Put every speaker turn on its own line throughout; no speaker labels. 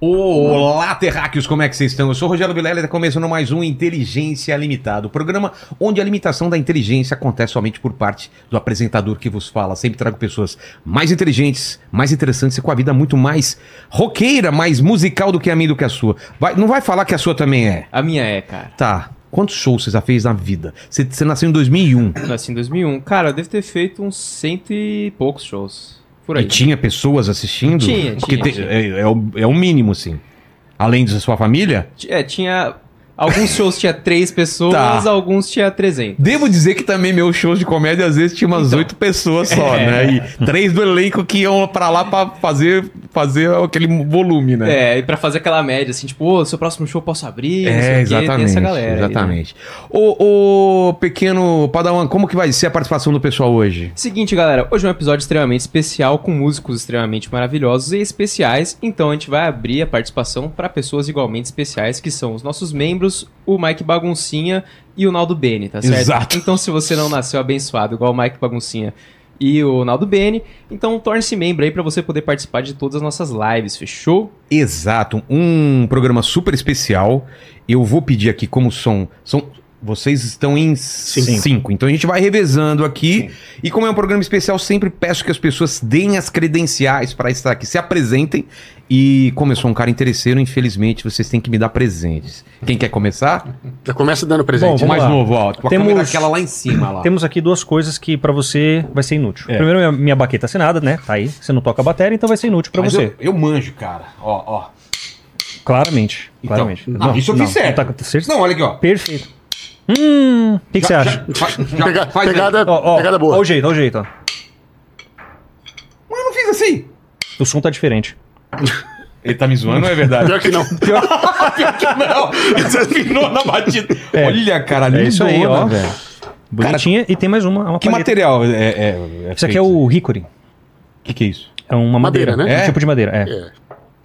Olá, terráqueos, como é que vocês estão? Eu sou o Rogério Vilela e está começando mais um Inteligência Limitada, o programa onde a limitação da inteligência acontece somente por parte do apresentador que vos fala. Sempre trago pessoas mais inteligentes, mais interessantes e com a vida muito mais roqueira, mais musical do que a minha e do que a sua. Vai- não vai falar que a sua também é.
A minha é, cara.
Tá, quantos shows você já fez na vida? Você, você nasceu em 2001
Eu Nasci em 2001. Cara, eu devo ter feito uns cento e poucos shows. Por
e
aí.
tinha pessoas assistindo?
Tinha,
Porque
tinha,
te-
tinha.
É, é o, é o mínimo, assim. Além da sua família?
Ti- É, tinha... Alguns shows tinha três pessoas,
Tá.
alguns tinha 300.
Devo dizer que também meus shows de comédia às vezes tinha umas
Então. É.
oito pessoas só, né? E três do elenco que iam pra lá pra fazer, fazer aquele volume, né?
É, e pra fazer aquela média, assim, tipo, ô, seu próximo show eu posso abrir, não
É,
sei o quê,
exatamente.
tem essa galera. aí, né?
exatamente. Ô, ô, pequeno Padawan, como que vai ser a participação do pessoal hoje?
Seguinte, galera, hoje é um episódio extremamente especial com músicos extremamente maravilhosos e especiais, então a gente vai abrir a participação para pessoas igualmente especiais, que são os nossos membros, o Mike Baguncinha e o Naldo Bene, tá certo?
Exato.
Então, se você não nasceu abençoado igual o Mike Baguncinha e o Naldo Bene, então torne-se membro aí para você poder participar de todas as nossas lives, fechou?
Exato, um programa super especial. Eu vou pedir aqui como som. São, vocês estão em cinco. Então a gente vai revezando aqui. E como é um programa especial, sempre peço que as pessoas deem as credenciais para estar aqui, se apresentem. E como eu sou um cara interesseiro, infelizmente vocês têm que me dar presentes. Quem quer começar?
Já começa dando
Bom,
presente.
O
vamos
né?
mais
lá.
novo, ó. Com a
Temos-
câmera é aquela lá em cima lá.
Temos aqui duas coisas que pra você vai ser inútil.
É.
Primeiro, minha, minha baqueta assinada, né? Tá aí. Você não toca a bateria, então vai ser inútil pra
Mas
você.
Eu, eu manjo, cara. Ó, ó.
Claramente.
Então,
claramente.
não, isso eu fiz certo.
Não, tá, tá certo?
Não, olha aqui, ó.
Perfeito. Hum, o que, que você
Já-
acha?
já- fa- já-
Pega-
faz aí.
pegada,
Ó, ó,
pegada boa.
ó o jeito, ó o jeito, ó.
Mas eu não fiz assim.
O som tá diferente.
Ele tá me zoando, é verdade?
Pior que não.
Não, desafinou na batida.
É.
Olha, cara,
É
lindona,
isso aí, ó.
né, velho.
Bonitinha e tem mais uma. uma
Que
palheta.
material é, é, é
Isso aqui é
feito?
o Hickory.
que, que é isso?
É uma madeira.
Madeira, né?
É um
É?
tipo de madeira, é.
É.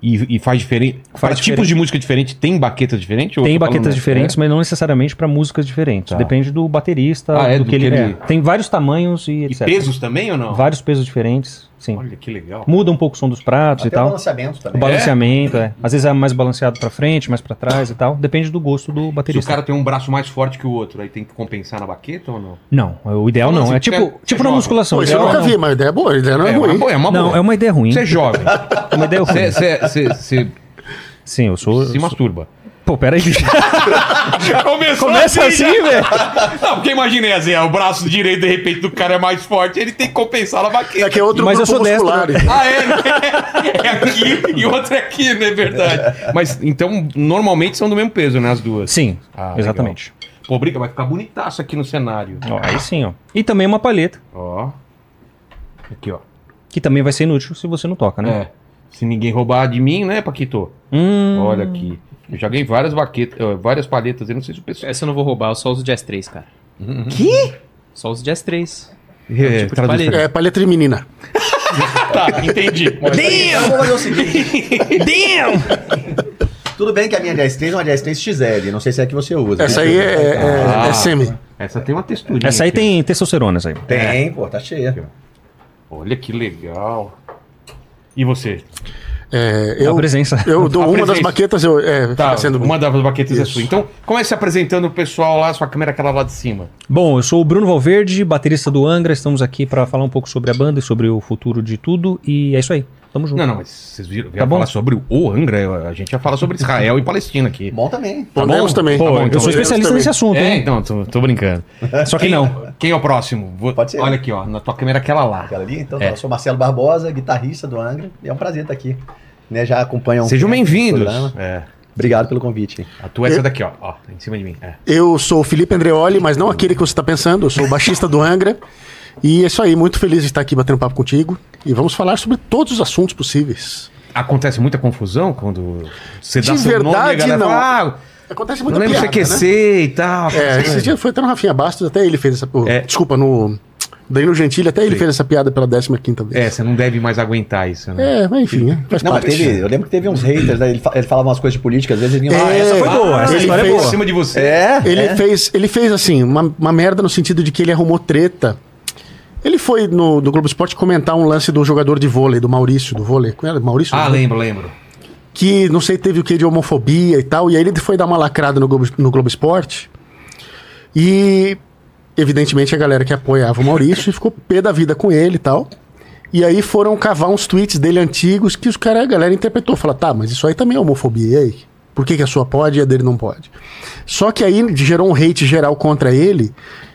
E, e faz diferente. Faz
Faz
tipos de música diferente, tem baquetas diferentes? ou
Tem
eu tô
baquetas
falando- É.
diferentes, mas não necessariamente pra músicas diferentes.
Tá.
Depende do baterista,
Ah, é,
do, que ele, é.
ele-
Tem vários tamanhos e
É? E
etc.
pesos também ou não?
Vários pesos diferentes, sim.
Olha que legal.
Muda um pouco o som dos pratos e
Até o
tal.
balanceamento
O
também.
balanceamento, é? Às vezes é mais balanceado pra frente, mais pra trás e tal. Depende do gosto do
Se o
baterista.
cara tem um braço mais forte que o outro, aí tem que compensar na baqueta ou não?
Não, o ideal
Não,
não.
assim,
É tipo,
você-
tipo
você
na
joga.
musculação.
Pô,
o
isso eu
ideal
nunca
não.
vi, mas a ideia é boa. A ideia não é,
uma
ruim.
boa, é uma
Não,
boa.
é uma ideia ruim.
Você é jovem.
É uma ideia ruim.
Você
Sim, eu sou.
se
eu sou...
masturba.
Pô, peraí. bicho.
Já começou
Começa assim, velho.
Não, porque imaginei assim, ó, o braço direito de repente do cara é mais forte, ele tem que compensar na baqueta.
É que é outro
Mas eu sou destro,
muscular.
né?
Ah, é, né? É aqui e outra é aqui, né? É verdade. Mas então, normalmente são do mesmo peso, né? As duas.
Sim,
Ah, legal.
exatamente.
Pô, briga, vai ficar bonitaço aqui no cenário.
Ó, aí sim, ó. E também uma palheta,
Ó. Aqui, ó.
que também vai ser inútil se você não toca, né?
É. Se ninguém roubar de mim, né, Paquito?
Hum,
Olha aqui. Eu já ganhei várias baquetas, eh, várias palhetas, eu não sei se o pessoal.
Essa eu não vou roubar, eu só uso Jazz 3, cara.
Que?
Só uso Jazz 3.
É,
tipo de
Uhum. traduz
palheta.
pra-
É, paleta de menina.
Tá, entendi.
Então, Vamos fazer o seguinte. Tudo bem que a minha 103 é uma 103 XL, não sei se é a que você usa.
Essa aí é, é,
Ah.
é semi.
Essa tem uma textura.
Essa aí tem testosterona, essa aí.
Tem, pô, tá cheia.
Olha que legal. E você?
É,
Eu,
eu,
a presença.
eu dou
A
uma das
presença.
baquetas, eu, é,
Tá,
fica sendo
uma das baquetas é
Isso.
sua. Então, comece apresentando o pessoal lá, sua câmera é aquela lá de cima.
Bom, eu sou o Bruno Valverde, baterista do Angra. Estamos aqui pra falar um pouco sobre a banda e sobre o futuro de tudo. E é isso aí. Tamo junto.
Não, não, mas vocês viram, vieram
Tá bom.
falar sobre o- o Angra, a gente ia falar sobre Israel e Palestina aqui.
Bom também.
Podemos também.
Pô,
Tá bom,
eu
então,
sou
eu
especialista
também.
nesse assunto,
É,
hein?
então, tô, tô brincando.
Só que
Quem-
não.
Quem é o próximo? Vou-
Pode ser.
Olha aqui, ó, na tua câmera é aquela lá.
Aquela ali. Então,
É.
tá, eu sou Marcelo Barbosa, guitarrista do Angra, e é um prazer estar aqui. Né, já acompanham.
Sejam bem-vindos.
programa.
É,
Obrigado pelo convite.
a tua é essa daqui, ó, ó, em cima de mim. É.
Eu sou o Felipe Andreoli, mas não aquele que você está pensando. Eu sou o baixista do Angra. E é isso aí, muito feliz de estar aqui batendo papo contigo. E vamos falar sobre todos os assuntos possíveis.
Acontece muita confusão quando você dá
De
seu nome e a
verdade,
galera
não.
fala, ah,
Acontece
não
muita
lembro
é
piada,
de
né?
CQC e tal. assim,
É, esse dia foi até no Rafinha Bastos, até ele fez essa. oh,
É.
Desculpa, no. Danilo Gentili, até ele
Sim.
fez essa piada pela 15
É,
vez.
você não deve mais aguentar isso, né?
É, mas enfim, né? faz
Não, mas
parte.
teve, eu lembro que teve uns haters, né? Ele, fa- ele falava umas coisas de política, às vezes ele vinha, ah,
É.
essa foi
Foi boa, essa
ele
história é
fez-
Em
boa.
cima de você.
É,
Ele,
é.
fez, ele fez, assim, uma, uma merda no sentido de que ele arrumou treta. Ele foi no, no Globo Esporte comentar um lance do jogador de vôlei, do Maurício, do vôlei. Como era? Maurício?
Ah,
né?
lembro, lembro.
que não sei, teve o que de homofobia e tal, e aí ele foi dar uma lacrada no Globo, no Globo Esporte. E evidentemente a galera que apoiava o Maurício ficou pé da vida com ele e tal. E aí foram cavar uns tweets dele antigos que os cara, a galera interpretou. Fala, tá, mas isso aí também é homofobia, e aí? Por que, que a sua pode e a dele não pode? Só que aí gerou um hate geral contra ele,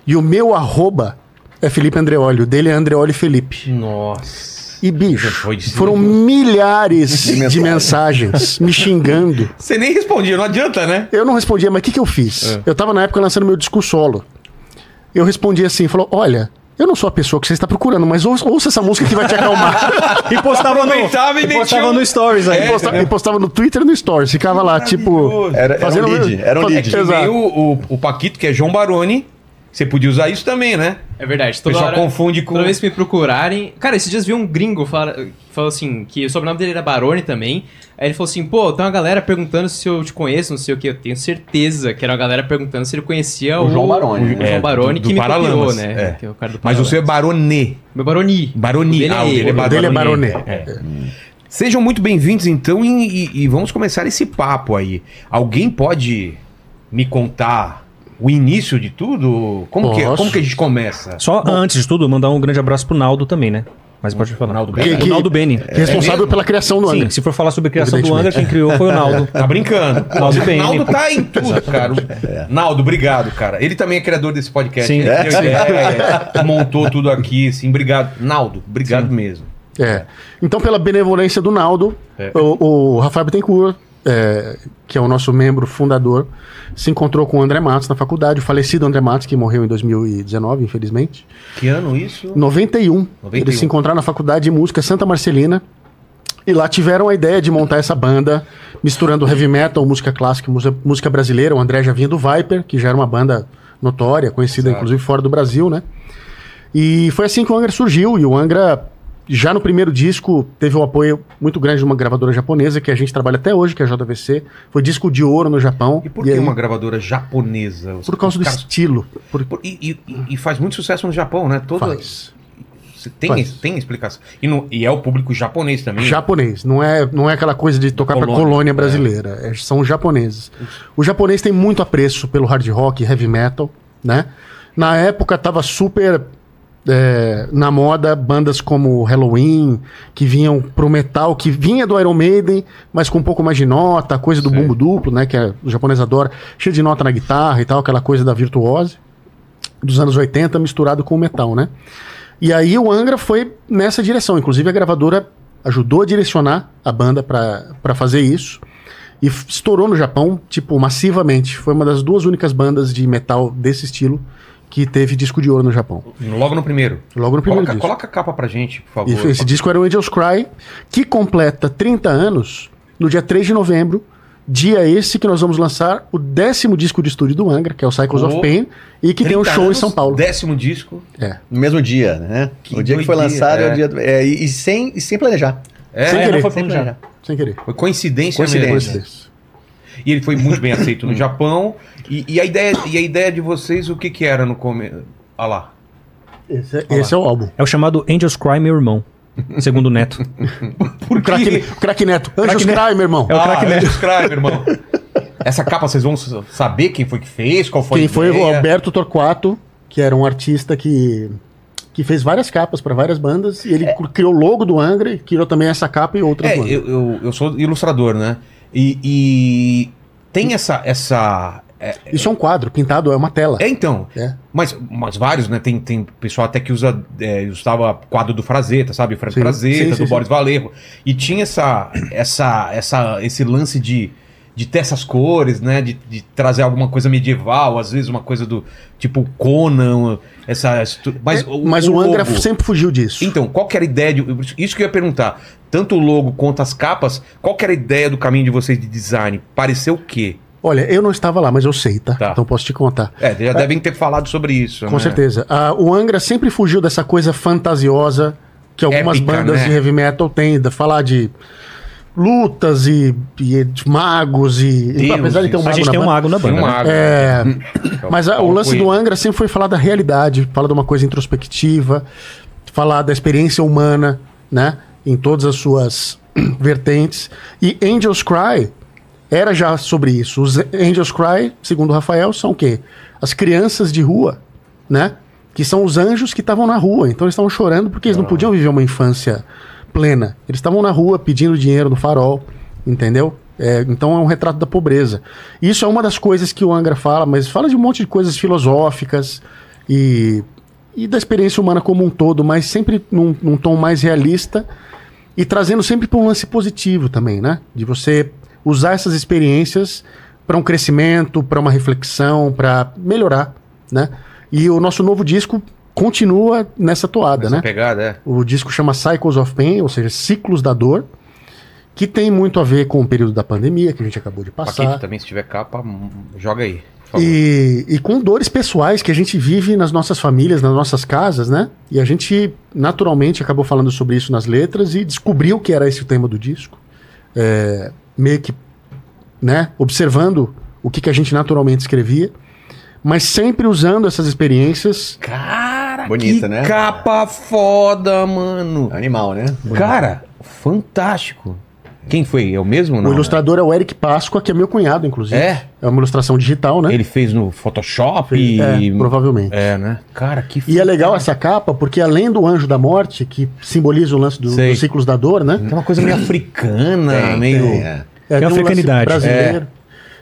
e o meu arroba é Felipe Andreoli, o dele é Andreoli Felipe.
Nossa.
E bicho, foram milhares de mensagens me xingando.
Você nem respondia, não adianta, né?
Eu não respondia, mas o que, que eu fiz?
É.
Eu tava na época lançando meu disco solo. Eu respondi assim, falou, olha... Eu não sou a pessoa que você está procurando, mas ouça, ouça essa música que vai te acalmar.
E postava no,
Aproveitava e
e postava
metia um-
no Stories né? aí.
e, postava, e postava no Twitter e no Stories. Ficava lá, tipo.
Maravilhoso.
Era, era um lead, era um
fazendo-
lead.
Que nem
Exato.
o, o, o Paquito, que é João Baroni. Você podia usar isso também, né?
É verdade.
O
Toda
pessoal
hora,
confunde com.
toda vez que me procurarem... Cara, esses dias vi um gringo fala, falou assim, que o sobrenome dele era Barone também. Aí ele falou assim, pô, tem uma galera perguntando se eu te conheço, não sei o que. Eu tenho certeza que era uma galera perguntando se ele conhecia o...
O João Barone,
O,
né?
É,
João Barone,
do- do
que me copiou,
Paralamas,
né?
é.
Que é o cara do
Mas
Paralamas.
você é Baronê.
Meu Baroni.
Baroni.
O dele é
ah, o dele é
ele.
Baroni.
dele é Baronê.
Sejam muito bem-vindos, então, e, e- e vamos começar esse papo aí. Alguém pode me contar o início de tudo? Como, que,
Posso.
como que a gente começa?
É. Só antes de tudo, mandar um grande abraço pro Naldo também, né? Mas pode falar.
Naldo
Beni.
Beni.
O Naldo Beni.
Responsável
mesmo?
pela criação do
Sim,
Angra.
se for falar sobre a criação do Angra, quem criou foi o Naldo.
Tá brincando.
Naldo né?
O
Beni.
Naldo tá em tudo, cara. O- Naldo, obrigado, cara. Ele também é criador desse podcast.
É.
né?
Sim.
Ele
É,
deu ideia, montou tudo aqui, assim. Obrigado. Naldo, obrigado mesmo.
É. Então, pela benevolência do Naldo,
É.
o, o Rafael Bittencourt, é, que é o nosso membro fundador, se encontrou com o André Matos na faculdade, o falecido André Matos, que morreu em 2019, infelizmente.
Que ano isso?
91.
91.
Eles se encontraram na faculdade de música Santa Marcelina. E lá tiveram a ideia de montar essa banda, misturando heavy metal, música clássica, música, música brasileira. O André já vinha do Viper, que já era uma banda notória, conhecida
Exato.
inclusive fora do Brasil, né? E foi assim que o Angra surgiu. E o Angra, já no primeiro disco, teve um apoio muito grande de uma gravadora japonesa, que a gente trabalha até hoje, que é a JVC. Foi disco de ouro no Japão.
E por que
aí,
uma gravadora japonesa? Os-
Por causa do
os caras-
estilo. Por...
por- e, e- e- e faz muito sucesso no Japão, né? Todo,
Faz.
Você Tem,
Faz.
tem explicação. E, no- e é o público japonês também.
Japonês, não é, não é aquela coisa de tocar para pra
Colônia,
colônia brasileira, é, são os japoneses. O japonês tem muito apreço pelo hard rock, heavy metal, né? Na época tava super é, na moda bandas como Halloween, que vinham pro metal, que vinha do Iron Maiden, mas com um pouco mais de nota, a coisa do bumbo duplo, né? Que é, o japonês adora, cheio de nota na guitarra e tal, aquela coisa da virtuose dos anos 80 misturado com o metal, né? E aí o Angra foi nessa direção. Inclusive a gravadora ajudou a direcionar a banda para fazer isso. E f- estourou no Japão, tipo, massivamente. Foi uma das duas únicas bandas de metal desse estilo que teve disco de ouro no Japão.
Logo no primeiro.
Logo no primeiro
Coloca,
disco.
coloca a capa pra gente, por
E
favor.
f- esse disco era o Angels Cry, que completa 30 anos no dia 3 de novembro. Dia esse que nós vamos lançar o décimo disco de estúdio do Angra, que é o Cycles
Oh.
of Pain, e que tem um
30
show
anos,
em São Paulo.
Décimo disco.
É.
No mesmo dia, né?
Que
o dia que foi
doideira,
lançado é
é.
o dia. do- é, e, e sem, e sem planejar.
É,
Sem
É,
querer.
não foi
Sem
planejado.
planejar.
Sem querer.
foi coincidência,
Coincidência.
mesmo. E ele foi muito bem aceito no Japão. E, e a ideia, e a ideia de vocês, o que que era no começo? Olha lá.
Esse é, esse é o álbum.
É o chamado Angels Cry, meu irmão. Segundo o Neto.
Por
O craque, o craque Neto. Anjos
Neto.
Cry, meu irmão.
É o craque Neto.
Subscribe, irmão. Essa capa vocês vão s- saber quem foi que fez, qual foi
Quem
a
foi o
ideia.
Alberto Torquato, que era um artista que, que fez várias capas para várias bandas. E ele cr- criou o logo do Angra e criou também essa capa e outras
É,
bandas.
eu, eu, eu sou ilustrador, né? E, e tem essa. essa é,
Isso é um quadro pintado, é uma tela.
é, então.
É.
Mas, mas vários, né? Tem, tem pessoal até que usa. É, usava quadro do Frazetta, sabe? Fred
Sim,
Frazetta,
sim,
do
sim, sim.
Boris Valerro. E tinha essa, essa, essa, esse lance de. De ter essas cores, né? De, de trazer alguma coisa medieval, às vezes uma coisa do tipo Conan, essa. estu- Mas,
É, Mas o, Angra
logo-
sempre fugiu disso.
então, qual que era a ideia? De, isso que eu ia perguntar. Tanto o logo quanto as capas, qual que era a ideia do caminho de vocês de design? Pareceu o quê?
Olha, eu não estava lá, mas eu sei, tá?
Tá.
Então posso te contar.
É, já devem ter falado sobre isso,
Com
né?
certeza. Ah, o Angra sempre fugiu dessa coisa fantasiosa que algumas
Épica,
bandas
né?
de heavy metal têm, de falar de lutas e, e de magos e.
Deuses.
apesar de ter um
A
A
mago
gente
na
tem um
banda.
mago na
Tem
banda.
um
né?
mago.
É,
É
mas a- o
Paulo
lance do
Coelho.
Angra sempre foi falar da realidade, falar de uma coisa introspectiva, falar da experiência humana, né? Em todas as suas vertentes. E Angels Cry era já sobre isso. Os Angels Cry, segundo o Rafael, são o quê? As crianças de rua, né? Que são os anjos que estavam na rua. Então eles estavam chorando porque eles não podiam viver uma infância plena. Eles estavam na rua pedindo dinheiro no farol, entendeu? É, então é um retrato da pobreza. Isso é uma das coisas que o Angra fala, mas fala de um monte de coisas filosóficas e, e da experiência humana como um todo, mas sempre num, num tom mais realista e trazendo sempre para um lance positivo também, né? De você usar essas experiências para um crescimento, para uma reflexão, para melhorar, né? E o nosso novo disco continua nessa toada,
Essa
né?
pegada, é.
O disco chama Cycles of Pain, ou seja, Ciclos da Dor, que tem muito a ver com o período da pandemia que a gente acabou de
Paquito
passar.
também, se tiver capa, hum, joga aí. por favor.
E, e com dores pessoais que a gente vive nas nossas famílias, nas nossas casas, né? E a gente naturalmente acabou falando sobre isso nas letras e descobriu que era esse o tema do disco. É, meio que, né? Observando o que, que a gente naturalmente escrevia, mas sempre usando essas experiências.
Cara,
Bonita,
que
né?
capa foda, mano.
Animal, né?
Cara, fantástico. Quem foi? Eu mesmo? Não.
O ilustrador é o Eric Páscoa, que é meu cunhado, inclusive.
É?
É uma ilustração digital, né?
Ele fez no Photoshop
Fez-
e...
É, provavelmente.
É, né? Cara, que
E é legal essa capa, porque além do anjo da morte, que simboliza o lance do-
Sei.
dos ciclos da dor, né?
Tem uma coisa meio africana,
Tem,
Ah, meio...
tem, é.
Tem
É, um lance
africanidade.
brasileiro.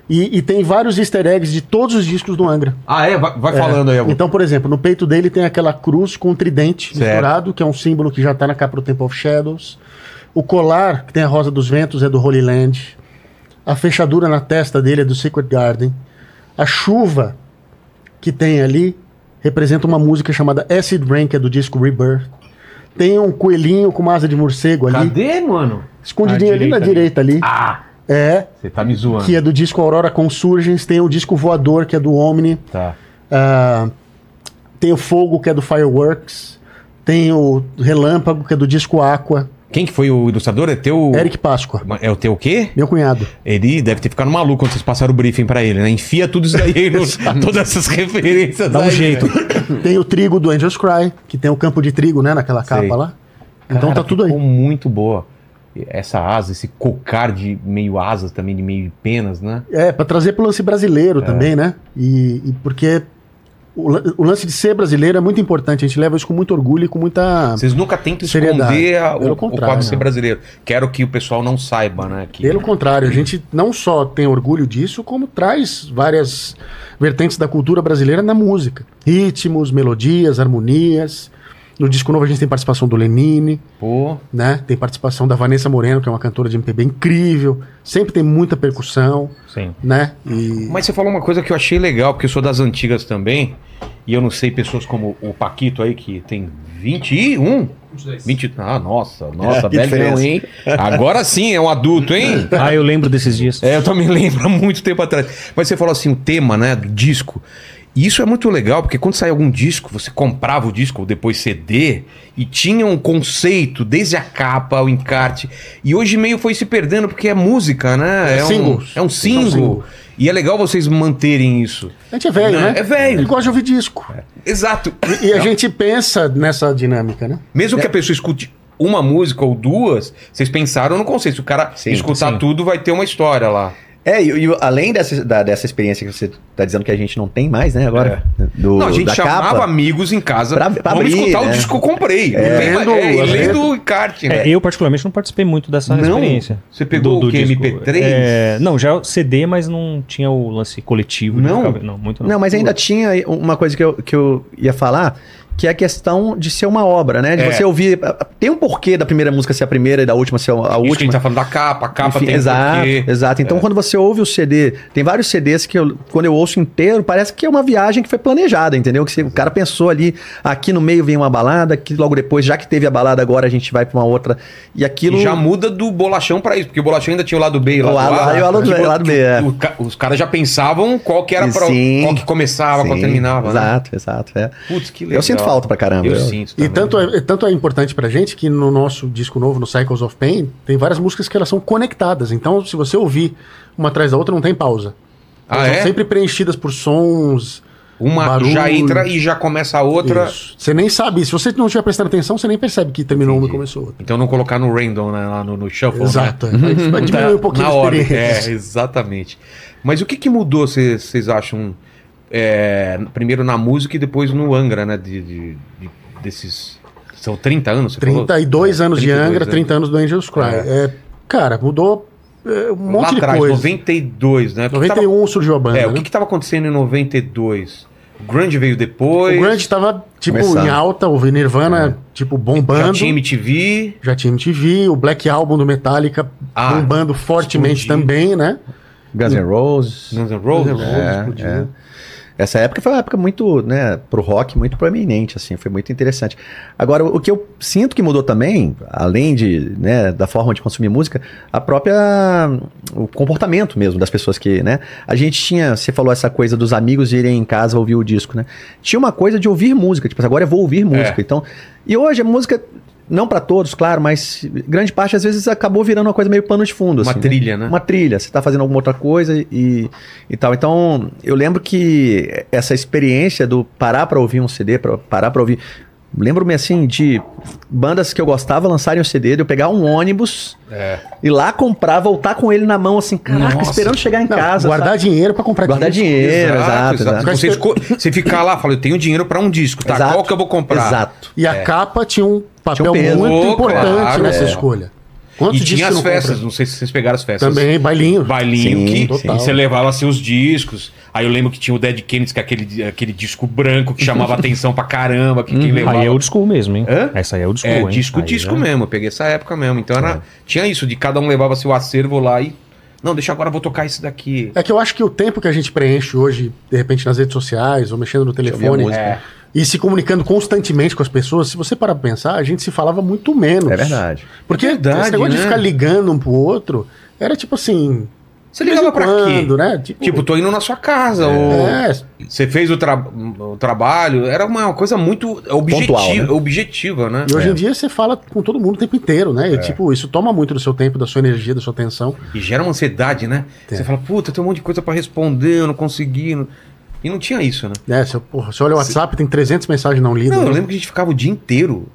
E, e tem vários easter eggs de todos os discos do Angra.
Ah, é? Vai, vai falando aí. Abu.
Então, por exemplo, no peito dele tem aquela cruz com um tridente
Certo.
misturado, que é um símbolo que já tá na capa do Temple of Shadows. O colar, que tem a Rosa dos Ventos, é do Holy Land. A fechadura na testa dele é do Secret Garden. A chuva que tem ali representa uma música chamada Acid Rain, que é do disco Rebirth. Tem um coelhinho com uma asa de morcego Então, ali,
Cadê, mano?
escondidinho
À
ali na
direita
direita ali.
Ah,
É,
você tá me zoando.
que é do disco Aurora Consurgens. Tem o disco Voador, que é do Omni.
Tá.
Ah, tem o Fogo, que é do Fireworks. Tem o Relâmpago, que é do disco Aqua.
Quem que foi o ilustrador? É teu...
Eric Páscoa,
É o teu o quê?
meu cunhado.
Ele deve ter ficado maluco quando vocês passaram o briefing pra ele, né? Enfia tudo isso daí, aí no- todas essas referências.
Dá um
aí,
jeito.
velho.
Tem o Trigo do Angels Cry, que tem o campo de trigo, né, naquela capa
Sei.
lá. Então
Cara,
tá tudo aí.
Ficou muito boa. Essa asa, esse cocar de meio asas também, de meio penas, né?
É, pra trazer pro lance
É.
brasileiro também, né? E, e porque o, lan- o lance de ser brasileiro é muito importante. A gente leva isso com muito orgulho e com muita.
Vocês nunca tentam
Ah, Seriedade.
esconder a- o,
Pelo
o
contrário,
quadro de ser
não.
brasileiro. Quero que o pessoal não saiba, né? Que...
Pelo contrário, a gente não só tem orgulho disso, como traz várias vertentes da cultura brasileira na música. Ritmos, melodias, harmonias. No disco novo a gente tem participação do Lenine,
Pô,
né? Tem participação da Vanessa Moreno, que é uma cantora de MPB incrível. Sempre tem muita percussão,
Sim.
né? E
Mas você falou uma coisa que eu achei legal, porque eu sou das antigas também, e eu não sei pessoas como o Paquito aí, que tem 21,
22.
20... Ah, nossa, nossa,
que
É,
velhão,
diferença.
hein? Agora sim, é um adulto, hein?
Ah, eu lembro desses dias.
É, eu também lembro há muito tempo atrás. Mas você falou assim, o tema, né, do disco. E isso é muito legal, porque quando saía algum disco, você comprava o disco, ou depois CD, e tinha um conceito, desde a capa ao encarte. E hoje meio foi se perdendo, porque é música, né?
É
um,
singles.
É um single.
single.
E é legal vocês manterem isso.
a gente é velho,
Não,
né?
é velho. É.
Ele gosta de ouvir disco.
Exato.
E, e a gente pensa nessa dinâmica, né?
Mesmo que a pessoa escute uma música ou duas, vocês pensaram no conceito. Se o cara
Sim,
escutar
sim.
tudo, vai ter uma história lá.
É, e, e além dessa, da- dessa experiência que você tá dizendo que a gente não tem mais, né, agora? Do,
É. Não, a gente
da
chamava
capa.
amigos em casa.
Pra- pra
Vamos
abrir,
escutar o
né?
disco que eu comprei.
É.
Lendo, é, e
Lendo,
lendo o encarte, né?
É, eu, particularmente, não participei muito dessa
Não?
experiência.
Você pegou o quê?
disco.
MP3?
É, não, já o CD, mas não tinha o lance coletivo. de
Não?
ficar- não, muito não.
Não, mas ainda tinha uma coisa que eu, que eu ia falar, que é a questão de ser uma obra, né? De
É.
você ouvir. Tem um porquê da primeira música ser a primeira e da última ser a
Isso que a gente
última.
tá falando da capa, a capa
Enfim,
tem um
exato,
porquê. É.
exato. Então, quando você ouve o CD, tem vários CDs que eu- quando eu ouço inteiro, parece que é uma viagem que foi planejada, entendeu? Que você- o cara pensou ali, aqui no meio vem uma balada, que logo depois, já que teve a balada agora, a gente vai pra uma outra. E aquilo.
E já muda do bolachão pra isso, porque o bolachão ainda tinha o lado B e o
O
lado
lado
A.
A e o lado
Que
B,
o-
lado
que
B, é.
o ca- Os caras já pensavam qual que era pra,
Sim.
qual que começava, qual
Sim,
terminava. né?
Exato, exato. é.
Putz, que legal.
Eu sinto falta pra caramba.
Eu
Eu-
sinto.
E
também.
tanto é, tanto é importante pra gente que no nosso disco novo, no Cycles of Pain, tem várias músicas que elas são conectadas. Então, se você ouvir uma atrás da outra, não tem pausa.
Ah,
são
é?
sempre preenchidas por sons,
Uma
Barulho.
já entra e já começa a outra.
Isso. Você nem sabe. Se você não estiver prestando atenção, você nem percebe que terminou uma e começou outra.
Então não colocar no random, né, lá no, no shuffle.
Exato. é.
Né?
Vai- Vai diminuir um pouquinho
na
a
hora.
experiência.
É, exatamente. Mas o que, que mudou, vocês acham? é, primeiro na música e depois no Angra, né? De, de- de- desses. São 30 anos? Você falou? é,
32 anos de
32
Angra, 30 anos do Angels Cry. É, cara, mudou é, um
Lá
monte de
atrás,
coisa.
92, né? O que que tava-
91 surgiu a banda.
é,
né?
o que estava acontecendo em 92? O Grande veio depois.
O Grunge tava, tipo,
Começando.
em alta, o Nirvana, tipo, bombando.
É. já tinha MTV.
Já tinha MTV, o Black Album do Metallica
Ah,
bombando fortemente
explodiu.
também, né?
Guns N' Roses.
Guns N' Roses.
Guns N' Roses. explodiu.
é. Essa época foi uma época muito, né, pro rock muito proeminente, assim, foi muito interessante. Agora, o que eu sinto que mudou também, além de, né, da forma de consumir música, a própria, o comportamento mesmo das pessoas que, né, a gente tinha, você falou essa coisa dos amigos irem em casa ouvir o disco, né, tinha uma coisa de ouvir música, tipo, agora eu vou ouvir
É.
música, então, e hoje a música, não pra todos, claro, mas grande parte às vezes acabou virando uma coisa meio pano de fundo,
Uma
assim, né?
trilha, né?
uma trilha, você está fazendo alguma outra coisa e, e tal. Então, eu lembro que essa experiência do parar para ouvir um CD, pra, parar para ouvir. Lembro-me assim de bandas que eu gostava lançarem um CD, de eu pegar um ônibus,
É.
ir lá comprar, voltar com ele na mão, assim, caraca,
Nossa.
esperando chegar em
Não,
casa.
guardar
sabe?
dinheiro pra comprar
Guardar
disco.
dinheiro, exato. exato,
exato. Você, esco- você ficar lá, fala, eu tenho dinheiro pra um disco, tá?
Exato.
Qual que eu vou comprar?
Exato.
E a
É.
capa tinha um papel
peso.
muito
Oh,
importante
claro,
nessa
é.
escolha.
E
Quantos
tinha
discos
as
você não
festas,
compra?
não sei se vocês pegaram as festas.
Também, bailinho.
Bailinho
Sim,
que
total.
você levava seus discos. Aí eu lembro que tinha o Dead Kennedys, que é aquele, aquele disco branco que chamava atenção pra caramba, que quem levava.
Aí é o disco mesmo, hein?
Hã?
Essa aí é o disco,
É,
hein?
disco,
Aí
disco
já-
mesmo. Eu peguei essa época mesmo. Então era, tinha isso, de cada um levava seu acervo lá e. Não, deixa agora, eu vou tocar esse daqui.
É que eu acho que o tempo que a gente preenche hoje, de repente, nas redes sociais, ou mexendo no
ouvir a
telefone,
música.
É.
e se comunicando constantemente com as pessoas, se você parar pra pensar, a gente se falava muito menos.
É verdade.
Porque
É verdade,
esse negócio
né?
de ficar ligando um pro outro, era tipo assim...
Você
de vez
ligava
em
pra
quando,
quê?
né? Tipo,
Tipo, tô indo na sua casa, ou
é,
você fez o, tra- o trabalho. Era uma, uma coisa muito objetiva,
Pontual, né?
objetiva, né?
E hoje em dia você fala com todo mundo o tempo inteiro,
É.
né? E, tipo, isso toma muito do seu tempo, da sua energia, da sua atenção.
E gera uma ansiedade, né?
É.
Tem.
Você fala, puta, tem um monte de coisa pra responder, eu não consegui. não- E não tinha isso, né?
Né? Você, porra, você olha o WhatsApp, tem 300 mensagens não lidas. né?
Não, eu lembro que a gente ficava o dia inteiro.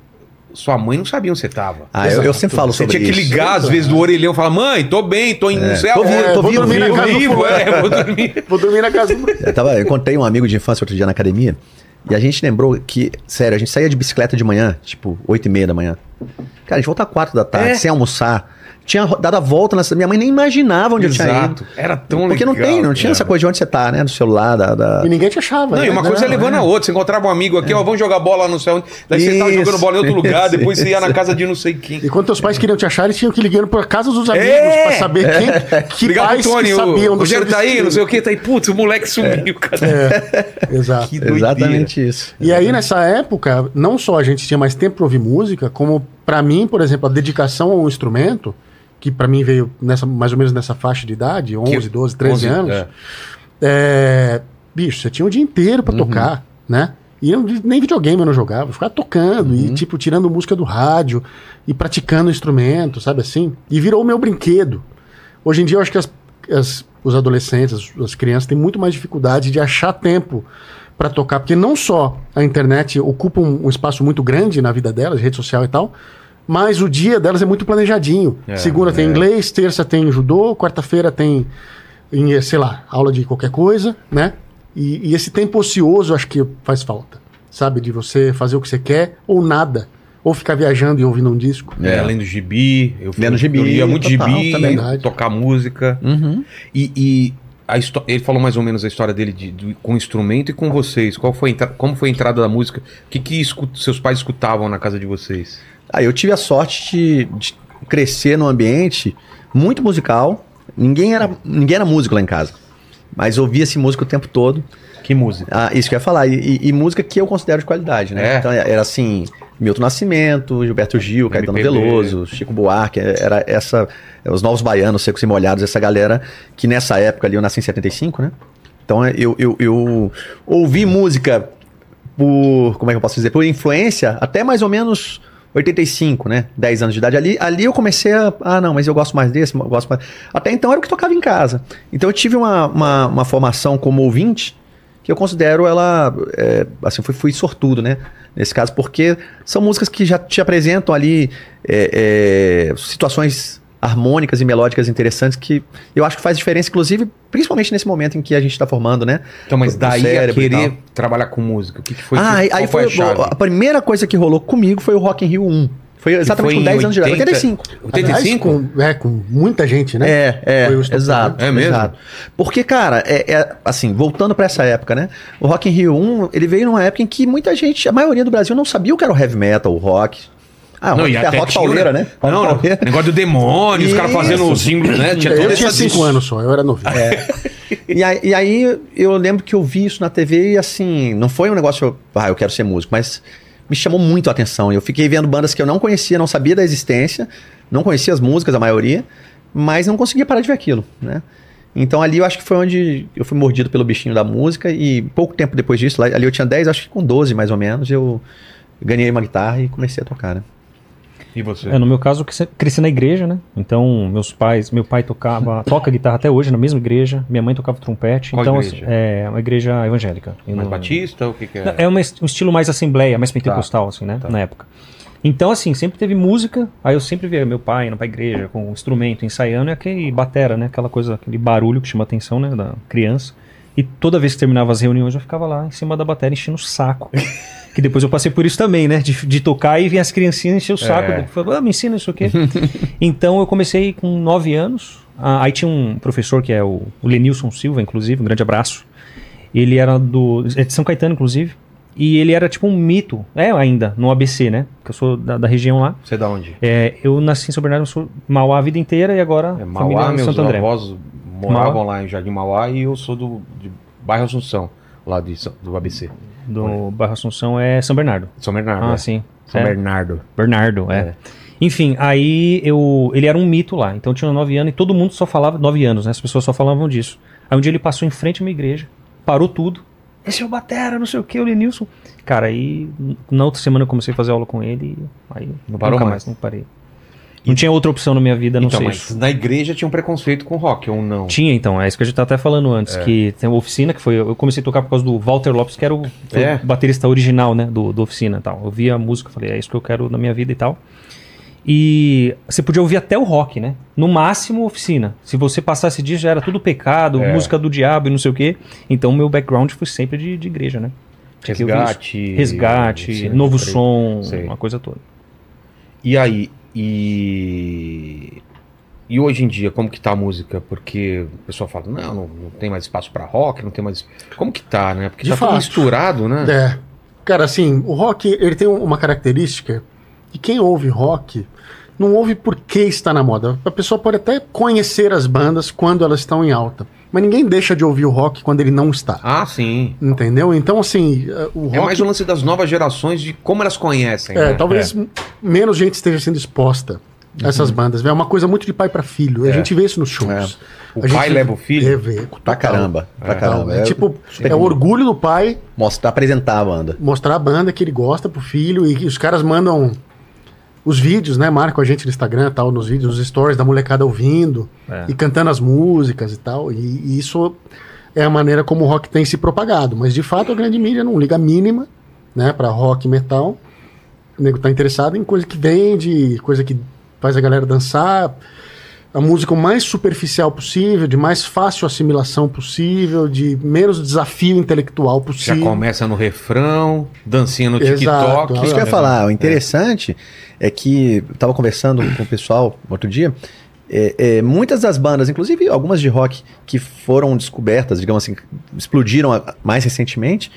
Sua mãe não sabia onde você tava.
Ah, eu, eu sempre falo
Você
sobre
tinha que
isso. É.
ligar, às vezes, do orelhão e falar: mãe, tô bem, tô em não sei
Tô
aonde,
vivo, tô
vou
vivo,
dormir
vivo,
na casa do
vivo,
fulano." é, vou dormir.
Vou dormir na casa do...
Eu, tava, eu encontrei um amigo de infância outro dia na academia e a gente lembrou que, sério, a gente saía de bicicleta de manhã, tipo, 8 e meia da manhã. Cara, a gente voltava 4 da tarde,
É.
sem almoçar. Tinha ro- dado a volta nessa. Minha mãe nem imaginava onde eu tinha ido.
Exato. Era tão
Porque não
legal,
tem, não tinha
cara.
essa coisa de onde você tá, né? No celular, da. da-
E ninguém te achava.
Não,
né?
e uma coisa é levando a outra. Você encontrava um amigo aqui, ó, vamos jogar bola não sei onde. Daí você tava
É. Isso,
jogando bola em outro lugar,
isso,
depois você ia na casa de não sei quem.
né? E quando teus pais queriam te achar, eles tinham que ligar pra casa dos amigos
É!
pra saber quem, que
Obrigado,
pais
Tony.
que
O
sabiam
o Rogério
seu É.
tá aí,
destino.
não sei o que, tá aí. Putz, o moleque sumiu, cara.
Exato.
Que doideira.
É, Exatamente isso.
E aí, nessa época, não só a gente tinha mais tempo pra ouvir música, como pra mim, por exemplo, a dedicação a um instrumento, que pra mim veio nessa, mais ou menos nessa faixa de idade, 11, 12, 13
11,
anos,
é.
é, bicho, você tinha o dia inteiro pra tocar, né? E eu, nem videogame eu não jogava, eu ficava tocando e, tipo, tirando música do rádio e praticando o instrumento, sabe assim? E virou o meu brinquedo. Hoje em dia eu acho que as- as- os adolescentes, as, as crianças têm muito mais dificuldade de achar tempo pra tocar, porque não só a internet ocupa um, um espaço muito grande na vida delas, rede social e tal, mas o dia delas é muito planejadinho.
É,
Segunda tem inglês, terça tem judô, quarta-feira tem, em, eh, sei lá, aula de qualquer coisa, né? E, e esse tempo ocioso acho que faz falta, sabe? De você fazer o que você quer ou nada, ou ficar viajando e ouvindo um disco.
É, além do gibi, eu,
Lendo gibi,
eu lia muito
total,
gibi,
também.
eu tocar música.
Uhum.
E, e a histó- ele falou mais ou menos a história dele de, do- com o instrumento e com vocês. Qual foi a entra- como foi a entrada da música? O que, que escu- seus pais escutavam na casa de vocês?
Ah, eu tive a sorte de, de crescer num ambiente muito musical. Ninguém era, ninguém era músico lá em casa. Mas ouvia-se música o tempo todo.
Que música?
Ah, isso que eu ia falar. E, e- e música que eu considero de qualidade, né?
É.
Então era assim, Milton Nascimento, Gilberto Gil, Caetano
MPB.
Veloso, Chico Buarque, é, era essa, é, os Novos Baianos, Secos e Molhados, essa galera que nessa época ali, eu nasci em 75, né? Então eu, eu, eu ouvi música por, como é que eu posso dizer, por influência até mais ou menos 85, né? 10 anos de idade. Ali, ali eu comecei a. Ah, não, mas eu gosto mais desse, eu gosto mais. Até então era o que tocava em casa. Então eu tive uma, uma, uma formação como ouvinte que eu considero ela, é, assim, fui, fui sortudo, né? Nesse caso, porque são músicas que já te apresentam ali é, é, situações harmônicas e melódicas interessantes que eu acho que faz diferença, inclusive, principalmente nesse momento em que a gente está formando, né?
Então, mas
Do
daí a
cérebro e
querer
tal.
trabalhar com música, o que, que foi?
ah,
que,
aí,
qual
aí foi,
a chave?
a primeira coisa que rolou comigo foi o Rock in Rio 1. Foi exatamente
foi
com
em
10 anos de idade.
80?
85.
85?
Aliás, com, é, com muita gente, né?
É, é,
Foi o estopim.
exato.
É mesmo?
exato. Porque, cara, é, é, assim, voltando pra essa época, né? O Rock in Rio 1, ele veio numa época em que muita gente, a maioria do Brasil não sabia o que era o heavy metal, o rock. Ah, o
Não,
rock,
e
é
até
rock
tinha,
pauleira, né? Rock
Não, não,
pauleira.
negócio do demônio, os caras
Isso.
fazendo os símbolos, né? Tinha
É,
É.
eu
toda
tinha
essa
5
dis-
anos só, eu era novinho.
E aí, e aí eu lembro que eu vi isso na TV e assim, não foi um negócio, ah, eu quero ser músico, mas me chamou muito a atenção. Eu fiquei vendo bandas que eu não conhecia, não sabia da existência, não conhecia as músicas, a maioria, mas não conseguia parar de ver aquilo, né? Então ali eu acho que foi onde eu fui mordido pelo bichinho da música e pouco tempo depois disso, lá- ali eu tinha 10, acho que com 12 mais ou menos, eu ganhei uma guitarra e comecei a tocar, né?
E você?
É, no meu caso, eu cresci- cresci na igreja, né? Então, meus pais, meu pai tocava, toca guitarra até hoje na mesma igreja, minha mãe tocava trompete.
Qual
então,
igreja?
assim, é uma igreja evangélica. E
Mais
no-
Batista, o que que é?
Não, É uma est- um estilo mais assembleia, mais pentecostal, assim, né? Na época. Então, assim, sempre teve música. Aí eu sempre via meu pai indo pra igreja com um instrumento, ensaiando, e aquele batera, né? Aquela coisa, aquele barulho que chama a atenção, né? Da criança. E toda vez que terminava as reuniões, eu ficava lá em cima da batera enchendo o saco. que depois eu passei por isso também, né? De, de tocar e vinha as criancinhas encher o saco.
É.
Falava, ah, me ensina isso aqui. então eu comecei com nove anos. Ah, aí tinha um professor que é o, o Lenilson Silva, inclusive, um grande abraço. Ele era do. É de São Caetano, inclusive. E ele era tipo um mito. É ainda, no ABC, né? Que eu sou da, da região lá.
Você da onde?
É, eu nasci em São Bernardo, sou Mauá a vida inteira e agora
É,
família
Mauá,
em
meus
Santo André.
avós moravam lá em Jardim Mauá e eu sou do de bairro Assunção, lá de São- do ABC.
Do Barra Assunção é São Bernardo.
São Bernardo.
Ah,
é.
sim.
São
É.
Bernardo.
Bernardo, é.
É.
Enfim, aí eu. Ele era um mito lá. Então eu tinha 9 anos e todo mundo só falava. 9 anos, né? As pessoas só falavam disso. Aí um dia ele passou em frente a uma igreja, parou tudo. Esse é o Batera, não sei o que, o Lenilson. Cara, aí na outra semana eu comecei a fazer aula com ele e aí
Não parou
nunca
mais.
mais, não parei. Não tinha outra opção na minha vida, a não
Então,
sei.
mas na igreja tinha um preconceito com rock, ou não?
Tinha então, é isso que a gente tá até falando antes, que tem uma oficina que foi. Eu comecei a tocar por causa do Walter Lopes, que era o, foi
É.
o baterista original, né? Do, do oficina e tal. Eu via a música, falei, é isso que eu quero na minha vida e tal. E você podia ouvir até o rock, né? No máximo, oficina. Se você passasse disso, já era tudo pecado,
É.
música do diabo e não sei o quê. Então, meu background foi sempre de, de igreja, né? Tinha que ouvir isso.
Resgate.
Resgate,
Sim,
novo
peraí.
som,
Sei.
uma coisa toda.
E aí, e. E hoje em dia, como que tá a música? Porque o pessoal fala, não, não, não tem mais espaço pra rock, não tem mais. Como que tá, né? Porque
De
tá tudo
fato.
misturado, né?
É. Cara, assim, o rock, ele tem uma característica que quem ouve rock não ouve por que está na moda. A pessoa pode até conhecer as bandas quando elas estão em alta, mas ninguém deixa de ouvir o rock quando ele não está.
Ah, sim.
Entendeu? Então, assim, eh, o rock.
É mais o lance das novas gerações de como elas conhecem.
É,
né? Uhum.
talvez m- menos gente esteja sendo exposta a essas bandas. É uma coisa muito de pai para filho. A gente vê isso nos shows.
É. O
A
pai
gente
leva o filho.
É, vê.
Pra caramba, pra
É.
caramba.
É,
É,
tipo, é o orgulho do pai
mostrar, apresentar a banda.
mostrar a banda que ele gosta pro filho e que os caras mandam os vídeos, né? Marcam a gente no Instagram, tal, nos vídeos, nos stories da molecada ouvindo
É.
e cantando as músicas e tal. E, e isso é a maneira como o rock tem se propagado. Mas de fato a grande mídia não liga a mínima, né? Para rock e metal. O nego tá interessado em coisa que vende, coisa que faz a galera dançar. A música o mais superficial possível, de mais fácil assimilação possível, de menos desafio intelectual
É, Já
possível.
começa no refrão, dancinha no
Exato.
TikTok.
Ah,
Isso que eu ia
é
falar, o interessante é, que eu tava conversando com o pessoal outro dia. é, é, muitas das bandas, inclusive algumas de rock que foram descobertas, digamos assim, explodiram a- mais recentemente,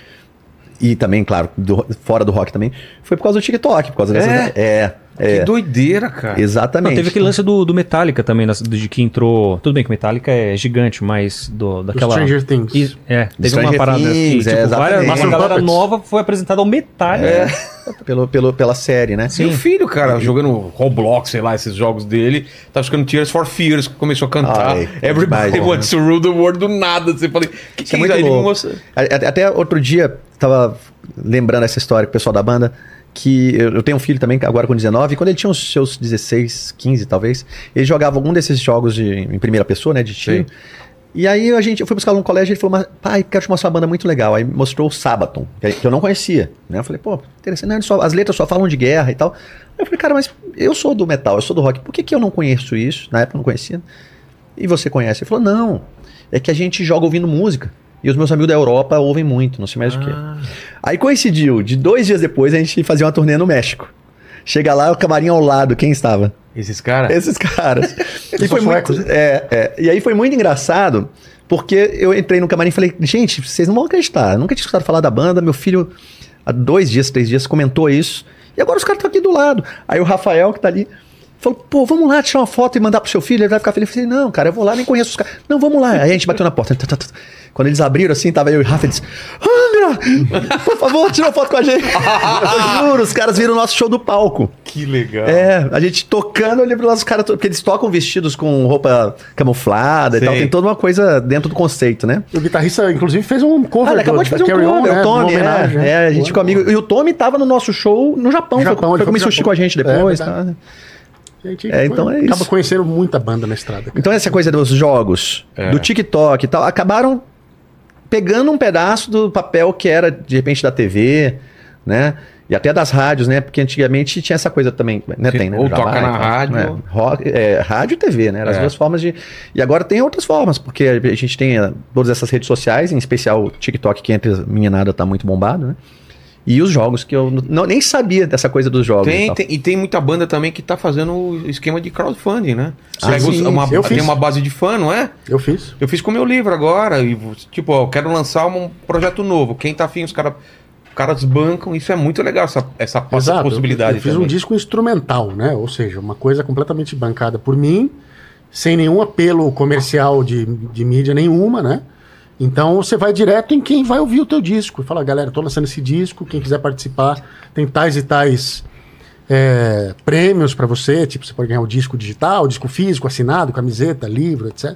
e também, claro, do- fora do rock também, foi por causa do TikTok, por causa dessas.
É?
é,
Que doideira, cara.
exatamente.
Não, teve aquele lance do, do Metallica também, das- de que entrou. Tudo bem que Metallica é gigante, mas do,
Do
daquela.
Stranger Things.
E- é, teve
Stranger
uma parada
Things,
que,
é,
tipo,
exatamente. É.
várias, nossa,
Master
uma galera
Puppets.
nova foi apresentada ao Metallica.
É.
Pelo, pelo, pela série, né?
E o filho, cara, jogando Roblox, sei lá, esses jogos dele, tá ficando Tears for Fears, que começou a cantar
Ai,
Everybody
demais, né?
Wants to Rule the World do nada. Você falei, que
Isso
que
é muito
aí ele
louco.
mostrou-
A- a- Até outro dia, tava lembrando essa história com o pessoal da banda, que eu eu tenho um filho também, agora com 19, e quando ele tinha os seus 16, 15 talvez, ele jogava algum desses jogos de, em primeira pessoa, né, de tiro. E aí a gente, eu fui buscar ela no colégio e ele falou, mas, pai, quero te mostrar uma banda muito legal. Aí mostrou o Sabaton, que que eu não conhecia. Né? Eu falei, pô, interessante, né? Eles só- as letras só falam de guerra e tal. Aí eu falei, cara, mas eu sou do metal, eu sou do rock, por que, que eu não conheço isso? Na época eu não conhecia. E você conhece? Ele falou, não, é que a gente joga ouvindo música. E os meus amigos da Europa ouvem muito, não sei mais o quê. Aí coincidiu, de dois dias depois a gente fazia uma turnê no México. Chega lá, o camarim ao lado, quem estava?
Esses caras.
Esses caras. e, foi
suecos,
muito, é, é. e aí foi muito engraçado, porque eu entrei no camarim e falei, gente, vocês não vão acreditar, eu nunca tinha escutado falar da banda, meu filho há dois dias, três dias comentou isso, e agora os caras estão aqui do lado. Aí o Rafael, que tá ali, falou, pô, vamos lá tirar uma foto e mandar pro seu filho, ele vai ficar feliz. Eu falei, não, cara, eu vou lá, nem conheço os caras. Não, vamos lá. Aí a gente bateu na porta. tá, tá, tá. Quando eles abriram assim, tava eu e o Rafa, eles, Angra, por favor, tira uma foto com a gente. eu juro, os caras viram o nosso show do palco.
Que legal.
Então.
É, a gente tocando, eu lembro lá os caras, to- porque eles tocam vestidos com roupa camuflada
Sei.
e tal, tem toda uma coisa dentro do conceito, né?
O guitarrista, inclusive, fez um
Ah,
cover.
ele acabou
do-
de
da
fazer um
Carry On,
cover,
né?
o Tommy,
Uma homenagem,
é,
né?
é, a gente
Boa.
ficou amigo, e o Tommy tava no nosso show no Japão,
No
foi-
Japão, ele
foi, comer
foi pro
sushi
Japão.
com a gente
É,
depois,
verdade.
tá?
Gente,
É, então é
Acaba
isso.
conhecendo muita banda na estrada.
Então essa coisa dos jogos,
É.
do TikTok e tal, acabaram pegando um pedaço do papel que era, de repente, da TV, né? E até das rádios, né? Porque antigamente tinha essa coisa também, né?
Sim,
Tem, né?
ou toca
Jabá e
na
tal,
rádio.
né? Rock- é, rádio e TV, né? Eram
É.
as duas formas de... E agora tem outras formas, porque a gente tem eh, todas essas redes sociais, em especial o TikTok, que entre a meninada tá muito bombado, né? E os jogos, que eu não, nem sabia dessa coisa dos jogos. e
Tem,
tal.
tem- e tem muita banda também que tá fazendo o esquema de crowdfunding, né?
Ah,
Pega os-
sim,
uma-
eu
tem
fiz.
uma base de fã, não é?
Eu fiz.
Eu fiz com o meu livro agora, e vou- tipo, ó, eu quero lançar um projeto novo. Quem tá afim, os caras caras bancam, isso é muito legal, essa, essa poss-
Exato.
possibilidade.
Eu, eu fiz um
também.
disco instrumental, né? Ou seja, uma coisa completamente bancada por mim, sem nenhum apelo comercial de, de mídia nenhuma, né? Então você vai direto em quem vai ouvir o teu disco. Fala, galera, tô lançando esse disco, quem quiser participar, tem tais e tais é, prêmios para você. Tipo, você pode ganhar o disco digital, o disco físico, assinado, camiseta, livro, etc.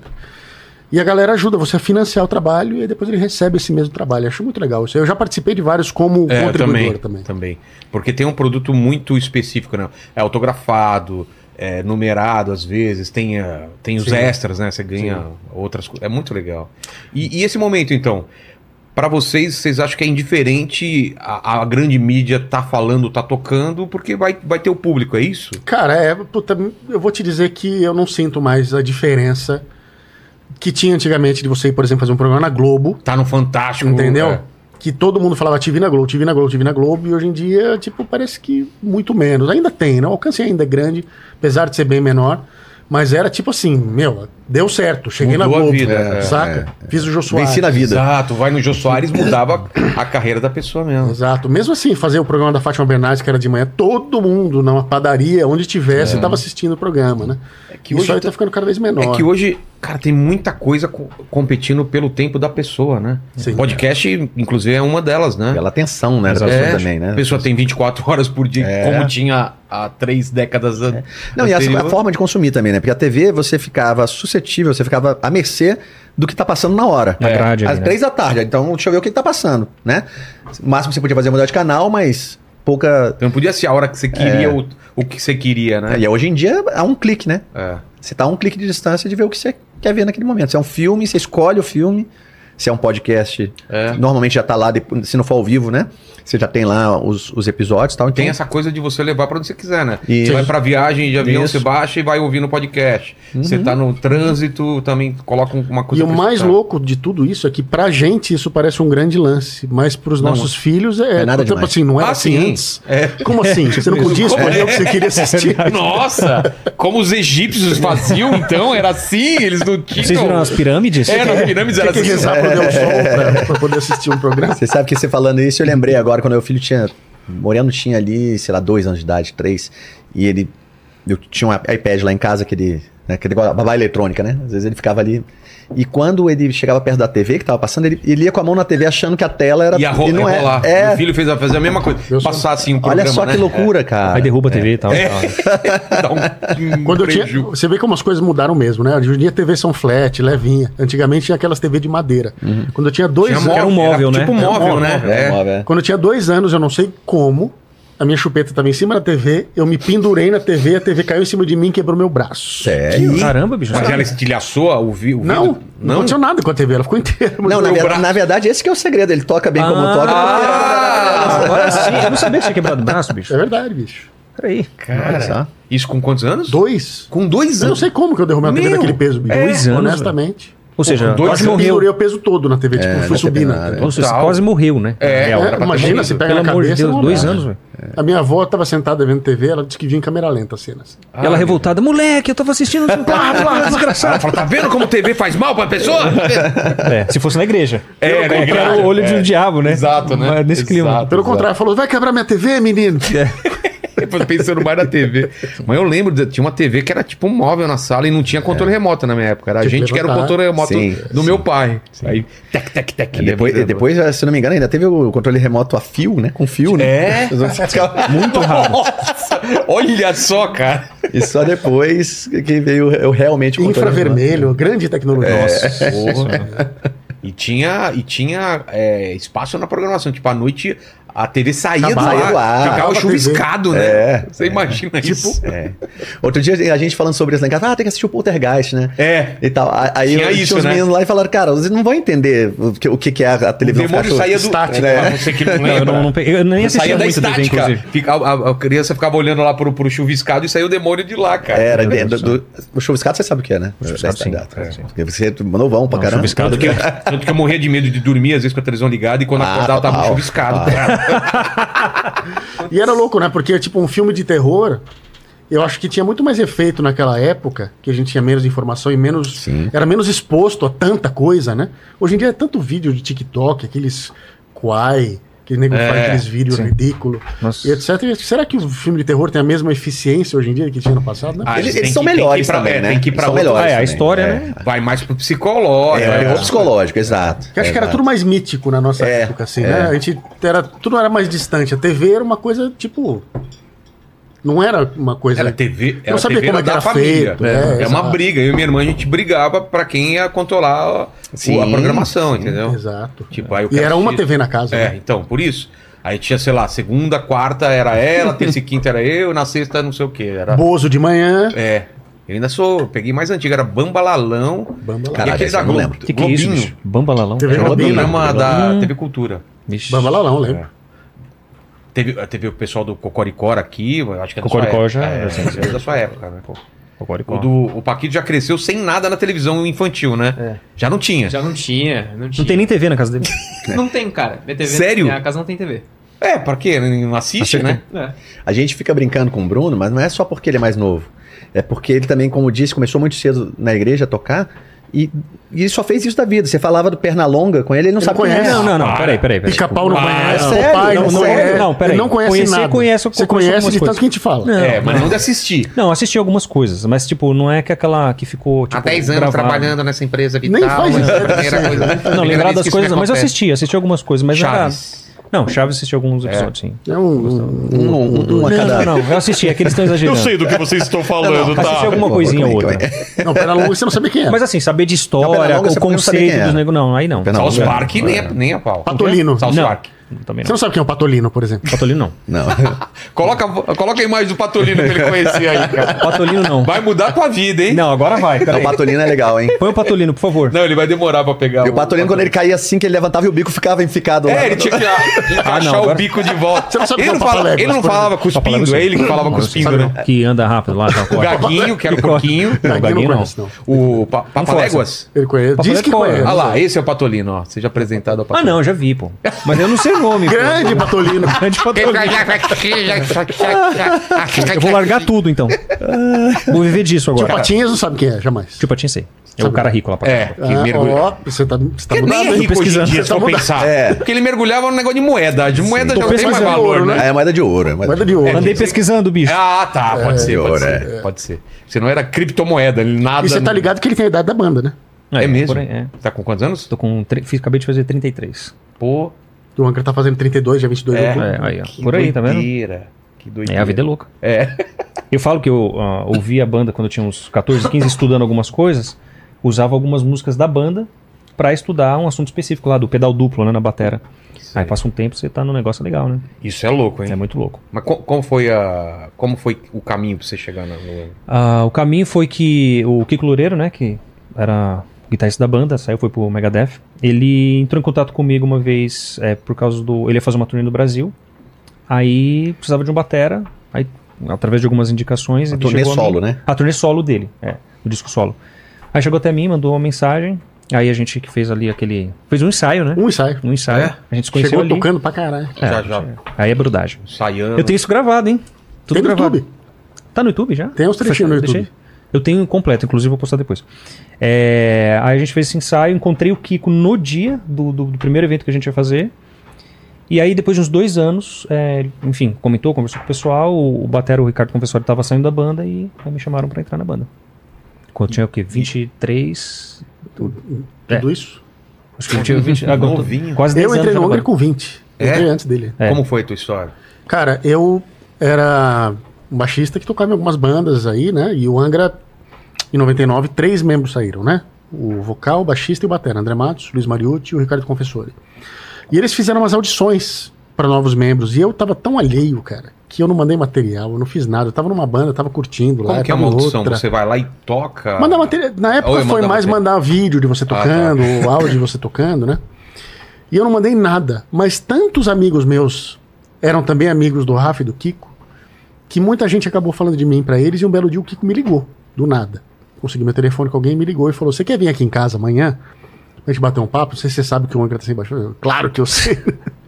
E a galera ajuda você a financiar o trabalho e aí depois ele recebe esse mesmo trabalho. Acho muito legal isso. Eu já participei de vários como
É, eu
contribuidor
também,
também.
também. Porque tem um produto muito específico, né? É autografado, é numerado às vezes, tem, ah, tem os
Sim.
extras, né? Você ganha outras coisas. É muito legal. E, e esse momento, então? Pra vocês, vocês acham que é indiferente a, a grande mídia tá falando, tá tocando, porque vai, vai ter o público, é isso?
Cara, é, puta, eu vou te dizer que eu não sinto mais a diferença que tinha antigamente de você ir, por exemplo, fazer um programa na Globo,
Tá no Fantástico.
entendeu?
é.
Que todo mundo falava TV na Globo, TV na Globo, TV na Globo, e hoje em dia, tipo, parece que muito menos. Ainda tem, né? O alcance ainda é grande, apesar de ser bem menor. Mas era tipo assim, meu, deu certo, cheguei
Mudou a
na Globo,
vida, é,
saca? Fiz o Jô Soares.
Venci na vida.
Exato, vai no Jô Soares, mudava a carreira da pessoa mesmo.
Exato. Mesmo assim, fazer o programa da Fátima Bernardes, que era de manhã, todo mundo numa padaria, onde tivesse, estava assistindo o programa, né?
É. que hoje
Isso aí
tá-
tá ficando cada vez menor.
É que hoje, cara, tem muita coisa co- competindo pelo tempo da pessoa, né?
Sim.
Podcast, inclusive, é uma delas, né?
Pela atenção, né? da
É,
pessoa também, né? É.
A pessoa tem 24 horas por dia, como tinha há três décadas an-
Não, e a,
anterior.
a forma de consumir também, né? Porque a TV você ficava suscetível, você ficava à mercê do que tá passando na hora.
É.
Na grade ali,
Às
né?
três da tarde, então deixa eu ver o que, que tá passando, né? O máximo que você podia fazer é mudar de canal, mas pouca.
Então podia ser a hora que você
É.
queria ou o que você queria, né?
E hoje em dia há um clique, né?
É.
Você tá a um clique de distância de ver o que você quer ver naquele momento. Se é um filme, você escolhe o filme. Se é um podcast,
É.
normalmente já tá lá, depois- se não for ao vivo, né? Você já tem lá os, os episódios e tal. Então,
Tem essa coisa de você levar pra onde você quiser, né?
Isso.
Você vai pra viagem de avião,
Isso. Uhum.
você baixa e vai ouvindo podcast. Você tá no trânsito, também coloca um, uma coisa
E o
pra
mais
escutar.
louco de tudo isso é que pra gente isso parece um grande lance, mas pros
Não,
nossos filhos é,
é nada
tipo
demais.
assim, não era
Ah,
assim
sim.
antes. Como assim? Você não podia
Como
escolher
é?
o que você queria assistir?
Nossa! Como os egípcios faziam, então? Era assim? Eles não tinham.
Vocês viram as pirâmides?
É, nas pirâmides era
Tinha que
assim.
rezar pro Deus Sol pra, pra poder assistir um programa.
Você sabe que você falando isso, eu lembrei agora quando meu filho tinha. Moreno tinha ali, sei lá, dois anos de idade, três. E ele. Eu tinha um iPad lá em casa, que ele. Né, que ele gosta- babá eletrônica, né? Às vezes ele ficava ali. E quando ele chegava perto da TV que tava passando, ele, ele ia com a mão na TV achando que a tela era.
Ia ro-
e não
ia
é,
rolar.
é.
Meu filho fez a, fazer a mesma coisa.
Eu sou-
Passar assim um programa,
Olha só
né?
que loucura, cara.
Aí derruba a
é.
TV e tal. tal.
Dá um- um
Quando eu tinha,
preju.
você vê como as coisas mudaram mesmo, né? Hoje em dia TV são flat, levinha. Antigamente tinha aquelas TV de madeira. Quando eu tinha dois
Uhum. Tinha
anos.
móvel,
era um móvel,
era
né?
Tipo um
Era um
móvel,
móvel,
né?
É,
É.
móvel, é.
Quando eu tinha dois anos, eu não sei como, a minha chupeta estava em cima da TV, eu me pendurei na TV, a TV caiu em cima de mim e quebrou meu braço.
É.
Sério?
Caramba, bicho.
Mas ela estilhaçou o vi- o vidro?
Não, não, aconteceu nada com a TV, ela ficou inteira. mas
Não, na
meu
verdade,
braço-
na verdade, esse que é o segredo. Ele toca bem como
Ah,
toca.
Ah!
Agora sim, eu não sabia que tinha quebrado o braço, bicho.
É verdade, bicho.
Peraí.
né?
Cara, isso com quantos anos?
Dois.
Com dois
Eu não
anos.
sei como que eu derrumei a TV
Meu,
naquele peso, bicho.
dois anos,
Honestamente.
Ou seja,
dois
quase
eu
morreu.
pendurei o peso todo na TV, tipo, fui
não teve
subindo.
né?
nada,
Ou seja,
Total.
quase morreu, né?
É,
Na
é,
real, era pra ter
imagina,
morrido.
você pega
Pelo
na
amor de
cabeça,
Deus,
não
dois
dá.
anos, velho.
A minha avó tava sentada vendo TV, ela disse que vinha em câmera lenta as cenas.
Ah,
E ela revoltada, moleque, eu tava assistindo. Plá, plá,
Ela
desgraçado.
fala, tá vendo como TV faz mal pra pessoa?
É, né? se fosse na igreja.
É, na
Pelo contrário,
igreja, É.
o olho de um diabo, né?
Exato, né?
Mas nesse clima.
Exato.
Pelo contrário, falou: vai quebrar minha TV, menino?
Depois pensando mais na TV. Mas eu lembro, de- tinha uma TV que era tipo um móvel na sala e não tinha controle remoto na minha época. Era a
Tinha que
gente que era o
levantar.
controle remoto
Sim,
do meu pai. Aí, tec, tec, tec.
É, Depois,
levantando.
depois, se não me engano, ainda teve o controle remoto a fio, né? Com fio, né? É.
Muito raro. Nossa, olha só, cara.
E só depois que veio eu realmente o controle
Infravermelho, grande tecnologia. Nossa.
E tinha, e tinha é, espaço na programação. Tipo, à noite a TV saía do
Acabava
ar,
do ar.
ficava
Acabava a
chuviscado, né?
É,
Você imagina isso?
remoto. É. Outro dia a gente falando sobre isso lá em casa, ah, tem que assistir o Poltergeist, né?
É.
E tal. A- Aí
Tinha
eu,
isso,
tinha os
né?
meninos lá e falaram, cara, vocês não vão entender o que, o que que é a
O
televisão.
demônio
ficar
saía do...
estática.
Pra
É.
você que né? não
Eu,
lembra.
não, não pe- eu nem assistia
Saía da
muito TV,
estática.
inclusive.
Fica- a, a criança ficava olhando lá pro, pro chuviscado e saiu o demônio de lá, cara.
Era, de- do,
né?
do, o chuviscado você sabe o que é, né? O
chuviscado, sim. É, sim.
Porque você é novão pra
Não,
caramba.
chuviscado que-
Tanto que eu morria de medo de dormir, às vezes com a televisão ligada, e quando
Ah,
acordava tava
total.
chuviscado. cara.
E era louco, né? Porque, tipo, um filme de terror, eu acho que tinha muito mais efeito naquela época, que a gente tinha menos informação e menos. Era menos exposto a tanta coisa, né? Hoje em dia é tanto vídeo de TikTok, aqueles Quai, que nego
É,
faz aqueles vídeos
sim.
ridículos
Nossa.
e etc. E Será que o filme de terror tem a mesma eficiência hoje em dia que tinha no passado, né?
Ah,
Eles,
tem
eles
que-
são
tem que ir
melhores
pra- é,
também, né?
tem que ir
Eles
pra
são
outro-
melhores
Ah, é, a
também,
história,
é.
né?
Vai mais pro psicológico.
É, é,
né?
o psicológico, exato.
Que acho que era tudo mais mítico na nossa
É,
época, assim, né? A gente era, tudo era mais distante. A TV era uma coisa, tipo. Não era uma coisa.
tipo, Era TV, era
sabia
TV
como é que
da
era
família.
feito,
é,
é,
é uma
exato.
briga. Eu e minha irmã, a gente brigava pra quem ia controlar o-
Sim,
a programação, entendeu?
Exato.
Tipo, aí eu
E
quero
era uma
assistir-
TV na casa.
É,
né?
então, por isso. Aí tinha, sei lá, segunda, quarta era ela, terça e quinta era eu, na sexta não sei o que.
Tá.
Era...
Bozo de manhã.
É. Eu ainda sou, eu peguei mais antigo, era Bambalalão.
Bamba
E
lá.
Caralho,
aquele
esse eu
da
não
Globo.
lembro.
O que, que é isso,
Globinho.
bicho? É, Bambalalão.
TV
Era um
Globinho.
programa
Globinho.
da TV Cultura.
né? Hum. Vixe.
Bamba lá, não, lembro.
Teve, eh, teve o pessoal do Cocoricó aqui, eu acho que é da
Cocoricó
sua
já- assim,
época.
já-
É, é da sua época, né?
Cocoricó.
O, do, o Paquito já cresceu sem nada na televisão infantil, né?
É.
Já não tinha.
Já não tinha, não tinha.
Não tem nem TV na casa dele.
Não tem, cara. Minha TV
Sério?
Minha casa não tem TV.
É, pra quê? Não assiste, né?
É.
A gente fica brincando com o Bruno, mas não é só porque ele é mais novo. É porque ele também, como disse, começou muito cedo na igreja a tocar e, e ele só fez isso da vida. Você falava do Pernalonga com ele, ele não
Ele
sabe
não
quem é.
conhece.
Não, não, não.
Para.
Peraí, peraí. peraí.
Pica-pau não
Ah,
conhece,
sério?
papai não,
Não, não,
conhece.
é não, peraí.
Ele não conhece
Conhecer,
nada.
conhece,
Você
eu conheço
conhece
algumas
de tanto
coisas.
que a gente fala.
Não,
é, mas não de assistir.
Não, assisti algumas coisas, mas tipo, não é que aquela que ficou tipo,
Há 10 anos
gravada.
trabalhando nessa empresa vital.
Nem faz isso,
é a
né?
primeira coisa-
Não,
primeira
lembrar
vez
das
que isso me
coisas, não, mas eu
acontece.
assisti, assisti algumas coisas, mas
Chaves.
era. Não, Chaves assisti alguns episódios, sim.
É um, um-
Um, um, um
Não,
a cada. Tá.
não, não, eu assisti, é que eles estão exagerando.
do que vocês estão falando, tá?
Assisti alguma
Pô,
coisinha ou
como é que
outra.
Não, pera longa, você não sabia quem é.
Mas assim, saber de
Não,
história,
Pernalonga,
o
você não sabe quem
conceito
é.
dos negros, não, aí não.
Pernalonga.
South Park nem, a- nem a pau.
Patolino.
South
Não,
Park.
também não.
Você não sabe quem é o Patolino, por exemplo.
Patolino não.
Não.
Coloca, coloca a imagem do Patolino que ele conhecia aí, cara.
Patolino não.
Vai mudar a tua vida, hein?
Não, agora vai,
Não, o
peraí.
Patolino é legal, hein?
Põe o Patolino, por favor.
Não, ele vai demorar pra pegar.
E o Patolino, quando ele caía assim, que ele levantava e o bico ficava enficado lá.
É, ele tinha que, tinha que
Ah, não,
achar o
agora-
bico de volta.
Você não sabe
ele,
quem
não
é o
fala-
Papaléguas,
ele não
por
falava cuspindo,
Papaléguas,
é ele que falava
Nossa,
cuspindo,
sabe
né?
Que anda rápido lá, tá?
O Gaguinho, que era o porquinho.
Não,
Gaguinho
Gaguinho não.
conhece, não.
O pa Papaléguas.
Ele conhece. Diz que
Patolino é
conhece.
Ah lá, esse é o Patolino, ó. Seja apresentado ao
Ah,
Patolino.
não, já vi, pô. Mas eu não sei o nome. pô.
Grande Patolino.
Grande Patolino. Eu vou largar tudo, então. Vou viver disso
Tio
agora.
Patinhas não sabe quem é, jamais.
Tipo, tinha sei. É um cara rico lá pra
É,
cá.
que
Ah,
mergulha.
ó, você tá, você tá
Ele nem é
mudado, hein?
rico hoje em
pesquisando.
dia, se
Tá
for
mudado.
pensar.
É.
Porque ele mergulhava no negócio de moeda. De moeda já não
Tô
tem mais
pesquisando
valor,
ouro,
né?
É, é moeda de ouro. É moeda
Moeda
de
de ouro.
Andei pesquisando, bicho.
Ah, tá. Pode ser, pode
ouro,
ser. Pode ser. Você não era criptomoeda, ele nada.
E você tá
não-
ligado que ele tem a idade da banda, né?
É mesmo?
porém, é.
Tá com quantos anos?
Tô um com. tre- fiz- Acabei de fazer 33.
Pô.
O Angra tá fazendo 32, dia 22 de
É.
outubro.
É, aí, ó. Por aí, tá vendo?
Doideira. Que
É,
doideira.
a vida é louca.
É.
Eu falo que eu ah, ouvi a banda quando eu tinha uns 14, 15, estudando algumas coisas. Usava algumas músicas da banda para estudar um assunto específico lá do pedal duplo, né, na batera. Aí passa um tempo, você tá num negócio legal, né?
Isso é louco, hein?
É muito louco.
Mas co- como foi a. Como foi o caminho pra você chegar na- no.
Ah, o caminho foi que o Kiko Loureiro, né, que era o guitarrista da banda, saiu, foi pro Megadeth. Ele entrou em contato comigo uma vez é, por causa do. Ele ia fazer uma turnê no Brasil. Aí precisava de um batera. Aí, através de algumas indicações.
A
ele
turnê
chegou a mim-
solo, né?
A turnê solo dele, é, o disco solo. Aí chegou até mim, mandou uma mensagem. Aí a gente que fez ali aquele. Fez um ensaio, né?
Um ensaio.
Um ensaio.
É?
A gente se conheceu
Chegou
ali.
tocando pra caralho.
É,
Já, já.
Aí é brudagem.
Saiano.
Eu tenho isso gravado, hein? Tudo
Tem no
gravado.
YouTube.
Tá no YouTube já?
Tem uns trechinhos no
Deixei?
YouTube.
Eu tenho um completo, inclusive vou postar depois. É, aí a gente fez esse ensaio, encontrei o Kiko no dia do, do- do primeiro evento que a gente ia fazer. E aí, depois de uns dois anos, é, enfim, comentou, conversou com o pessoal, o, o batera, o Ricardo Confessori, tava saindo da banda e aí me chamaram pra entrar na banda. Quando eu tinha o quê? 23. É.
Tudo isso.
Acho que eu tinha 20. agora eu tô-
Tá Novinho.
Ah, Quase 10
Eu entrei
anos já
no
na
Angra
banda.
com 20. Eu
É?
Entrei antes dele.
É.
Como foi a tua história?
Cara, eu era um baixista que tocava em algumas bandas aí, né? E o Angra, em 99, três membros saíram, né? O vocal, o baixista e o batera. André Matos, Luiz Mariucci e o Ricardo Confessori. E eles fizeram umas audições para novos membros. E eu tava tão alheio, cara, que eu não mandei material, eu não fiz nada. Eu tava numa banda, eu tava curtindo lá.
Como que é
tava
uma
em
audição?
outra.
Você vai lá e toca.
Mandar material. Na época
Ou eu
foi
mandava
mais
material.
mandar vídeo de você tocando, ou áudio de você tocando, né? E eu não mandei nada. Mas tantos amigos meus eram também amigos do Rafa e do Kiko, que muita gente acabou falando de mim pra eles, e um belo dia o Kiko me ligou, do nada. Consegui meu telefone com alguém, me ligou e falou: Você quer vir aqui em casa amanhã? Pra gente bater um papo? Não sei se você sabe que o Angra tá sem baixo. Eu, Claro que eu sei.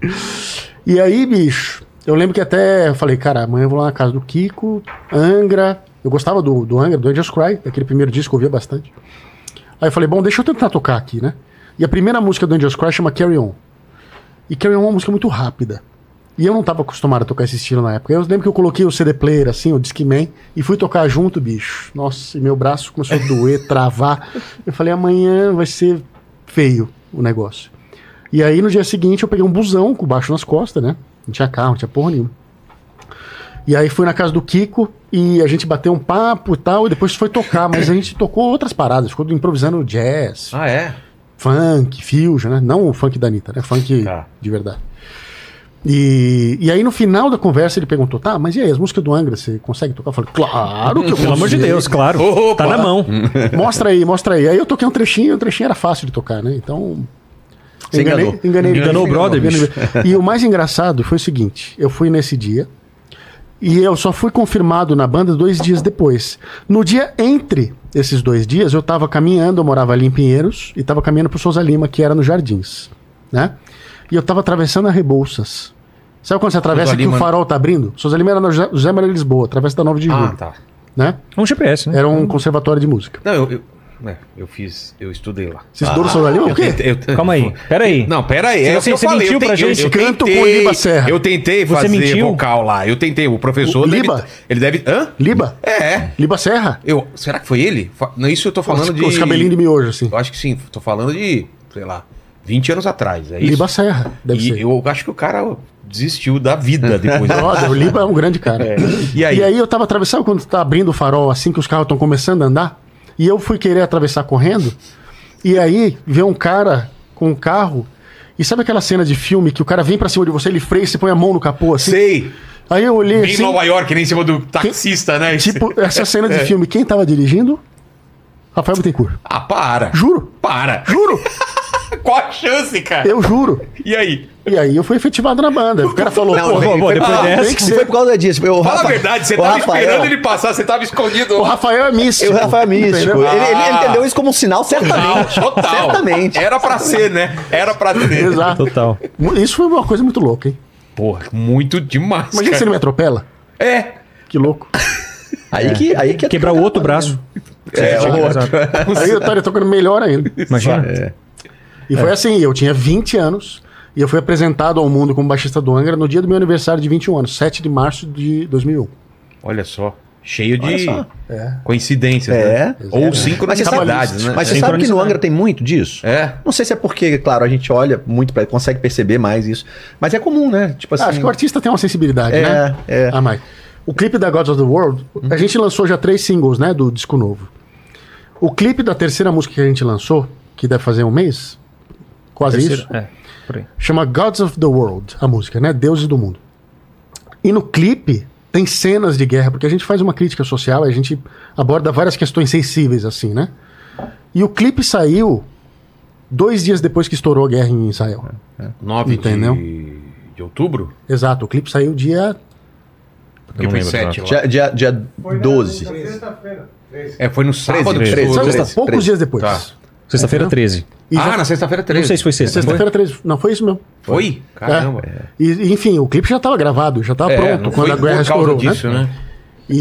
e aí, bicho, eu lembro que até eu falei, cara, amanhã eu vou lá na casa do Kiko, Angra. Eu gostava do, do Angra, do Angels Cry, daquele primeiro disco que eu ouvia bastante. Aí eu falei, bom, deixa eu tentar tocar aqui, né? E a primeira música do Angels Cry chama Carry On. E Carry On é uma música muito rápida. E eu não tava acostumado a tocar esse estilo na época. Eu lembro que eu coloquei o CD player, assim, o Discman, e fui tocar junto, bicho. Nossa, e meu braço começou a doer, travar. Eu falei, amanhã vai ser feio o negócio. E aí, no dia seguinte, eu peguei um busão com baixo nas costas, né? Não tinha carro, não tinha porra nenhuma. E aí fui na casa do Kiko e a gente bateu um papo e tal, e depois foi tocar, mas a gente tocou outras paradas, ficou improvisando jazz,
Ah, é?
funk, fusion, né? Não o funk da Anitta, né? Funk
Tá.
de verdade. E, e aí no final da conversa ele perguntou, tá, mas e aí, as músicas do Angra, você consegue tocar? Eu falei, claro que eu
Pelo amor de
consigo."
Deus, claro.
Opa!
Tá na mão.
Mostra aí, mostra aí. Aí eu toquei um trechinho, e o trechinho era fácil de tocar, né? Então.
Você
enganei,
enganou.
enganei ele.
Enganou o brother, bicho.
E o mais engraçado foi o seguinte: eu fui nesse dia e eu só fui confirmado na banda dois dias depois. No dia entre esses dois dias, eu tava caminhando, eu morava ali em Pinheiros, e tava caminhando pro Souza Lima, que era nos Jardins, né? E eu tava atravessando a Rebouças. Sabe quando você atravessa
Souza
que
Lima-
o farol tá abrindo? Souza Lima era na José José Maria Lisboa, atravessa da 9 de julho,
Ah, tá.
né?
É um GPS, né?
Era um conservatório de música.
Não, eu. Eu, é, eu fiz. Eu estudei lá.
Você estudou no Souza Lima? O quê?
Ah, Eu-
Calma aí. Pera aí.
É. Não, pera aí.
Você-
é o que eu
você
falei,
mentiu
eu
pra
te- eu-
gente?
eu
Canto com
tentei-
Liba Serra.
Eu tentei
Você
fazer
mentiu?
vocal lá. Eu tentei. O professor.
O
deve-
Liba?
Ele deve. Hã?
Liba?
É.
Liba Serra?
Eu, será que foi ele? Fa- Não, isso eu tô falando
os,
de.
os cabelinhos de miojo, assim.
Eu acho que sim. Tô falando de, sei lá, 20 anos atrás. É isso?
Liba Serra, deve
e
ser.
eu acho que o cara desistiu da vida depois. né?
Brother, o Liba é um grande cara.
E aí?
E aí eu tava atravessando quando tá abrindo o farol, assim que os carros estão começando a andar, e eu fui querer atravessar correndo, e aí vê um cara com um carro, e sabe aquela cena de filme que o cara vem pra cima de você, ele freia e você põe a mão no capô, assim?
Sei.
Aí eu olhei
Bem em
assim,
Nova York, nem em cima do taxista, né?
tipo, essa cena
É.
de filme, quem tava dirigindo? Rafael Bittencourt.
Ah, para.
Juro,
Para.
juro,
Qual a chance, cara?
eu juro.
E aí?
E aí eu fui efetivado na banda. O cara falou,
Não,
pô,
velho,
pô,
foi
depois
pra-
dessa-
Não é.
tem que ser.
foi por causa disso. O
Fala
Rafa-
a verdade, você
o
tava
Rafael-
esperando ele passar, você tava escondido.
O Rafael é místico.
O Rafael é místico.
entendeu?
Ele, ele- ele
Ah.
entendeu isso como um sinal,
Total,
certamente.
total.
Certamente.
Era pra ser, né? Era pra ser.
Exato.
Total.
Mu- Isso foi uma coisa muito louca, hein?
Porra, muito demais.
Imagina se
cara.
ele me atropela.
É.
Que louco.
Aí que, aí que né?
Quebrar o outro braço.
É,
Você já tinha casado.
Aí eu estaria tocando melhor ainda.
Imagina.
E foi assim, eu tinha 20 anos e eu fui apresentado ao mundo como baixista do Angra no dia do meu aniversário de 21 anos, 7 de março de 2001.
Olha só. Cheio de
só.
coincidências,
É.
né? Ou cinco
Mas você sabe,
necessidades, né?
mas
é.
você sabe que no Angra tem muito disso?
É.
Não sei se é porque, claro, a gente olha muito pra consegue perceber mais isso. Mas é comum, né? Tipo assim.
Ah, acho que o artista tem uma sensibilidade,
É,
né?
é.
Ah, Mike. O clipe da Gods of the World,
Uhum.
a gente lançou já três singles, né, do disco novo. O clipe da terceira música que a gente lançou, que deve fazer um mês, quase isso.
É, por aí.
Chama Gods of the World, a música, né? Deuses do Mundo. E no clipe tem cenas de guerra, porque a gente faz uma crítica social, a gente aborda várias questões sensíveis, assim, né? E o clipe saiu dois dias depois que estourou a guerra em Israel.
É. 9
Entendeu?
de, de outubro?
Exato, o clipe saiu dia.
Porque foi
tá.
7 lá.
Dia, dia, dia 12.
É, foi no sábado que
treze,
estourou.
treze.
Sexta, poucos
treze.
dias depois.
Tá.
Sexta-feira, 13.
E
Ah,
já-
na sexta-feira
Não
13.
sei se foi sexta. não foi?
É, Sexta-feira 13. Não, foi É. isso mesmo.
Foi? Caramba.
E, e, enfim, o clipe já estava gravado, já estava
É, não
Tá pronto
foi
quando a guerra
por causa
estourou.
disso,
né?
né?
E,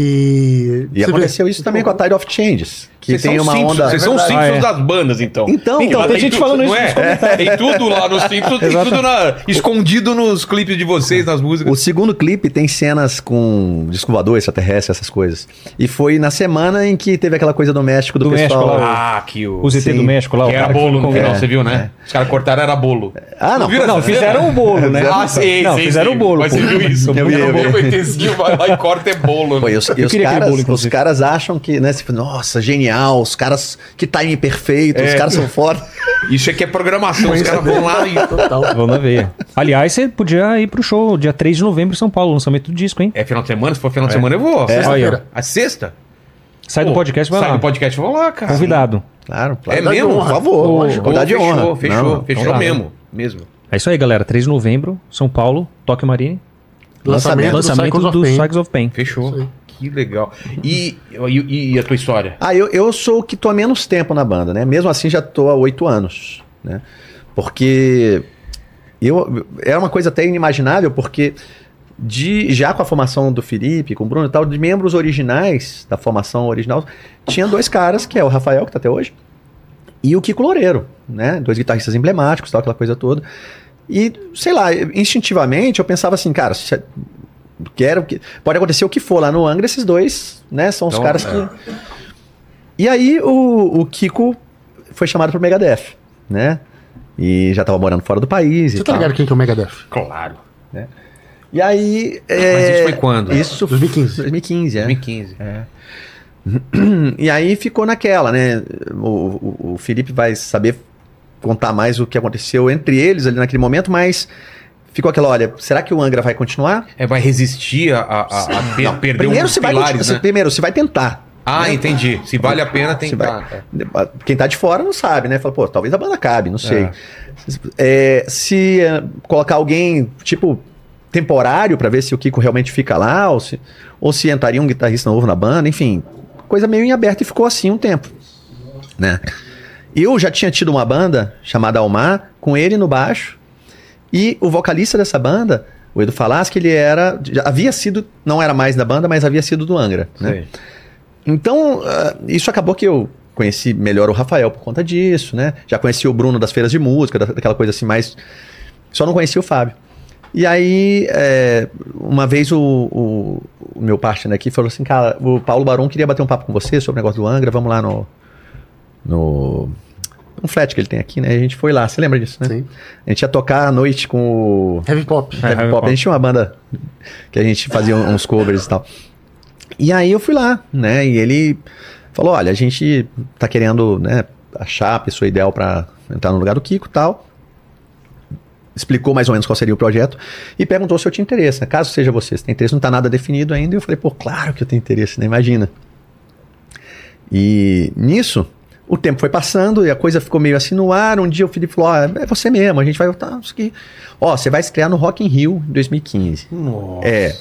você
E
vê-
aconteceu isso também com a Tide of Changes, que
Vocês
tem
são
uma
Simpsons,
onda.
Vocês são os
Verdade.
Simpsons
Ah, é.
das bandas, então.
Então,
Sim,
então,
lá
tem gente
não
falando isso nos
É? Tem tudo lá nos Simpsons, tem tudo na- escondido nos clipes de vocês, nas músicas.
O segundo clipe tem cenas com descobridor, extraterrestre, essas coisas. E foi na semana em que teve aquela coisa do México do,
Do México
pessoal.
lá,
Ah, que o...
O ZT do
Sim.
México lá.
que era
cara
bolo no
ficou-
final,
É.
você viu, né? Os caras cortaram, era bolo.
Ah, não.
viu
Não,
essa
fizeram
cena?
o bolo, né?
Ah, sei,
Não,
sei,
fizeram
sei.
o bolo.
Mas
pô.
você viu isso?
Eu vi,
Fizeram
eu
o bolo,
vi.
foi tecido, vai lá e corta, é bolo.
Pô, e os, e os
queria aquele
caras,
bolo,
os
inclusive.
caras acham que, né? Você fala, Nossa, genial, os caras, que timing perfeito,
É.
os caras são foda.
Isso aqui é programação, os caras vão lá e...
Total.
É, Vamos lá ver. Aliás, você podia ir pro show dia 3 de novembro em São Paulo, lançamento do disco, hein?
É final de semana? Se for final de semana, eu vou.
Sexta-feira.
A sexta?
Sai do
Pô,
podcast, vai
Sai
lá.
do podcast, vou lá, cara.
Convidado.
Claro, claro.
É
Dá de
mesmo?
honra, Por favor,
Pô,
lógico.
pô,
Dá de
fechou,
honra.
Fechou,
Não,
fechou
então tá.
mesmo. Mesmo.
É isso aí, galera. 3 de novembro, São Paulo, Toque Marine.
Lançamento, É, do
Lançamento
Cycles of
do
Pain.
Cycles of Pain.
Fechou. Que legal. E, e, e a tua história?
Ah, eu, eu sou o que tô há menos tempo na banda, né? Mesmo assim, já tô há oito anos, né? Porque eu era uma coisa até inimaginável, porque de já com a formação do Felipe, com o Bruno e tal, de membros originais da formação original, tinha dois caras, que é o Rafael, que tá até hoje, e o Kiko Loureiro, né? Dois guitarristas emblemáticos, tal, aquela coisa toda. E, sei lá, instintivamente eu pensava assim, cara, se- quero que pode acontecer o que for lá no Angra, esses dois, né, são os
Então,
caras
é.
que E aí o, o Kiko foi chamado pro Megadeth, né? E já tava morando fora do país e
Você tá
tal.
ligado quem que é o Megadeth?
Claro.
E aí
Mas
é,
isso foi quando?
Isso
2015.
2015, é.
2015.
E aí ficou naquela, né? O, o- o Felipe vai saber contar mais o que aconteceu entre eles ali naquele momento, mas ficou aquela, olha, será que o Angra vai continuar?
É, vai resistir a, a, a- a per- perder
primeiro
um dos
você vai,
pilares,
você-
né?
primeiro você vai tentar.
Ah, entendi. Se vale a pena, tem
Você
que
vai- Quem tá de fora não sabe, né? Fala, pô, talvez a banda cabe, não sei. É, se é, colocar alguém, tipo, temporário pra ver se o Kiko realmente fica lá, ou se, ou se entraria um guitarrista novo na banda, enfim. Coisa meio em aberto e ficou assim um tempo, né? Eu já tinha tido uma banda chamada Almar, com ele no baixo, e o vocalista dessa banda, o Edu Falaschi, ele era, já havia sido, não era mais da banda, mas havia sido do Angra, né? Então, ah, isso acabou que eu conheci melhor o Rafael por conta disso, né? Já conheci o Bruno das feiras de música, da- daquela coisa assim, mais. Só não conhecia o Fábio. E aí, é, uma vez o, o- o meu partner aqui falou assim: cara, o Paulo Barão queria bater um papo com você sobre o negócio do Angra, vamos lá no. no um flat que ele tem aqui, né? A gente foi lá, você lembra disso, né?
Sim.
A gente ia tocar à noite com o.
Heavy Pop.
Heavy
Heavy
É, Pop.
Pop.
A gente tinha uma banda que a gente fazia um, uns covers e tal. E aí eu fui lá, né? E ele falou: olha, a gente tá querendo, né, achar a pessoa ideal pra entrar no lugar do Kiko e tal. Explicou mais ou menos qual seria o projeto e perguntou se eu tinha interesse. né? Caso seja você, se tem interesse, não tá nada definido ainda. E eu falei, pô, claro que eu tenho interesse, né? Imagina. E nisso, o tempo foi passando e a coisa ficou meio assim no ar. Um dia o Felipe falou: ah, é você mesmo, a gente vai voltar. Isso aqui. Ó, você vai estrear no Rock in Rio em 2015.
Nossa.
É.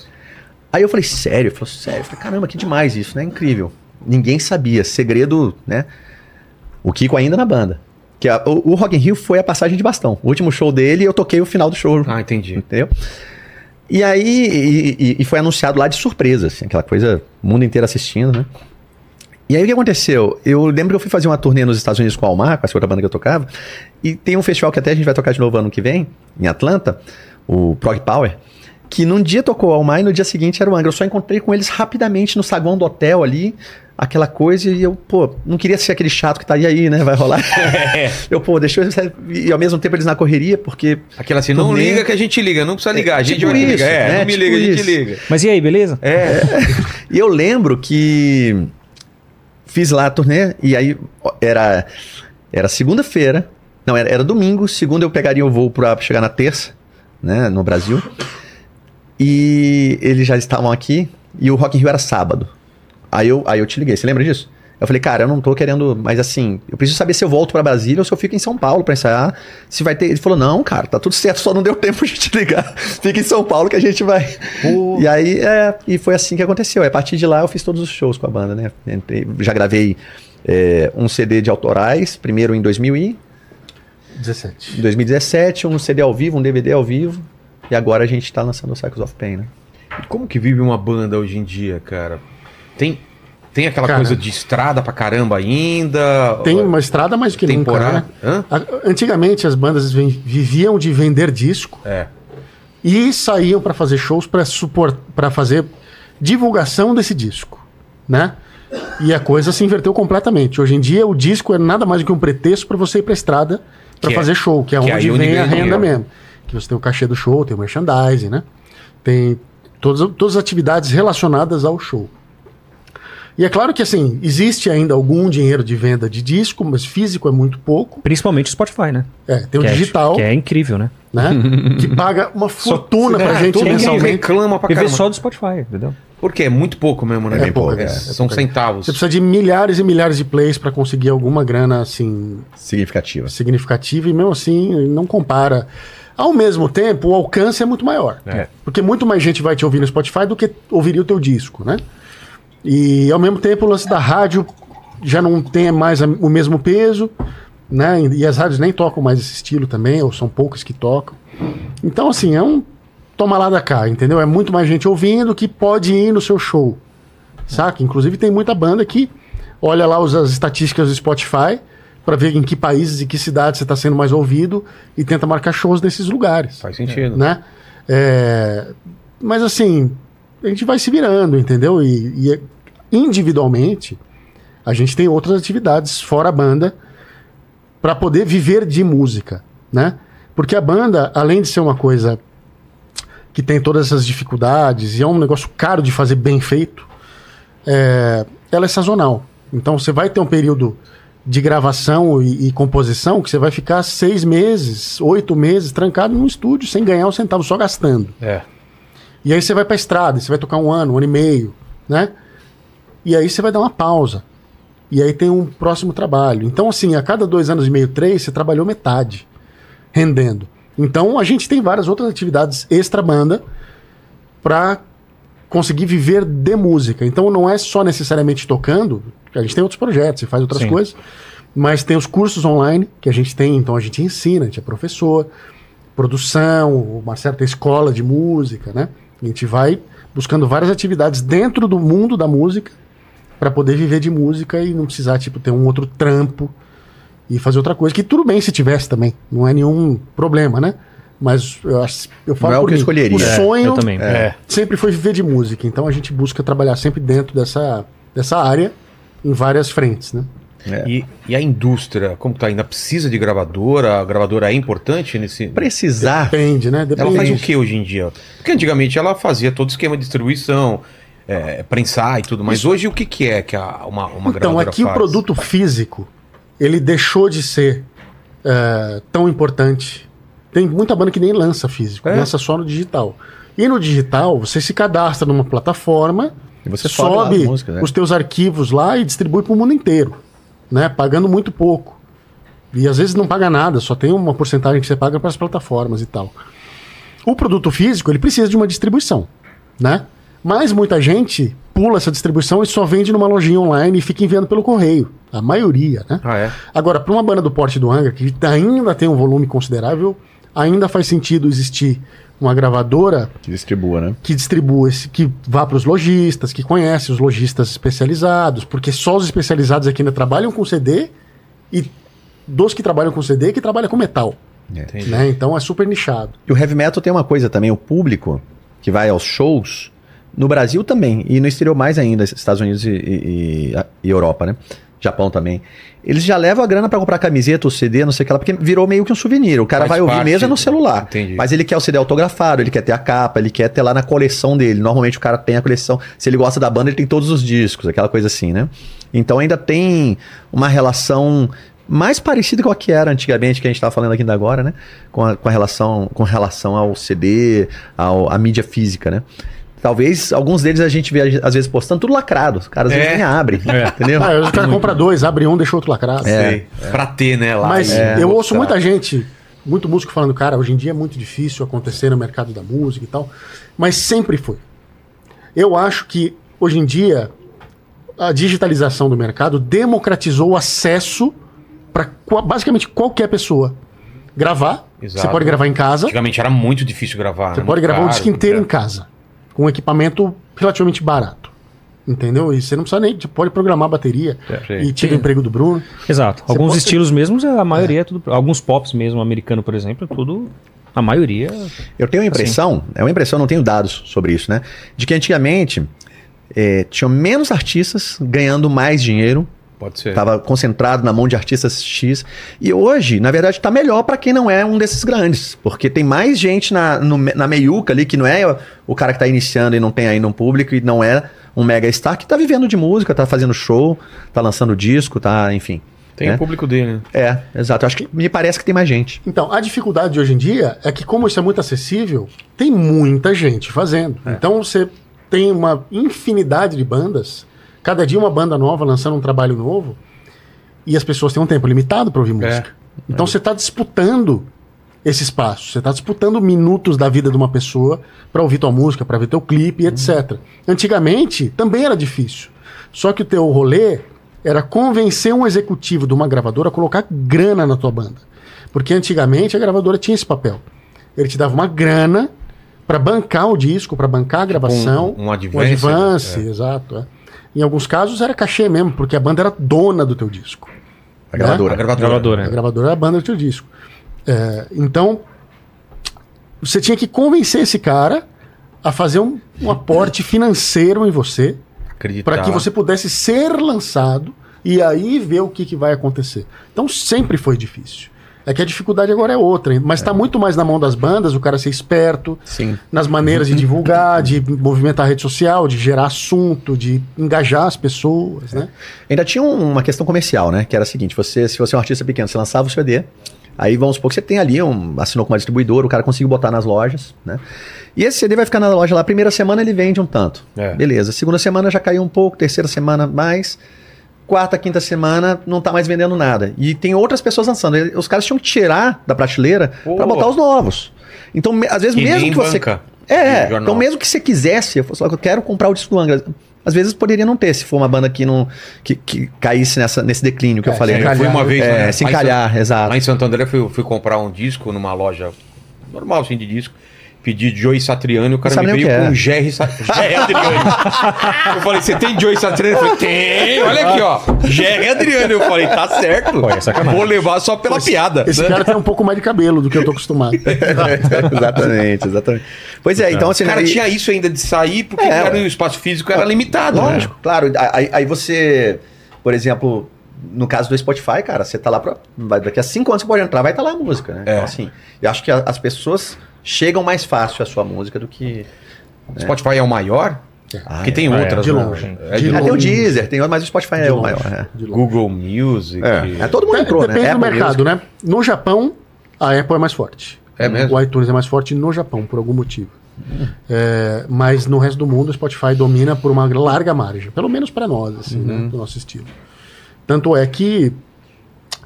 Aí eu falei, sério? Ele falou, sério? Eu falei, caramba, que demais isso, né? Incrível. Ninguém sabia. Segredo, né? O Kiko ainda na banda. Que a- o, o Rock in Rio foi a passagem de bastão. O último show dele, eu toquei o final do show.
Ah, entendi.
Entendeu? E aí, e, e- e foi anunciado lá de surpresa, assim, aquela coisa, o mundo inteiro assistindo, né? E aí o que aconteceu? Eu lembro que eu fui fazer uma turnê nos Estados Unidos com a Almar, com a segunda banda que eu tocava, e tem um festival que até a gente vai tocar de novo ano que vem, em Atlanta, o Prog Power, que num dia tocou a Almar e no dia seguinte era o Angra. Eu só encontrei com eles rapidamente no saguão do hotel ali, aquela coisa, e eu, pô, não queria ser aquele chato que tá aí, aí, né? Vai rolar. Eu, pô, deixa eu... E ao mesmo tempo eles na correria, porque
Aquela assim, não
Turnê.
liga que a gente liga, não precisa ligar, a gente
tipo
vai te
isso,
ligar. É,
né?
não me
Tipo
liga, a gente
isso.
liga.
Mas e aí, beleza?
E eu lembro que fiz lá a turnê, e aí ó, era Era segunda-feira. Não, era, era domingo. Segunda eu pegaria o voo para chegar na terça, né? No Brasil. E eles já estavam aqui. E o Rock in Rio era sábado. Aí eu, aí eu te liguei. Você lembra disso? Eu falei, cara, eu não tô querendo, mas assim, eu preciso saber se eu volto para Brasília ou se eu fico em São Paulo pra ensaiar. Se vai ter. Ele falou, não, cara, tá tudo certo, só não deu tempo de te ligar. Fica em São Paulo que a gente vai. E aí, é, e foi assim que aconteceu. E A partir de lá eu fiz todos os shows com a banda, né? Entrei- já gravei é, um CD de autorais, primeiro em 2000 e-
17.
2017, um CD ao vivo, um DVD ao vivo. E agora a gente tá lançando o Cycles of Pain, né?
Como que vive uma banda hoje em dia, cara? Tem, tem aquela
Cara.
coisa de estrada pra caramba ainda?
Tem uma estrada mais do que nunca,
temporada?
né?
Hã?
A- Antigamente as bandas ven- viviam de vender disco
É.
e saíam para fazer shows para supor para fazer divulgação desse disco, né? E a coisa se inverteu completamente. Hoje em dia o disco é nada mais do que um pretexto para você ir para estrada para
Que é-
fazer show, que é
que é
onde
aí onde
vem a
ganha
renda
dinheiro.
mesmo. Que você tem o cachê do show, tem o merchandising, né? Tem todas, todas as atividades relacionadas ao show. E é claro que assim, existe ainda algum dinheiro de venda de disco, mas físico é muito pouco.
Principalmente o Spotify, né?
É, tem o
Que é-
digital,
que é incrível, né?
né? que paga uma fortuna pra gente
é, todo mundo
mensalmente.
reclama pra
Viver
caramba.
só do Spotify, entendeu?
Porque é muito pouco mesmo, né?
É
Bem
pouco,
pouco,
é.
São centavos.
Você precisa de milhares e milhares de plays pra conseguir alguma grana assim
Significativa.
significativa e mesmo assim não compara. Ao mesmo tempo, o alcance é muito maior.
É.
Porque muito mais gente vai te ouvir no Spotify do que ouviria o teu disco, né? E ao mesmo tempo o lance da rádio já não tem mais a- o mesmo peso, né? E e as rádios nem tocam mais esse estilo também, ou são poucas que tocam. Então, assim, é um toma lá da cá, entendeu? É muito mais gente ouvindo que pode ir no seu show, saca? Inclusive tem muita banda que olha lá os- as estatísticas do Spotify pra ver em que países e que cidades você está sendo mais ouvido e tenta marcar shows nesses lugares
Faz sentido.
né? É, mas assim, a gente vai se virando, entendeu? E, e individualmente, a gente tem outras atividades fora a banda para poder viver de música, né? Porque a banda, além de ser uma coisa que tem todas essas dificuldades e é um negócio caro de fazer bem feito, é, ela é sazonal. Então você vai ter um período de gravação e, e composição que você vai ficar seis meses, oito meses trancado num estúdio sem ganhar um centavo, só gastando.
É.
E aí você vai pra estrada, você vai tocar um ano, um ano e meio, né? E aí você vai dar uma pausa. E aí tem um próximo trabalho. Então, assim, a cada dois anos e meio, três, você trabalhou metade, rendendo. Então, a gente tem várias outras atividades extra-banda pra conseguir viver de música. Então, não é só necessariamente tocando, a gente tem outros projetos, você faz outras
Sim.
coisas, mas tem os cursos online que a gente tem, então a gente ensina, a gente é professor, produção, uma certa escola de música, né? A gente vai buscando várias atividades dentro do mundo da música para poder viver de música e não precisar tipo ter um outro trampo e fazer outra coisa que tudo bem se tivesse também, não é nenhum problema, né? Mas eu, acho- eu falo
Não é o
por
que eu
mim,
escolheria.
O
É,
sonho
Eu também.
sempre foi viver de música, então a gente busca trabalhar sempre dentro dessa, dessa área em várias frentes, né?
E, e a indústria, como tá? Ainda precisa de gravadora? A gravadora é importante nesse.
Precisar
Depende, né? Depende.
Ela faz o que hoje em dia? Porque antigamente ela fazia todo esquema de distribuição, é, prensar e tudo, mas hoje o que, que é que a, uma, uma
Então,
gravadora
aqui o
faz?
produto físico, ele deixou de ser eh, tão importante. Tem muita banda que nem lança físico,
É.
lança só no digital. E no digital, você se cadastra numa plataforma,
E você sobe, lá
sobe
a música, né?
os teus arquivos lá e distribui para o mundo inteiro, né? Pagando muito pouco. E às vezes não paga nada, só tem uma porcentagem que você paga para as plataformas e tal. O produto físico, ele precisa de uma distribuição, né? Mas muita gente pula essa distribuição e só vende numa lojinha online e fica enviando pelo correio. A maioria, né?
Ah, é?
Agora, para uma banda do porte do Angra, que ainda tem um volume considerável, ainda faz sentido existir uma gravadora
Que distribua, né?
que distribua, esse- que vá para os lojistas, que conhece os lojistas especializados, porque só os especializados aqui ainda trabalham com CD e dos que trabalham com CD que trabalham com metal,
Entendi.
né? Então é super nichado.
E o heavy metal tem uma coisa também, o público que vai aos shows, no Brasil também, e no exterior mais ainda, Estados Unidos e, e- e- a- e Europa, né? Japão também. Eles já levam a grana pra comprar camiseta, o CD, não sei o que lá, porque virou meio que um souvenir. O cara
Faz
vai ouvir
parte,
mesmo é no celular.
entendi.
Mas ele quer o CD autografado, ele quer ter a capa, ele quer ter lá na coleção dele. Normalmente o cara tem a coleção, se ele gosta da banda, ele tem todos os discos, aquela coisa assim, né? Então ainda tem uma relação mais parecida com a que era antigamente, que a gente estava falando aqui ainda agora, né? Com, a, com, a relação, com relação ao CD, ao, à mídia física, né? Talvez alguns deles a gente vê às vezes postando tudo lacrado. Os caras às vezes
É.
nem abrem, entendeu?
Ah, o cara compra dois, abre um, deixa o outro lacrado.
Sei. É, Pra ter, né, lá.
Mas
É.
eu ouço
tá.
muita gente, muito músico falando, cara, hoje em dia é muito difícil acontecer no mercado da música e tal. Mas sempre foi. Eu acho que hoje em dia a digitalização do mercado democratizou o acesso para basicamente qualquer pessoa gravar.
Exato.
Você pode gravar em casa.
Antigamente era muito difícil gravar.
Você
né? Muito
pode gravar um
caro,
disco inteiro em
muito
casa, com um equipamento relativamente barato. Entendeu? E você não precisa nem. Você pode programar a bateria
caro.
e tira o emprego do Bruno.
Exato. Alguns
pode-
estilos mesmos, a maioria é tudo. Alguns pops mesmo, americano, por exemplo, é tudo. A maioria. é
Eu tenho a impressão, é uma impressão, não tenho dados sobre isso, né? De que antigamente eh, tinham menos artistas ganhando mais dinheiro
Pode ser.
Tá.
Estava concentrado na mão de artistas X. E hoje, na verdade, está melhor para quem não é um desses grandes. Porque tem mais gente na, no me- na meiuca ali, que não é o- o cara que está iniciando e não tem ainda um público, e não é um mega star, que está vivendo de música, está fazendo show, está lançando disco, tá, enfim.
Tem
né?
o público dele, né?
É, exato. Eu Acho que me parece que tem mais gente.
Então, a dificuldade de hoje em dia é que, como isso é muito acessível, tem muita gente fazendo. Então, você tem uma infinidade de bandas, cada dia uma banda nova lançando um trabalho novo, e as pessoas têm um tempo limitado para
É.
ouvir música. Então, você está disputando esse espaço, você está disputando minutos da vida de uma pessoa para ouvir tua música, para ver teu
Uhum.
clipe, etc. Antigamente, também era difícil. Só que o teu rolê era convencer um executivo de uma gravadora a colocar grana na tua banda. Porque antigamente a gravadora tinha esse papel. Ele te dava uma grana para bancar o disco, para bancar a gravação.
Um- um advance,
advance, exato. é. Em alguns casos era cachê mesmo, porque a banda era dona do teu disco.
A gravadora.
A gravadora.
É.
Gravadora.
A gravadora era a banda do teu disco. É, então, você tinha que convencer esse cara a fazer um, um aporte financeiro em você
Acreditar.
tá.
para que você pudesse ser lançado e aí ver o que, que vai acontecer. Então sempre foi difícil. É que a dificuldade agora é outra, hein? mas está muito mais na mão das bandas o cara ser esperto
Sim.
nas maneiras de divulgar, de movimentar a rede social, de gerar assunto, de engajar as pessoas, né?
Ainda tinha um- uma questão comercial, né? Que era a seguinte: você, se você é um artista pequeno, você lançava o CD, aí vamos supor que você tem ali, um, assinou com uma distribuidora, o cara conseguiu botar nas lojas, né? E esse CD vai ficar na loja lá, primeira semana ele vende um tanto.
É.
Beleza. Segunda semana já caiu um pouco, terceira semana mais. Quarta, quinta semana, não tá mais vendendo nada. E tem outras pessoas lançando. Ele- Os caras tinham que tirar da prateleira
Pô.
pra botar os novos. Então, me- às vezes,
Que
mesmo
nem
que você.
banca
É,
de jornal.
então mesmo que você quisesse, eu fosse lá, eu quero comprar o disco do Angra. Às vezes poderia não ter, se for uma banda que não que, que caísse nessa, nesse declínio que eu
É,
falei.
se
né?
Eu fui uma vez,
É,
né?
se
Lá em
encalhar,
San-
exato.
Lá em Santo André, fui, fui comprar um disco numa loja normal, assim, de disco. Pedi Joey Satriani, o cara
Não
me
sabe nem
veio
o que
com
é.
Jerry Sa- Jerry Adriani. eu falei, você tem Joey Satriani? Eu falei, tem, olha aqui, ó. Jerry Adriani. Eu falei, tá certo.
Pô, é sacanagem.
Vou levar só pela
É.
piada.
Esse
né?
cara tem um pouco mais de cabelo do que eu tô acostumado.
exatamente, exatamente. Pois é, então assim...
Cara,
aí-
tinha isso ainda de sair, porque
É,
cara,
ué.
o espaço físico era limitado. né?
Lógico, claro. Aí, aí você, por exemplo, no caso do Spotify, cara, você tá lá pra, vai- daqui a cinco anos você pode entrar, vai estar tá lá a música, né?
É.
Então, assim, eu acho que a- as pessoas chegam mais fácil à sua música do que.
Spotify é o maior? Porque tem
é,
outras,
de
né?
longe.
É de
De
Até
longe.
o Deezer, tem, mas o Spotify é
De
o
longe.
maior. É.
De longe.
Google Music.
É, todo mundo entrou,
Depende
né?
do
Apple
mercado, né? No Japão, a Apple é mais forte.
É mesmo?
O iTunes é mais forte no Japão, por algum motivo. É, mas no resto do mundo, o Spotify domina por uma larga margem. Pelo menos para nós, assim,
Uhum.
né? Do nosso estilo. Tanto é que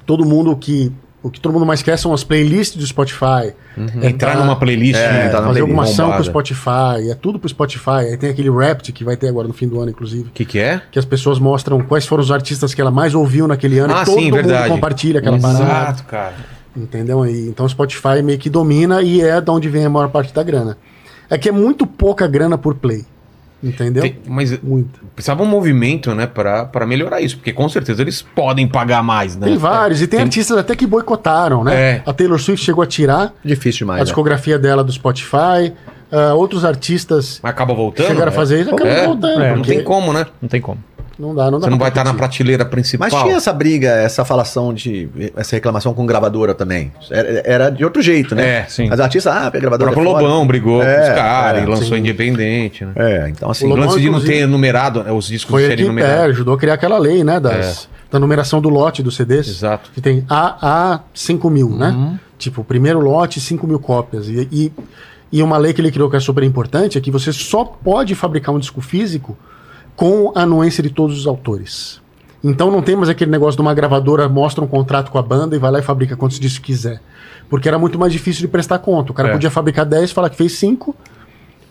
todo mundo que... O que todo mundo mais quer são as playlists do Spotify.
Entrar numa playlist.
É,
né?
tá na
fazer alguma
Ah, playlist
ação com o
bombada.
Spotify. É tudo pro Spotify. Aí tem aquele Wrapped que vai ter agora no fim do ano, inclusive.
O que, que é?
Que as pessoas mostram quais foram os artistas que ela mais ouviu naquele ano.
Ah,
e todo
sim,
mundo
verdade.
compartilha aquela parada.
Exato, cara.
Entendeu? E, então o Spotify meio que domina e é da onde vem a maior parte da grana. É que é muito pouca grana por play. Entendeu?
Tem- mas
Muito.
precisava um movimento, né, pra, pra melhorar isso, porque com certeza eles podem pagar mais, né?
Tem vários, e tem,
Tem-
artistas até que boicotaram, né?
É.
A Taylor Swift chegou a tirar
Difícil
a
demais. né?
discografia dela do Spotify. Ah, outros artistas
Mas acaba voltando.
chegaram a fazer isso, acabam
É,
voltando.
é,
Não
porque
tem como, né?
Não tem como.
Não dá, não dá.
Você não
pra
vai estar na
competir.
prateleira principal.
Mas tinha essa briga, essa falação de. essa reclamação com gravadora também. Era, era de outro jeito, né?
É,
sim.
As artistas, ah, a
O
gravadora.
próprio
é foda.
Lobão brigou
É,
com os caras
é,
e lançou
sim.
independente, né?
É, então assim.
O
O Lobão,
lance de não
inclusive,
ter numerado né, os discos de
Foi
série
aqui, é,
numerada. É.
ajudou a criar aquela lei, né? Das da numeração do lote dos CDs.
Exato. Uhum.
Que tem AA 5000, né? Tipo, primeiro lote, 5 mil cópias. E, e, e uma lei que ele criou que é super importante é que você só pode fabricar um disco físico com a anuência de todos os autores. Então não tem mais aquele negócio de uma gravadora mostra um contrato com a banda e vai lá e fabrica quantos discos quiser. Porque era muito mais difícil de prestar conta. O cara
É.
podia fabricar 10, falar que fez 5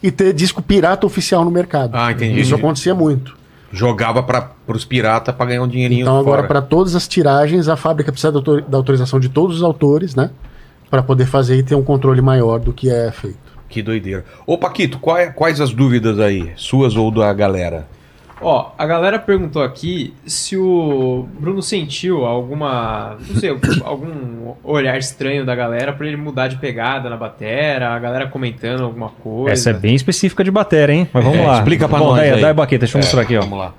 e ter disco pirata oficial no mercado.
Ah, entendi.
Isso acontecia muito.
Jogava para pros piratas pra ganhar um dinheirinho
Então agora
fora.
para todas as tiragens a fábrica precisa da autor- da autorização de todos os autores, né? Para poder fazer e ter um controle maior do que é feito.
Que doideira. Ô, Paquito, qual é- quais as dúvidas aí? Suas ou da galera?
Ó, a galera perguntou aqui se o Bruno sentiu alguma. Não sei, algum olhar estranho da galera pra ele mudar de pegada na batera, a galera comentando alguma coisa.
Essa é bem específica de batera, hein? Mas vamos
É,
lá.
explica pra
Bom,
nós
Dai,
aí.
Dai baqueta, deixa eu mostrar aqui, ó.
Vamos lá.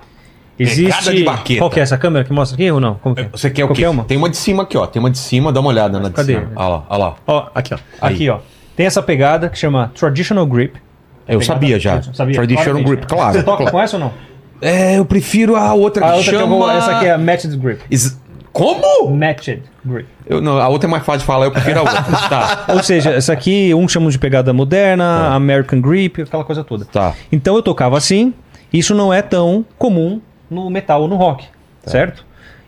Pegada
Existe.
de baqueta.
Qual que é essa câmera que mostra aqui ou não? Como que é?
Você quer o
Qualquer
quê?
uma?
Tem uma de cima aqui, ó. Tem uma de cima, dá uma olhada na de
Cadê?
cima. Olha lá, olha lá.
Ó, aqui, ó.
Aí.
Aqui, ó. Tem essa pegada que chama Traditional Grip.
Eu sabia já.
Sabia?
Traditional
Claramente,
Grip,
né?
claro.
Você toca
claro.
com essa ou não?
É, eu prefiro a outra
A
que
outra que eu
chama...
vou- essa aqui é a Matched Grip.
Is- Como?
Matched Grip.
Eu, não, a outra é mais fácil de falar, eu prefiro a outra. tá.
Ou seja, essa aqui, um chamam de pegada
É.
moderna, American Grip, aquela coisa toda.
Tá.
Então eu tocava assim, isso não é tão comum no metal ou no rock,
Tá.
certo?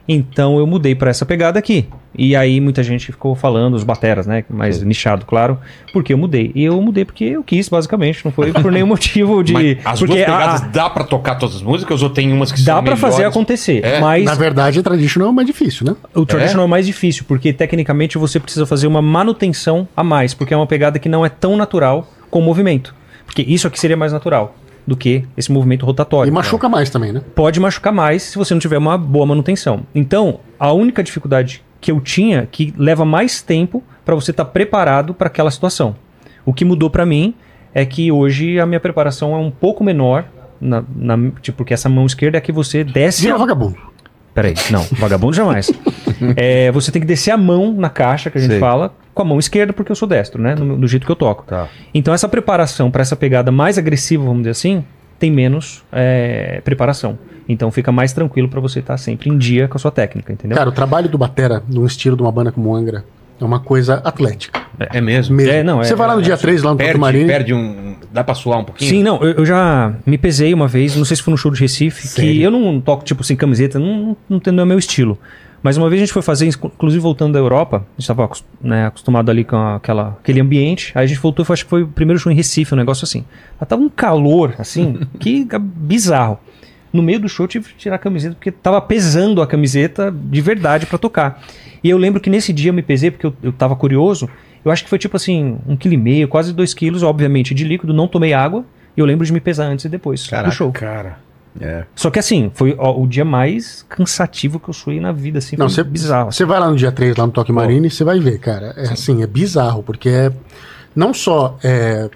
Então eu mudei pra essa pegada aqui. E aí muita gente ficou falando, os bateras, né? Mais nichado, claro, porque eu mudei. E eu mudei porque eu quis, basicamente, não foi por nenhum motivo de.
Mas as
porque
duas
a-
pegadas dá pra tocar todas as músicas ou tem umas que
dá
são
pra fazer
melhores?
acontecer,
É.
mas
Na verdade, a traditional é o mais difícil, né?
o traditional é? mais difícil, porque tecnicamente você precisa fazer uma manutenção a mais, porque é uma pegada que não é tão natural com o movimento. Porque isso aqui seria mais natural do que esse movimento rotatório.
E machuca mais também, né?
pode machucar mais se você não tiver uma boa manutenção. Então, a única dificuldade que eu tinha que leva mais tempo para você estar preparado para aquela situação. O que mudou para mim é que hoje a minha preparação é um pouco menor, na, na- tipo, porque essa mão esquerda é a que você desce.
Vira
A...
vagabundo.
Peraí, não, vagabundo jamais. É, você tem que descer a mão na caixa que a gente
Sei.
fala com a mão esquerda, porque eu sou destro, né? No, do jeito que eu toco.
Tá.
Então, essa preparação para essa pegada mais agressiva, vamos dizer assim, tem menos é, preparação. Então, fica mais tranquilo para você estar sempre em dia com a sua técnica, entendeu?
Cara, o trabalho do Batera, num estilo de uma banda como Angra, é uma coisa atlética.
É mesmo?
Mesmo.
É, não, é-
Você vai lá no
é-
dia 3, lá no Porto
Perde,
Marinho.
perde um... Dá pra suar um pouquinho?
Sim, não, eu, eu já me pesei uma vez, não sei se foi no show de Recife, que eu não toco, tipo, sem camiseta, não, não, não, tem- não é meu estilo. Mas uma vez a gente foi fazer, inclu- inclusive voltando da Europa, a gente estava acostumado ali com aquela, aquele ambiente, aí a gente voltou, foi- acho que foi o primeiro show em Recife, um negócio assim. Mas tava um calor, assim, que ga- bizarro. No meio do show eu tive que tirar a camiseta, porque tava pesando a camiseta de verdade pra tocar. E eu lembro que nesse dia eu me pesei, porque eu, eu tava curioso, eu acho que foi tipo assim, um quilo e meio, quase dois quilos, obviamente, de líquido, não tomei água, e eu lembro de me pesar antes e depois do show.
Cara.
É.
Só que assim, foi ó, o dia mais cansativo que eu suei na vida, assim,
Não,
foi
você
bizarro. assim.
Você vai lá no dia 3, lá no Toque Marine, você vai ver, cara. É assim, é bizarro, porque é. Não só é,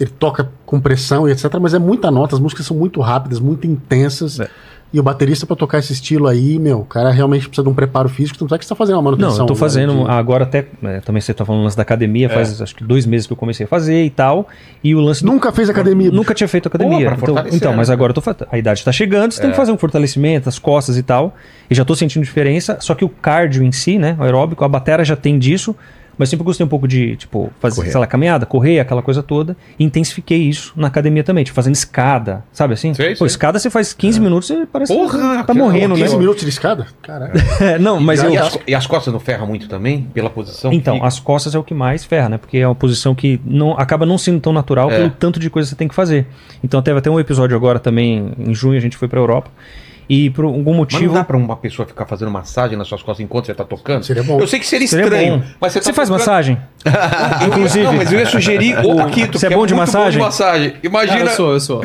ele toca com pressão e etc., mas é muita nota, as músicas são muito rápidas, muito intensas.
É.
E o baterista pra tocar esse estilo aí, meu, o cara realmente precisa de um preparo físico, tanto é que você tá fazendo uma manutenção.
Não, eu tô
né,
fazendo
de- É.
agora até, é, também você tá falando lance da academia, faz acho que dois meses que eu comecei a fazer e tal, e o lance do
Nunca fez academia. bicho.
Nunca tinha feito academia.
Pô, pra
então,
fortalecer,
então,
né? É.
mas agora eu tô fa- a idade tá chegando, você tem que fazer um fortalecimento, as costas e tal. E já tô sentindo diferença. Só que o cardio em si, né? O aeróbico, a batera já tem disso. Mas sempre gostei um pouco de, tipo, fazer, sei lá, caminhada, correr, aquela coisa toda. E intensifiquei isso na academia também, tipo, fazendo escada, sabe assim?
Sei,
Pô,
sei.
escada você faz 15 minutos e parece
Porra,
que tá
que-
morrendo, né?
15 minutos de escada? Caralho.
É, não, mas
e,
eu.
as, e as costas não ferram muito também? Pela posição?
Então,
Fica-
as costas é o que mais ferra, né? Porque é uma posição que não acaba não sendo tão natural
É.
pelo tanto de coisa que você tem que fazer. Então, teve até um episódio agora também, em junho, a gente foi pra Europa. E por algum
Mas não
motivo.
dá pra uma pessoa ficar fazendo massagem nas suas costas enquanto você tá tocando?
Seria bom.
Eu sei que seria,
Seria
estranho,
bom.
mas você tá
Você faz
tocando-
massagem?
Inclusive.
Inclusive.
Não, mas eu ia sugerir o Paquito.
Você é
que
bom de
muito
massagem?
massagem.
Ah,
Imagina,
eu sou, eu sou.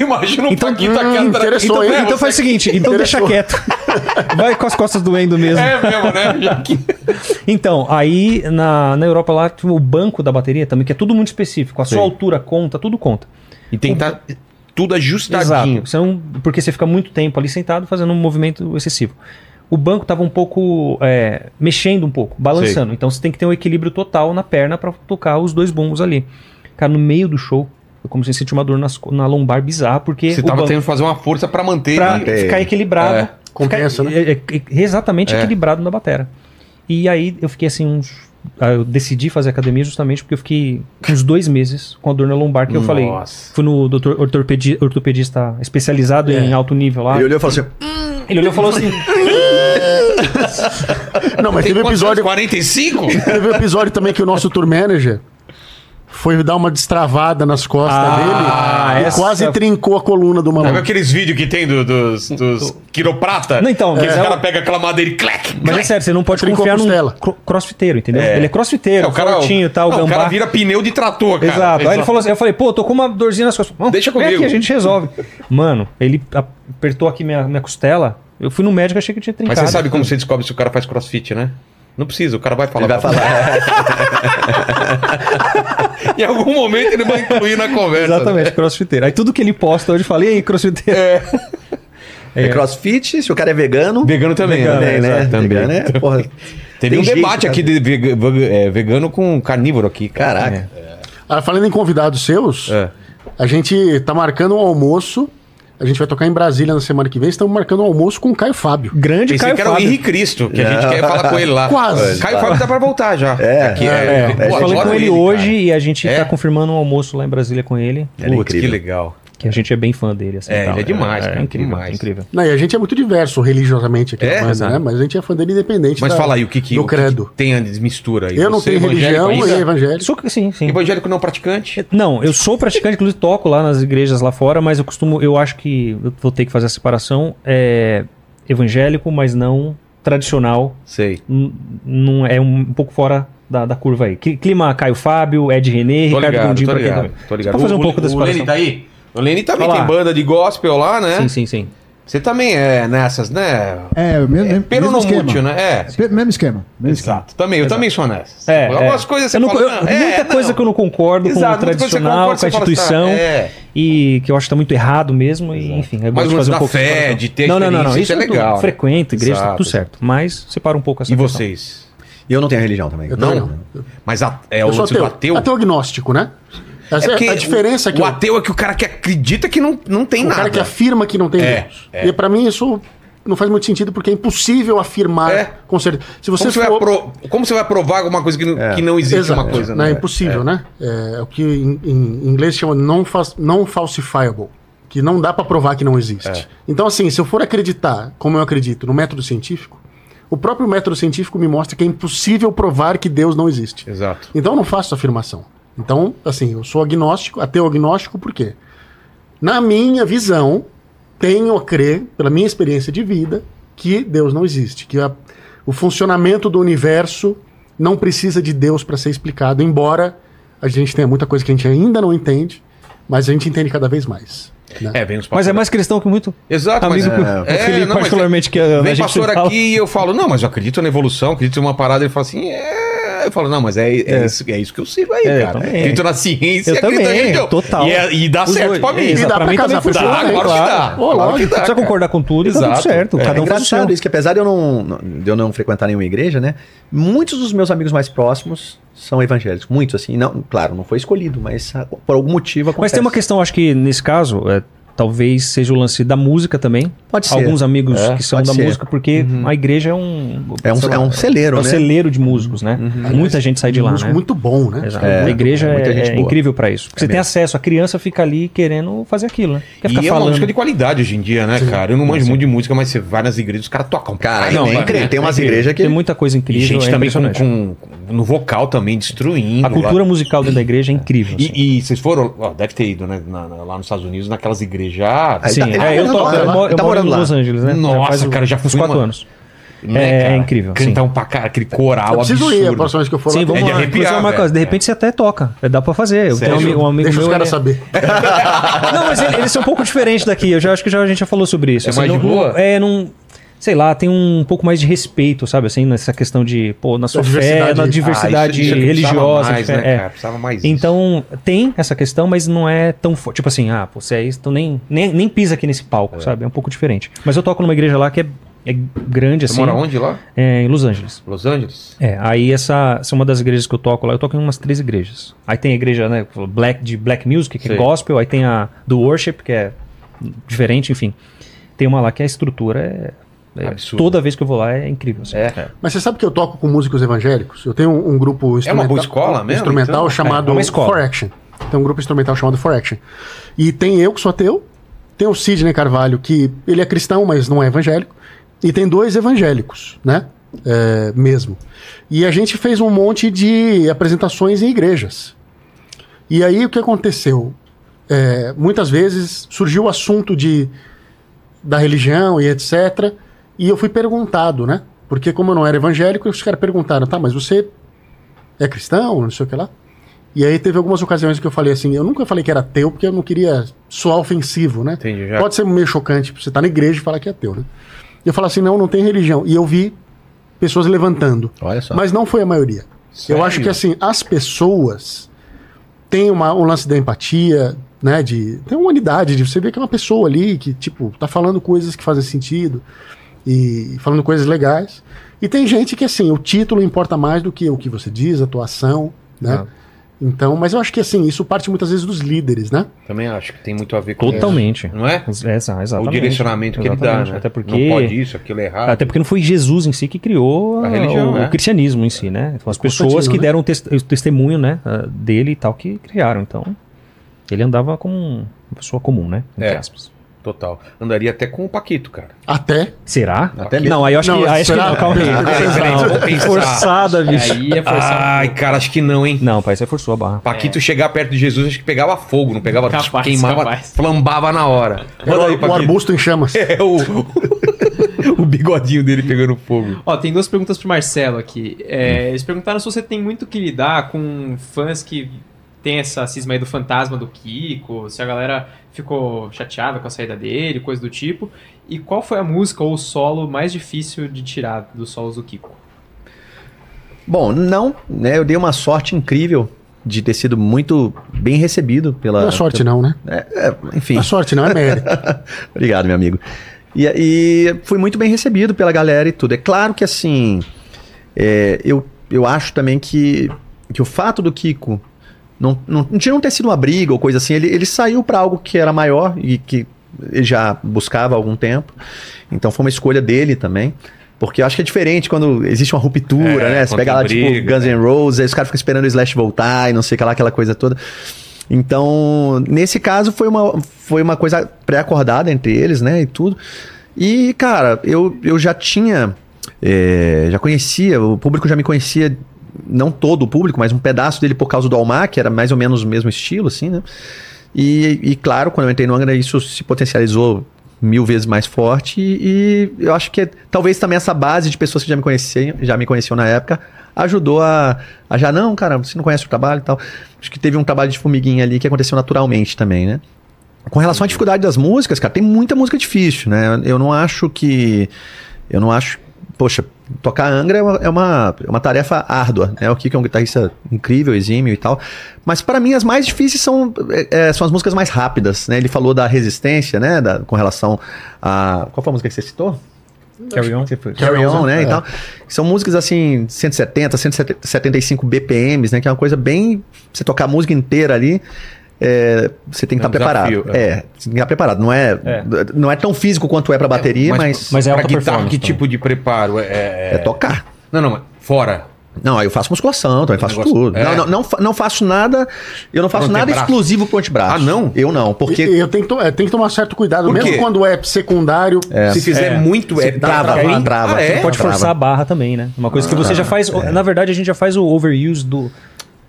imagina um
Então,
Paquito
hum,
aqui atrás.
interessou,
então, é,
hein?
então
você-
faz o seguinte, então deixa
Interessou.
quieto. Vai com as costas doendo mesmo.
É mesmo, né? Já que-
Então, aí na, na Europa lá, tipo, o banco da bateria também, que é tudo muito específico. A
Sim.
sua altura conta, tudo conta.
E tentar tudo ajustadinho.
Exato. Você não- porque você fica muito tempo ali sentado fazendo um movimento excessivo. O banco estava um pouco é, mexendo um pouco, balançando. Então você tem que ter um equilíbrio total na perna para tocar os dois bombos ali. Cara, no meio do show, eu comecei a sentir uma dor nas co- na lombar bizarra, porque
Você
o
tava
banco-
tendo que fazer uma força pra manter.
pra
né?
ficar equilibrado.
É.
Compensa, né?
É, é- é exatamente
É.
equilibrado na batera. E aí eu fiquei assim uns... ah, Eu decidi fazer academia justamente porque eu fiquei uns dois meses com a dor na lombar que eu falei...
Nossa.
Fui no doutor ortopedi- ortopedista
É.
especializado em alto nível lá.
Ele olhou e falou assim:
Ele olhou e falou assim... É.
Não, mas teve um episódio,
45?
teve um episódio também que o nosso tour manager foi dar uma destravada nas costas
Ah,
dele e
essa-
quase trincou a coluna do
Sabe
maluco.
aqueles vídeos que tem do- dos, dos quiroprata?
Não, então,
Que
mas
esse
é
cara
o-
pega aquela madeira e clac.
Mas é sério, você não pode
Trincou
confiar num
costela.
cro- crossfiteiro, entendeu? Ele é crossfiteiro, fortinho e tal,
não, o
gambá.
cara vira pneu de trator, cara.
Exato. Aí ele falou assim, eu falei, pô, eu tô com uma dorzinha nas costas. Não,
Deixa
vem
comigo.
aqui, a gente resolve. Mano, ele apertou aqui minha, minha costela. Eu fui no médico, achei que tinha
Mas
trincado.
você sabe como você descobre se o cara faz crossfit, né? Não precisa, o cara vai falar.
ele vai falar.
Em algum momento ele vai incluir na conversa. né?
Exatamente, crossfiteiro. Aí tudo que ele posta hoje, eu falei, ei, crossfiteiro.
É crossfit, se o cara é vegano.
Vegano também, né?
também, né?
Exato, também.
Vegano é, porra.
Teve
tem
um
jeito, né?
debate
cara.
aqui de vega- vega- é, vegano com carnívoro aqui. cara.
Caraca.
Ah, falando em convidados seus,
É.
a gente tá marcando um almoço. A gente vai tocar em Brasília na semana que vem. Estamos marcando um almoço com o Caio Fábio.
Grande
Esse
Caio
que era o
Fábio.
Henri Cristo, que a gente quer falar com ele lá.
Quase.
Caio Fábio dá pra voltar já.
É.
Aqui,
É,
Pô,
é,
Eu
eu
falei
adoro
com ele,
cara.
hoje e a gente
É?
tá confirmando um almoço lá em Brasília com ele.
Ele é
Putz, que
incrível.
legal.
Que a gente é bem fã dele. Assim,
É,
e tal.
ele é demais, cara,
incrível,
demais.
incrível.
Não, e a gente é muito diverso religiosamente aqui
É,
na banda,
exato.
né? Mas a gente é fã dele independente.
Mas
da-
fala aí, o que, que,
do
o que
credo.
que tem a desmistura aí? tá?
Eu não
Você
tenho
evangélico
religião, ele
ainda?
é evangélico.
Sou, sim, sim.
Evangélico não praticante?
Não, eu sou praticante, inclusive toco lá nas igrejas lá fora, mas eu costumo, eu acho que eu vou ter que fazer a separação é, evangélico, mas não tradicional,
Sei.
N- não é um, um pouco fora da, da curva aí. Cli- Clima Caio Fábio, Ed René,
Tô
Ricardo
ligado,
Gondim
tô
pra quem
ligado,
tá-
tô ligado.
Pra fazer um
O-
pouco da
O Lene
separação.
tá aí? O Lene também
Olha
tem
lá.
banda de gospel lá, né?
Sim, sim, sim.
Você também é nessas, né?
É, o mesmo, mesmo,
Pelo
mesmo
no mútil,
esquema.
né? É.
Pe- Mesmo esquema. Mesmo esquema.
Exato. Também, eu também sou nessas.
É,
Algumas
é.
coisas você
Eu não-
fala,
eu-
"Ah, é,
Muita
não."
coisa que eu não concordo com o
Exato, muita coisa que você
tradicional,
concorda,
com
você
a
fala,
instituição.
"Tá, é."
E que eu acho que tá muito errado mesmo. E, enfim, eu
Mas
gosto de
o
fazer
da
um pouco.
fé,
separação.
de ter
não, não, não, não.
experiência,
Isso é
isso é legal,
legal.
né?
Frequente, igreja, tá
Exato,
tudo certo. Mas separa um pouco essa
E
questão.
vocês?
E eu não tenho religião também.
Eu
Não?
Não.
Mas a- é
Eu
o
sou
lance do
ateu.
ateu?
Ateu, agnóstico, né? Essa é
porque
a diferença
o,
que
o
eu-
ateu é que o cara que acredita que não, não tem
o
nada.
cara que afirma que não tem
É,
Deus. E pra mim isso não faz muito sentido porque é impossível afirmar
É.
com certeza. Se você
como, você vai apro- como você vai provar alguma coisa que não, que não existe
Exato,
uma coisa?
né?
né?
É impossível, né? É o que em, em inglês chama non, fas- non falsifiable, que não dá pra provar que não
É.
existe. Então assim, se eu for acreditar, como eu acredito, no método científico, o próprio método científico me mostra que é impossível provar que Deus não existe.
Exato.
Então eu não faço essa afirmação. Então, assim, eu sou agnóstico, ateu agnóstico, por quê? Na minha visão, tenho a crer, pela minha experiência de vida, que Deus não existe, que a- o funcionamento do universo não precisa de Deus para ser explicado, embora a gente tenha muita coisa que a gente ainda não entende, mas a gente entende cada vez mais. né?
É, vem os
Mas é mais questão que muito.
Exato,
amigo
mas,
que o-
é,
o Felipe,
não, mas
particularmente, que a,
Vem
a gente
pastor
fala.
aqui e eu falo, não, mas eu acredito na evolução, acredito em uma parada. Ele fala assim, é. Eu falo, não, mas é, é, Isso, é isso que eu sigo aí,
É, eu
cara.
também.
Acredito na ciência
Eu
e acredito
também,
religião.
total.
E, é- e dá
Os
certo
dois,
pra mim.
é, exato.
Dá,
pra mim também
dá,
funciona,
claro que dá.
Ô,
Claro que
lógico.
dá.
Precisa
cara.
concordar com tudo e tá
Exato.
tudo certo.
É.
Cada
É
um faz o seu.
engraçado isso, que apesar de eu não, não- de eu não frequentar nenhuma igreja, né? Muitos dos meus amigos mais próximos são evangélicos. Muitos, assim. Não, claro, não foi escolhido, mas ah, por algum motivo
Mas
acontece.
tem uma questão, acho que nesse caso, é, talvez seja o lance da música também.
Pode ser.
Alguns amigos
É,
que são
pode
da
ser. Uhum.
música, porque a igreja é um.
É um,
sei lá,
é um celeiro,
é um
né? Uhum.
celeiro de músicos, né? Muita gente sai de lá,
Músico
né?
muito bom, É né?
Exato.
É,
a igreja
muita
é,
gente
é
boa.
incrível pra isso. Porque você tem acesso, a criança fica ali querendo fazer aquilo, né? Quer ficar
E é uma
falando.
música de qualidade hoje em dia, né, cara? Eu não manjo muito de música, mas você vai nas igrejas, os caras tocam.
Cara,
Ai,
não,
é
é incrível. Tem umas igrejas que.
Tem muita coisa
E
incrível.
gente
é
também com,
impressionante.
com- com- no vocal também, destruindo.
A cultura
lá.
musical dentro da igreja é incrível. assim.
E, e vocês foram, ó, deve ter ido, né, na- na- lá nos Estados Unidos, naquelas igrejas. ah,
Aí
Sim,
tá- ele
é, eu,
tá
tô,
morando
eu,
lá,
moro-
ele
eu
tá
moro em
morando lá.
Los Angeles, né?
Nossa,
faz
cara, já
uns
fui
quatro
uma-
anos.
né,
é
cara?
incrível,
Cantar um pra cara, aquele coral
Eu preciso
é um absurdo.
ir a próxima vez que eu for
Sim,
lá.
vamos
É de
lá.
arrepiar,
Inclusive, é uma coisa, de
velho.
repente você até toca. É, Dá pra fazer. Eu tenho
Sério?
um amigo, um amigo
Deixa os
meu,
caras
ele-
saber.
Não, mas ele- eles são um pouco diferentes daqui. Eu já acho que já, a gente já falou sobre isso.
É mais
não-
de boa?
não- É, não. Sei lá, tem um pouco mais de respeito, sabe? Assim, nessa questão de, pô, na sua fé,
diversidade.
na
Ah, isso-
diversidade
Ah, isso- isso é que Precisava
religiosa.
mais,
fé,
né,
é.
cara? Precisava mais disso.
Então, tem essa questão, mas não é tão forte. Tipo assim, ah, pô, você é isso, então nem, nem, nem pisa aqui nesse palco, sabe? É um pouco diferente. Mas eu toco numa igreja lá que é, é grande,
Você
assim.
mora onde lá?
É, em Los Angeles.
Los Angeles?
É, aí essa, essa é uma das igrejas que eu toco lá. Eu toco em umas três igrejas. Aí tem a igreja né, black, de black music, que
Sei.
é gospel. Aí tem a do worship, que é diferente, enfim. Tem uma lá que a estrutura é, É,
Absurdo.
toda vez que eu vou lá é incrível. assim. É.
Mas você sabe que eu toco com músicos evangélicos? Eu tenho um, um grupo
É uma
instrumental,
boa escola mesmo,
instrumental
então?
chamado
É, é uma escola.
For Action. Tem um grupo instrumental chamado For Action. E tem eu, que sou ateu, tem o Sidney Carvalho, que ele é cristão, mas não é evangélico, e tem dois evangélicos, né? É, mesmo. E a gente fez um monte de apresentações em igrejas. E aí o que aconteceu? É, muitas vezes surgiu o assunto de, da religião e etc. E eu fui perguntado, né? Porque como eu não era evangélico, os caras perguntaram, tá, mas você é cristão, não sei o que lá? E aí teve algumas ocasiões que eu falei assim, eu nunca falei que era ateu, porque eu não queria soar ofensivo, né?
Entendi, já.
Pode ser meio chocante, você tá na igreja e falar que é ateu, né? E eu falo assim, não, não tem religião. E eu vi pessoas levantando.
Olha só.
Mas não foi a maioria.
Sério?
Eu acho que assim, as pessoas têm uma, um lance da empatia, né? De, tem uma unidade de você ver que é uma pessoa ali que, tipo, tá falando coisas que fazem sentido e falando coisas legais. E tem gente que, assim, o título importa mais do que o que você diz, a tua ação, né? Então, mas eu acho que assim, isso parte muitas vezes dos líderes, né?
Também acho que tem muito a ver com
Totalmente.
isso, Não é?
É, exa- exatamente.
O direcionamento que ele
Exatamente.
dá, né?
Até porque,
Não pode isso, aquilo é errado.
até porque não foi Jesus em si que criou
A
a-
religião,
o,
né? É.
o cristianismo em si, né? Então, as
Constantino,
pessoas que
né?
deram o, tes- o testemunho né, ah, dele e tal que criaram. Então, ele andava como uma pessoa comum, né? Entre
É.
aspas.
Total. Andaria até com o Paquito, cara.
Até.
Será?
Até mesmo.
não, aí eu acho
Não,
que. Aí acho que
será?
não, calma aí.
Ah,
peraí,
Não,
vou pensar.
forçada, bicho.
Aí é forçar.
Ai, cara, acho que não, hein?
Não, É. pai, você forçou a barra.
Paquito chegar perto de Jesus, acho que pegava fogo, não pegava,
Capaz,
queimava,
capaz.
flambava na hora. Manda aí,
o, o
Paquito.
arbusto em chamas.
É o, o bigodinho dele pegando fogo.
Ó, tem duas perguntas pro Marcelo aqui. É, eles perguntaram se você tem muito que lidar com fãs que tem essa cisma aí do fantasma do Kiko, se a galera ficou chateada com a saída dele, coisa do tipo. E qual foi a música ou o solo mais difícil de tirar dos solos do Kiko?
Bom, não, né? Eu dei uma sorte incrível de ter sido muito bem recebido pela.
Não é sorte, não, né?
É, enfim.
Não é sorte, não, é mérito.
Obrigado, meu amigo. E, e fui muito bem recebido pela galera e tudo. É claro que assim, é, eu, eu acho também que, que o fato do Kiko não, não, não tinha não ter sido uma briga ou coisa assim, ele, ele saiu para algo que era maior e que ele já buscava há algum tempo. Então foi uma escolha dele também. Porque eu acho que é diferente quando existe uma ruptura,
É,
né? Você
quando
pega
tem
lá, tipo,
briga, né?
Guns N' Roses, aí os caras ficam esperando o Slash voltar e não sei o que lá, aquela coisa toda. Então, nesse caso, foi uma, foi uma coisa pré-acordada entre eles, né? E tudo. E, cara, eu, eu já tinha. é, já conhecia, o público já me conhecia, não todo o público, mas um pedaço dele por causa do Almar, que era mais ou menos o mesmo estilo, assim, né? E, e, claro, quando eu entrei no Angra, isso se potencializou mil vezes mais forte. E, e eu acho que talvez também essa base de pessoas que já me conheciam, já me conheciam na época, ajudou a, a já, não, cara, você não conhece o trabalho e tal. Acho que teve um trabalho de formiguinha ali que aconteceu naturalmente também, né? Com relação à dificuldade das músicas, cara, tem muita música difícil, né? Eu não acho que. Eu não acho. Poxa, tocar Angra é uma, é uma, é uma tarefa árdua, né? O Kiko é um guitarrista incrível, exímio e tal. Mas pra mim as mais difíceis são, é, é, são as músicas mais rápidas, né? Ele falou da resistência, né? Da- com relação a. Qual foi a música que você citou?
Carry on.
Carry On, né?
É.
E tal. São músicas assim, 170, 175 BPMs, né? Que é uma coisa bem. Você tocar a música inteira ali. é, você tem que
É
estar
um
preparado.
desafio, é.
é. você tem que estar preparado. Não é,
É.
não é tão físico quanto é pra bateria, mas,
mas é
pra
alta
guitarra,
performance
que
também.
tipo de preparo? É, é-
é tocar.
Não, não, fora.
Não, aí eu faço musculação, também faço
negócio-
tudo.
é.
Não, não, não, fa- não faço nada. Eu não faço
Pro
nada
antebraço.
exclusivo pro antebraço.
Ah, não?
Eu não, porque.
E- e eu tenho que, to- é, tem que tomar certo cuidado,
Por
mesmo
quê?
quando é secundário.
Se fizer
É.
muito, é
trava,
ruim.
trava, trava.
Ah, é?
Você pode
Trava.
forçar a barra também, né? Uma coisa que você
Ah,
já faz.
é.
Na verdade, a gente já faz o overuse do,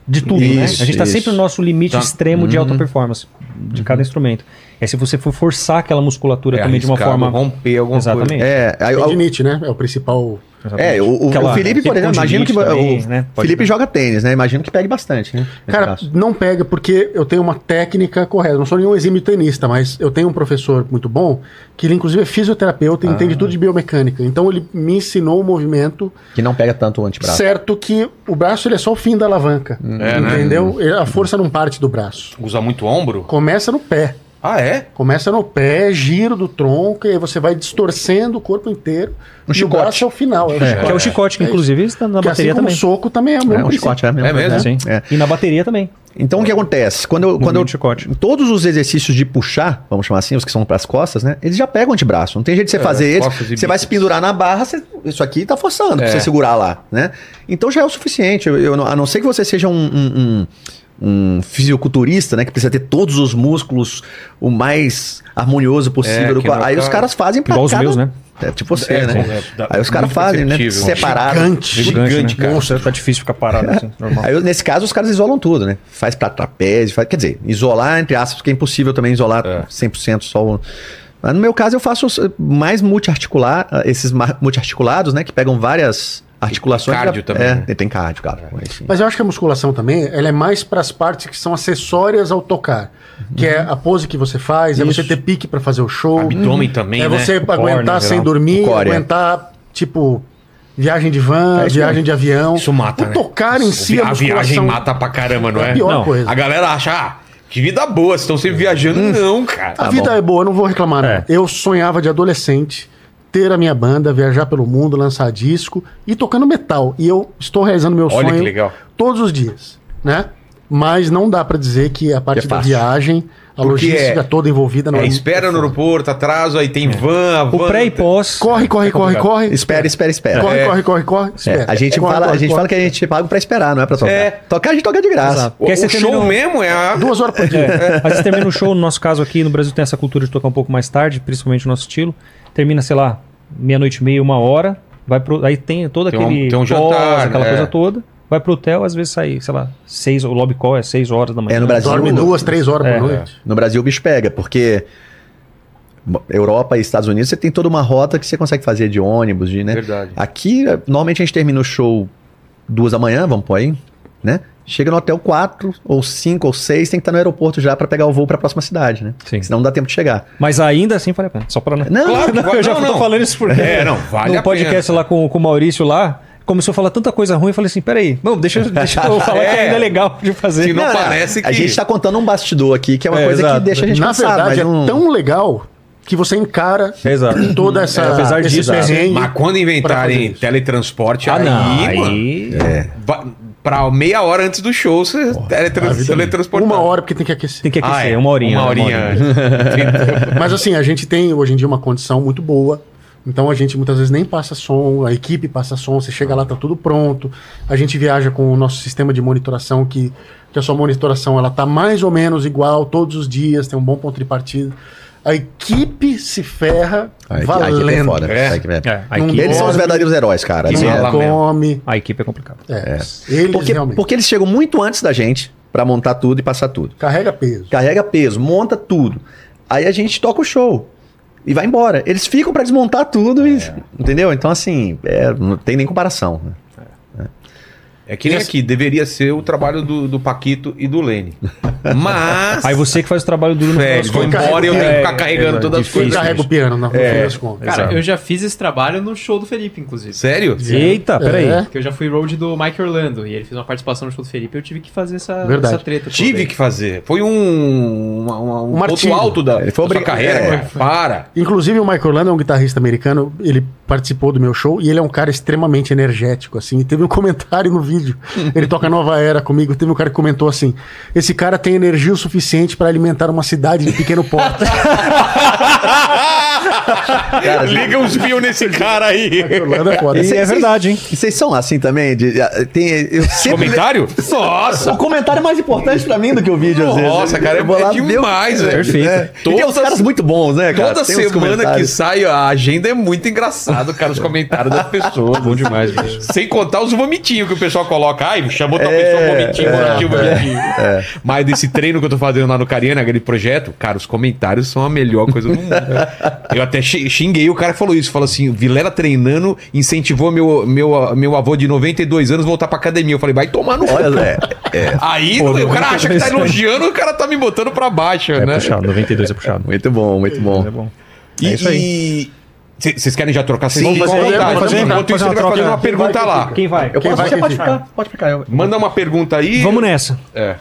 de tudo, né? A
Isso,
gente tá
isso. Uhum.
sempre no nosso limite
Tá.
extremo de alta performance de cada instrumento. É se você for forçar aquela musculatura também de uma
É arriscado,
forma.
Romper alguma
Exatamente.
coisa.
É, aí, eu-
Tendinite, né? É o principal.
Exatamente.
é, o, o- o
Aquela-
Felipe, por
aquele
exemplo, imagino que.
condilite também,
o
né? Pode
Felipe
dar.
joga tênis, né? Imagino que pegue bastante, né? Nesse
Cara,
caso.
não pega porque eu tenho uma técnica correta. Eu Não sou nenhum exímio tenista, mas eu tenho um professor muito bom que ele, inclusive, é fisioterapeuta e entende tudo de biomecânica. Então, ele me ensinou o movimento
que não pega tanto o antebraço.
certo que o braço ele é só o fim da alavanca.
É, né?
entendeu? A força não parte do braço.
Usa muito ombro?
Começa no pé.
Ah, é?
Começa no pé, giro do tronco, e aí você vai distorcendo o corpo inteiro.
Um
e
chicote.
o braço é o final. É, o
Que é o chicote, que
É
inclusive está na
Que assim
bateria
como o
também.
soco também é o mesmo.
É um
princípio.
chicote, é mesmo.
É mesmo?
né?
Sim.
É.
E na bateria também.
Então o que acontece? Quando eu, quando eu
Movimento de chicote.
todos os exercícios de puxar, vamos chamar assim, os que são para as costas, né? Eles já pegam o antebraço. Não tem jeito de você fazer eles.
É, costas e
Você vai
bíceps.
se pendurar na barra, você- isso aqui tá forçando pra
É.
você segurar lá, né? Então já é o suficiente. Eu- eu não- a não ser que você seja um, um- um- um fisiculturista, né? Que precisa ter todos os músculos o mais harmonioso possível. do
que
co-
não é
aí os
pra-
caras fazem pra
Igual os
cada-
meus, né?
É, tipo você,
É,
né?
é, dá-
aí os caras
muito
fazem, né?
perceptível.
Separado.
Gigante.
Gigante, cara.
Nossa, tá difícil ficar parado assim, normal.
Aí, nesse caso, os caras isolam tudo, né? Faz pra trapézio, faz, quer dizer, isolar, entre aspas, porque é impossível também isolar
É.
100% só o... Mas no meu caso, eu faço os, eh, mais multiarticular, ah, esses ma- multiarticulados, né? Que pegam várias articulações.
cardio
pra-
também,
É,
né?
tem- tem cardio, cara. Mas,
Mas eu acho que a musculação também, ela é mais para as partes que são acessórias ao tocar. Que é a pose que você faz, é você ter pique para fazer o show.
Abdômen também,
é
né?
você
core,
aguentar
no
sem
geral.
dormir,
O core, é.
aguentar, tipo, viagem de van,
É isso
viagem de avião.
Isso mata,
o
né?
tocar em si
a viagem mata pra caramba, não
é
é?
a pior
Não,
coisa.
A galera acha, ah, que vida boa, vocês estão sempre viajando. Não, cara.
A vida é boa, eu não vou reclamar. não.
É.
Eu sonhava de adolescente ter a minha banda, viajar pelo mundo, lançar disco e tocando metal. E eu estou realizando meu
Olha que
sonho é
legal.
todos os dias, né? Mas não dá pra dizer que a parte
É
da
fácil.
viagem, a
Porque
logística
é-
toda envolvida não
É, espera no aeroporto, atraso, aí tem van, a van.
É. O pré e pós.
Corre, corre, corre, corre.
É espera, espera, espera.
Corre,
É.
corre, corre, corre.
É,
espera.
a gente,
Corre,
fala,
corre,
a gente
corre.
fala que a gente paga pra esperar, não é pra tocar.
É.
Tocar, a gente toca de graça.
Exato.
O,
Porque aí você
o show
terminou-
mesmo é a.
Duas horas por dia.
É. Às vezes termina um show, no nosso caso aqui no Brasil tem essa cultura de tocar um pouco mais tarde, principalmente o nosso estilo. Termina, sei lá, meia-noite e meia, uma hora. Vai pro, aí tem todo
Tem um-
aquele
tem um
pós,
jantar,
aquela
né?
coisa toda. Vai pro hotel, às vezes sai, sei lá, seis, o lobby call é seis horas da manhã.
É, no Brasil-
Dorme duas, três horas
É.
por noite.
No Brasil o bicho pega, porque bom, Europa e Estados Unidos você tem toda uma rota que você consegue fazer de ônibus, de, né?
Verdade.
Aqui, eh, normalmente a gente termina o show duas da manhã, vamos pôr aí, né? Chega no hotel quatro, ou cinco, ou seis, tem que estar no aeroporto já pra pegar o voo pra próxima cidade, né?
Sim.
Senão não dá tempo de chegar.
Mas ainda assim vale a pena. Só pra não.
Não,
Claro que
Não, eu já
não,
tô
não.
falando isso porque.
É, não, vale a
No podcast
pena.
lá com, com o Maurício lá, começou a falar tanta coisa ruim, eu falei assim: peraí, não, deixa, deixa eu falar que
É.
ainda é legal de fazer.
Se não,
Não,
parece que.
a gente tá contando um bastidor aqui, que é uma
É,
coisa
exato.
que deixa a gente
Na
cansado,
verdade, é
mas não-
tão legal que você encara
Exato.
toda essa.
É, apesar
esse
disso, é.
perrengue.
Mas quando
pra fazer
inventarem
isso.
teletransporte,
Ah,
aí,
não.
mano,
Aí.
va- pra meia hora antes do show, você
A
teletrans
vida- é
teletransportar.
Uma hora, porque tem que aquecer.
Tem que aquecer,
Ah, é.
uma horinha.
Uma
né,
horinha. Trinta-
Mas assim, a gente tem hoje em dia uma condição muito boa. Então a gente muitas vezes nem passa som, a equipe passa som, você chega lá, tá tudo pronto. A gente viaja com o nosso sistema de monitoração, que, que a sua monitoração ela tá mais ou menos igual todos os dias, tem um bom ponto de partida. A equipe se ferra
Aí que- aí que é
valendo.
foda.
É.
aí que é-
É, a
Não
equipe,
Eles são os
Enorme.
verdadeiros heróis, cara.
Que
assim, é-
mala.
Não come.
a equipe é complicada.
É. Eles
porque,
realmente.
porque eles chegam muito antes da gente pra montar tudo e passar tudo.
Carrega peso.
carrega peso, monta tudo. Aí a gente toca o show e vai embora. Eles ficam pra desmontar tudo, e, entendeu? Então, assim, é, não tem nem comparação. né?
É que nem aqui, deveria ser o trabalho do, do Paquito e do Lene. Mas.
Aí você que faz o trabalho duro
É,
no final
eles
das
vão
contas.
embora e eu tenho que ficar
É,
carregando
é,
todas as
Eu
coisas.
carrego o piano, na no fim das contas.
Cara,
Exato.
eu já fiz esse trabalho no show do Felipe, inclusive.
Sério?
Eita, Tá, peraí.
É.
Que eu já fui road do Mike Orlando e ele fez uma participação no show do Felipe. Eu tive que fazer essa,
Verdade.
essa treta. toda
Tive
aí.
que fazer. Foi um. uma- uma- um
Um
ponto
martírio.
alto da,
Ele foi
da sua
obrigado-
carreira.
é.
cara. Para.
Inclusive o Michael Orlando é um guitarrista americano, ele participou do meu show e ele é um cara extremamente energético, assim. E teve um comentário no vídeo. Ele toca Nova Era comigo, teve um cara que comentou assim: esse cara tem energia o suficiente pra alimentar uma cidade de pequeno porte.
Liga uns fios nesse cara aí.
Michael Orlando é foda.
E
Cês-
é
cês-
verdade, hein?
E vocês são assim também? De, tem, eu sempre
Comentário? Nossa!
O comentário é mais importante pra mim do que o vídeo, às vezes.
Nossa, cara, é,
eu vou lá
é demais, velho.
Perfeito.
É. E tem uns
Todas-
caras muito bons, né, cara?
Toda
Tem uns
semana que
comentários.
sai a agenda é muito engraçado, cara, os comentários das pessoas.
Bom demais, bicho.
Sem contar os vomitinhos que o pessoal coloca. Ai, chamou tal
É,
pessoa vomitinho, vomitinho, vomitinho. Mas desse treino que eu tô fazendo lá no Cariana, aquele projeto, cara, os comentários são a melhor coisa do mundo. né? eu até xi- xinguei o cara que falou isso. Falou assim, Vilela treinando incentivou meu, meu, meu avô de 92 anos voltar pra academia. Eu falei, vai tomar no cu.
Olha, é, é,
Aí o cara acha que tá elogiando o cara tá me botando pra baixo, né?
Puxado, 92 é puxado.
muito bom, muito
É
bom.
bom.
E-
isso aí.
E cê- vocês querem já trocar? Vocês
Sim,
ficam à
vamos fazer,
vontade.
vamos fazer,
Enquanto isso, ele vai
vamos fazer uma troca.
fazer uma pergunta lá.
Quem vai?
Eu
Quem
posso,
vai,
você
quem
pode
fica?
ficar, pode ficar. eu-
Manda uma pergunta aí.
Vamos nessa.
É.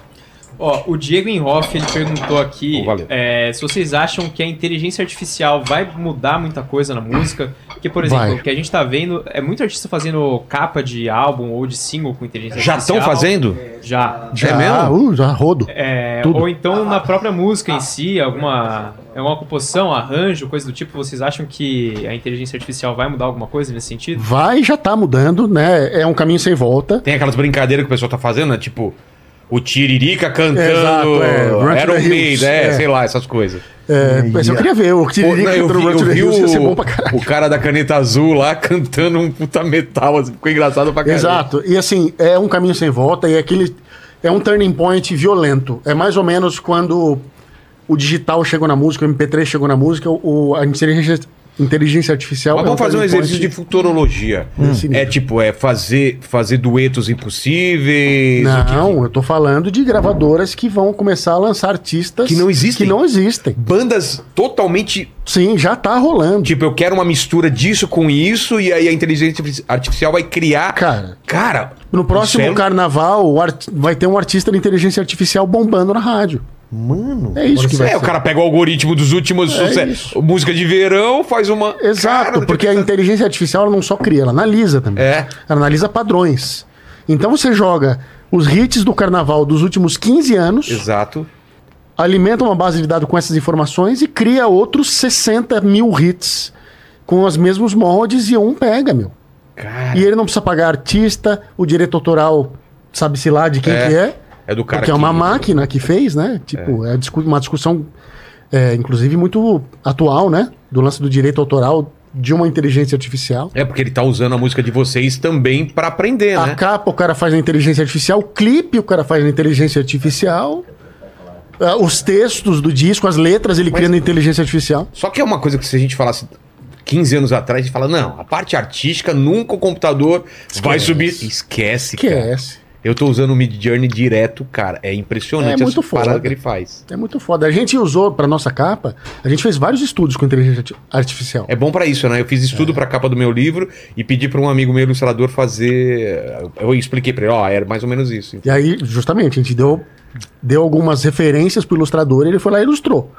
Ó, o Diego Inhoff, ele perguntou aqui
Oh, valeu.
é, se vocês acham que a inteligência artificial vai mudar muita coisa na música. Porque, por exemplo,
Vai.
o que a gente tá vendo é muito artista fazendo capa de álbum ou de single com inteligência
Já
artificial.
estão fazendo?
Já.
É mesmo?
Uh, já rodo.
É,
Tudo.
ou então na própria música em si, alguma, alguma composição, arranjo, coisa do tipo, vocês acham que a inteligência artificial vai mudar alguma coisa nesse sentido?
Vai, já tá mudando, né? É um caminho sem volta.
Tem aquelas brincadeiras que o pessoal tá fazendo, né? Tipo, o Tiririca cantando
Exato, é. Run to the
Iron
Hills,
Maiden, é,
é.
sei lá, essas coisas.
É, mas eu queria ver o que
Pô, não,
diria que
eu
entrou
vi,
no Run to
eu
the
vi
Hills ia ser
o,
bom pra caralho.
o cara da caneta azul lá cantando um puta metal, assim, ficou engraçado pra caralho.
Exato. E assim, é um caminho sem volta e aquele. É um turning point violento. É mais ou menos quando o digital chegou na música, o MP3 chegou na música, o, a inteligência, inteligência artificial.
Mas
é
vamos fazer um
turning
exercício de
point-
futurologia.
Nesse nível.
É tipo, é fazer, fazer duetos impossíveis. o que-
Não, eu tô falando de gravadoras que vão começar a lançar artistas
Que não existem.
Que não existem.
Bandas totalmente.
Sim, já tá rolando.
Tipo, eu quero uma mistura disso com isso, e aí a inteligência artificial vai criar.
Cara,
Cara,
no próximo
Isso é-
carnaval o art- vai ter um artista de inteligência artificial bombando na rádio. Mano, é isso que vai
é,
ser. É
o cara pega o algoritmo dos últimos sucessos. Música de verão, faz uma.
Exato,
Cara, tá-
porque a inteligência artificial ela não só cria, ela analisa também.
É.
Ela analisa padrões. Então você joga os hits do carnaval dos últimos 15 anos,
Exato.
alimenta uma base de dados com essas informações e cria outros 60 mil hits com os mesmos moldes e um pega, meu.
Cara,
E ele não precisa pagar artista, o direito autoral sabe-se lá de quem
É,
que é,
é do cara
porque é uma
que-
máquina que fez, né? Tipo, é, discu- uma discussão, é, inclusive, muito atual, né? Do lance do direito autoral de uma inteligência artificial.
É porque ele tá usando a música de vocês também pra aprender,
A
né?
capa o Ah, cara faz na inteligência artificial, o clipe o cara faz na inteligência artificial, ah, os textos do disco, as letras ele cria na inteligência artificial.
Só que é uma coisa que se a gente falasse 15 anos atrás, a gente fala, não, a parte artística nunca o computador vai subir. Esquece,
Que
cara.
é esse.
Eu tô usando o Mid Journey direto, cara. É impressionante
É muito
as paradas
foda.
que ele faz.
É muito foda. A gente usou para nossa capa, a gente fez vários estudos com inteligência arti- artificial.
É bom pra isso, né? Eu fiz estudo pra capa do meu livro e pedi pra um amigo meu ilustrador fazer. Eu expliquei pra ele, ó, era mais ou menos isso.
E aí, justamente, a gente deu, deu algumas referências pro ilustrador e ele foi lá e ilustrou,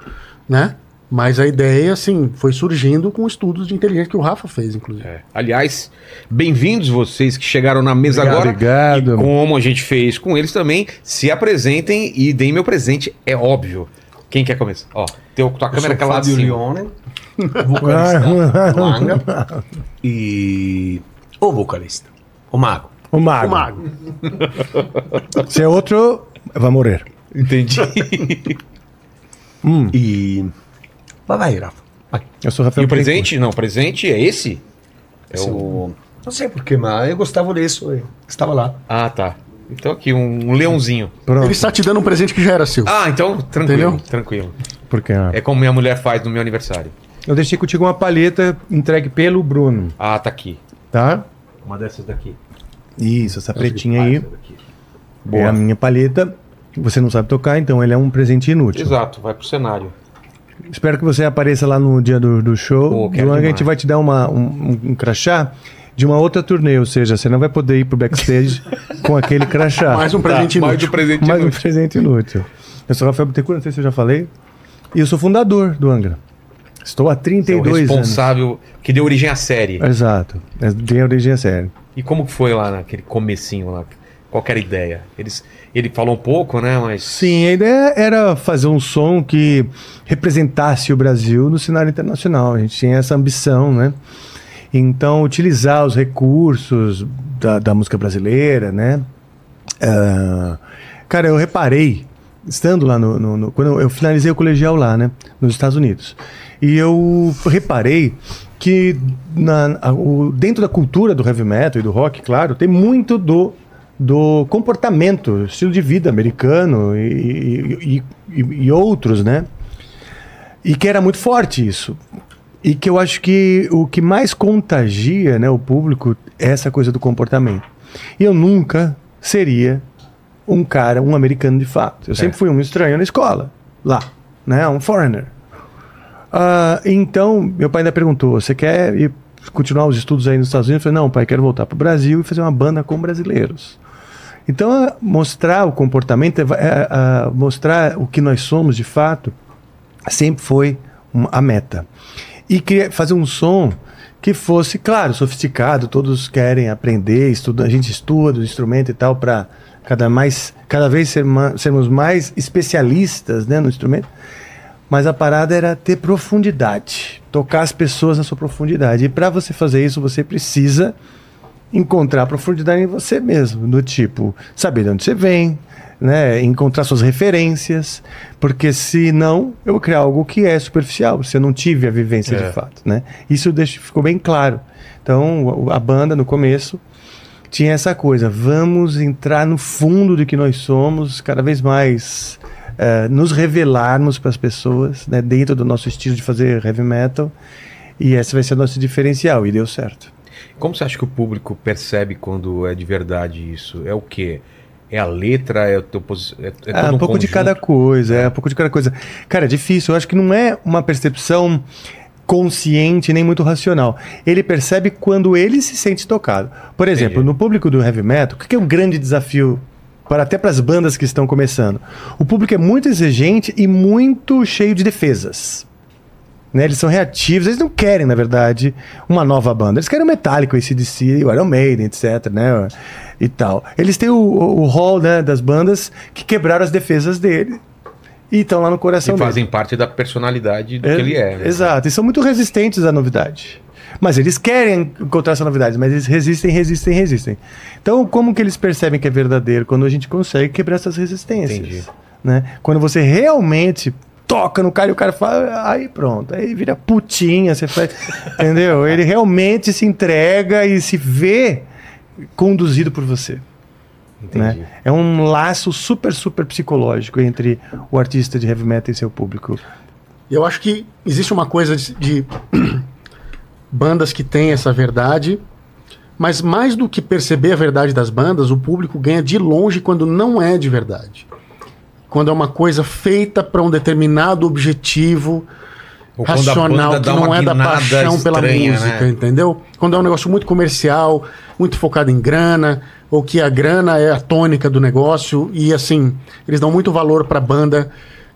né? Mas a ideia, assim, foi surgindo com estudos de inteligência que o Rafa fez, inclusive.
É. Aliás, bem-vindos vocês que chegaram na mesa
Obrigado,
agora.
obrigado.
E como a gente fez com eles também, se apresentem e deem meu presente, é óbvio. Quem quer começar? Ó, teu, tua câmera que é lá de
Fábio
cima.
Leone, vocalista do Angra e o vocalista, o Mago.
O mago.
O mago.
Se é outro, vai morrer.
Entendi.
E vai, vai, Rafa. Vai.
Eu sou
e
Rafael
o presente? Não, o presente é esse? É
Sim.
o...
Não sei porquê, mas eu gostava disso, eu estava lá.
Ah, tá. Então aqui, um leãozinho.
Pinto. Pronto,
Ele está te dando um presente que já era seu.
Ah, então tranquilo,
Entendeu?
tranquilo.
porque...
É como minha mulher faz no meu aniversário.
Eu deixei contigo uma palheta entregue pelo Bruno,
Ah, tá aqui.
tá?
Uma dessas daqui.
Isso, essa pretinha aí
Boa.
é a minha palheta. Você não sabe tocar, então ele é um presente inútil.
Exato, vai pro cenário.
Espero que você apareça lá no dia do, do show.
Pô,
do
quero
Angra, a
demais.
gente vai te dar uma, um, um- um crachá de uma outra turnê, ou seja, você não vai poder ir pro backstage com aquele crachá.
Mais um presente
mais
inútil.
um presente
Mais um
inútil.
presente inútil. Eu sou Rafael Bittencourt, não sei se eu já falei. E eu sou fundador do Angra. Estou há
É o
32 anos.
responsável que deu origem à série.
Exato. É, Dei origem a sério.
E como que foi lá naquele comecinho lá? Qual que era a ideia? Eles, ele falou um pouco, né? Mas.
Sim, a ideia era fazer um som que representasse o Brasil no cenário internacional. A gente tinha essa ambição, né? Então, utilizar os recursos da, da música brasileira, né? Ah, cara, eu reparei, estando lá no. no- no- quando eu, eu finalizei o colegial lá, né? Nos Estados Unidos. E eu reparei que na- a- o- dentro da cultura do heavy metal e do rock, claro, tem muito do, do comportamento, estilo de vida americano e- e- e- e- e outros, né? E que era muito forte isso. E que eu acho que o que mais contagia né, o público é essa coisa do comportamento. E eu nunca seria um cara, um americano de fato. Eu sempre fui um estranho na escola, lá, né? Um foreigner. Ah, então, meu pai ainda perguntou: você quer ir continuar os estudos aí nos Estados Unidos? Eu falei: não, pai, quero voltar para o Brasil e fazer uma banda com brasileiros. ah,
Então, é, mostrar o comportamento,
eh,
é, é, é, mostrar o que nós somos de fato, sempre foi um- a meta. E cria- fazer um som que fosse, claro, sofisticado, todos querem aprender, estuda, a gente estuda o instrumento e tal, para cada, mais- cada vez ser ma- sermos mais especialistas né, no instrumento. Mas a parada era ter profundidade, tocar as pessoas na sua profundidade. E para você fazer isso, você precisa encontrar profundidade em você mesmo, do tipo, saber de onde você vem, né, encontrar suas referências, porque se não, eu vou criar algo que é superficial, se eu não tive a vivência de fato, né? Isso deixa, ficou bem claro. Então, o- a banda no começo tinha essa coisa, vamos entrar no fundo do que nós somos, cada vez mais eh, nos revelarmos para as pessoas, né, dentro do nosso estilo de fazer heavy metal, e esse vai ser o nosso diferencial, e deu certo.
Como você acha que o público percebe quando é de verdade isso? É o quê? É a letra? É, o teu posi- é, é
É
todo
um pouco de
conjunto?
cada coisa, é um pouco de cada coisa. Cara, é difícil, eu acho que não é uma percepção consciente nem muito racional. Ele percebe quando ele se sente tocado. Por exemplo, no público do heavy metal, o que que é um grande desafio para até para as bandas que estão começando? O público é muito exigente e muito cheio de defesas. Né, eles são reativos, eles não querem, na verdade, uma nova banda. Eles querem o Metallica, o ACDC, o Iron Maiden, etc, né, e tal. Eles têm o, o, o hall né, das bandas que quebraram as defesas dele e estão lá no coração
E
dele.
fazem parte da personalidade do
É,
que ele é. né?
Exato, e são muito resistentes à novidade. Mas eles querem encontrar essa novidade, mas eles resistem, resistem, resistem. Então, como que eles percebem que é verdadeiro? Quando a gente consegue quebrar essas resistências.
Entendi.
Né? Quando você realmente toca no cara e o cara fala, aí pronto, aí vira putinha, você faz. entendeu? Ele realmente se entrega e se vê conduzido por você.
Entendi.
né? É um laço super, super psicológico entre o artista de heavy metal e seu público.
Eu acho que existe uma coisa de, de bandas que têm essa verdade, mas mais do que perceber a verdade das bandas, o público ganha de longe quando não é de verdade. Quando é uma coisa feita para um determinado objetivo
Ou quando a
racional,
banda
que
dá uma
não é da
guinada
paixão pela
estranha,
música,
né?
entendeu? Quando é um negócio muito comercial, muito focado em grana, ou que a grana é a tônica do negócio, e assim, eles dão muito valor pra banda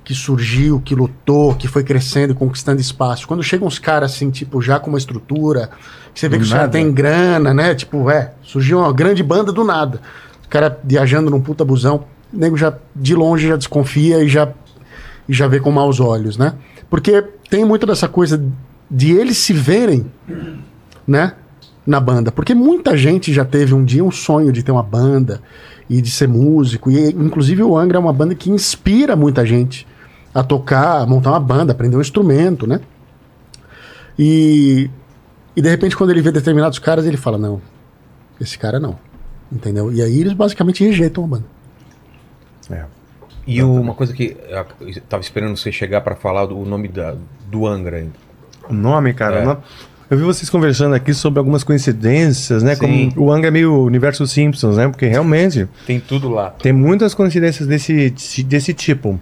que surgiu, que lutou, que foi crescendo e conquistando espaço. Quando chegam uns caras assim, tipo, já com uma estrutura, que você vê
Do
que os caras
nada.
têm grana, né? Tipo, é, surgiu uma grande banda do nada. O cara viajando num puta busão, o nego já de longe já desconfia e já e já vê com maus olhos, né? Porque tem muito dessa coisa de eles se verem, né? Na banda. Porque muita gente já teve um dia um sonho de ter uma banda e de ser músico. E, inclusive, o Angra é uma banda que inspira muita gente a tocar, a montar uma banda, aprender um instrumento, né? E, e de repente, quando ele vê determinados caras, ele fala: Não, esse cara não. Entendeu? E aí eles basicamente rejeitam a banda.
E o- uma coisa que ah, eu tava esperando você chegar para falar do, o nome da, do Angra. ainda.
O nome, cara.
É.
o nome- Eu vi vocês conversando aqui sobre algumas coincidências, né?
Sim.
Como o Angra é meio universo Simpsons, né? Porque realmente
Tem tudo lá.
tem muitas coincidências desse, desse tipo.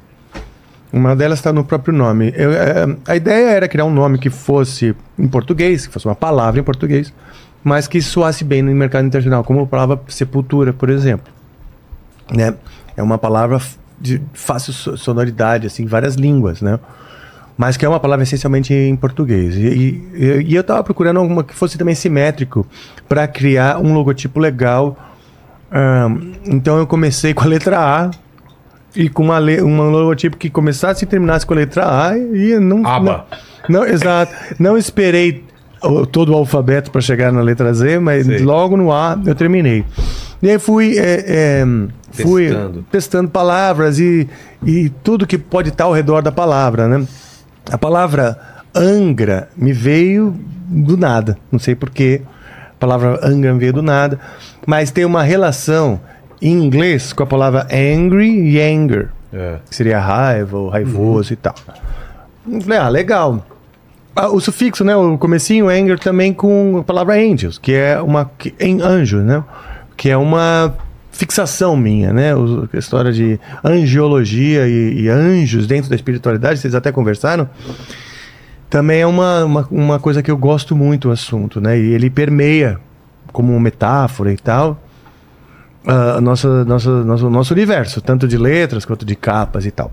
Uma delas está no próprio nome. Eu, é, a ideia era criar um nome que fosse em português, que fosse uma palavra em português, mas que soasse bem no mercado internacional, como a palavra sepultura, por exemplo. Né? É uma palavra f- de fácil so- sonoridade, assim, em várias línguas, né? mas que é uma palavra essencialmente em português. E, e- e eu estava procurando alguma que fosse também simétrico para criar um logotipo legal. Ahn, então eu comecei com a letra A e com uma le- um logotipo que começasse e terminasse com a letra A e não.
Aba.
Não, não, exato. Não esperei o- todo o alfabeto para chegar na letra Z, mas
Sei.
logo no A eu terminei. E aí fui, é, é, fui
Testando.
testando palavras e, e tudo que pode estar ao redor da palavra, né? A palavra Angra me veio do nada, não sei porquê. A palavra Angra me veio do nada, mas tem uma relação em inglês com a palavra angry e anger,
É. Uhum.
que seria raiva ou raivoso e tal. Eu Falei, ah, legal. Ah, o sufixo, né? O comecinho, anger, também com a palavra angels, que é uma. Que, em anjo, né? Que é uma fixação minha, né? O- a história de angiologia e, e anjos dentro da espiritualidade, vocês até conversaram. Também é uma, uma, uma coisa que eu gosto muito o assunto, né? E ele permeia como metáfora e tal. ah, nossa, nossa, nosso, nosso universo, tanto de letras quanto de capas e tal.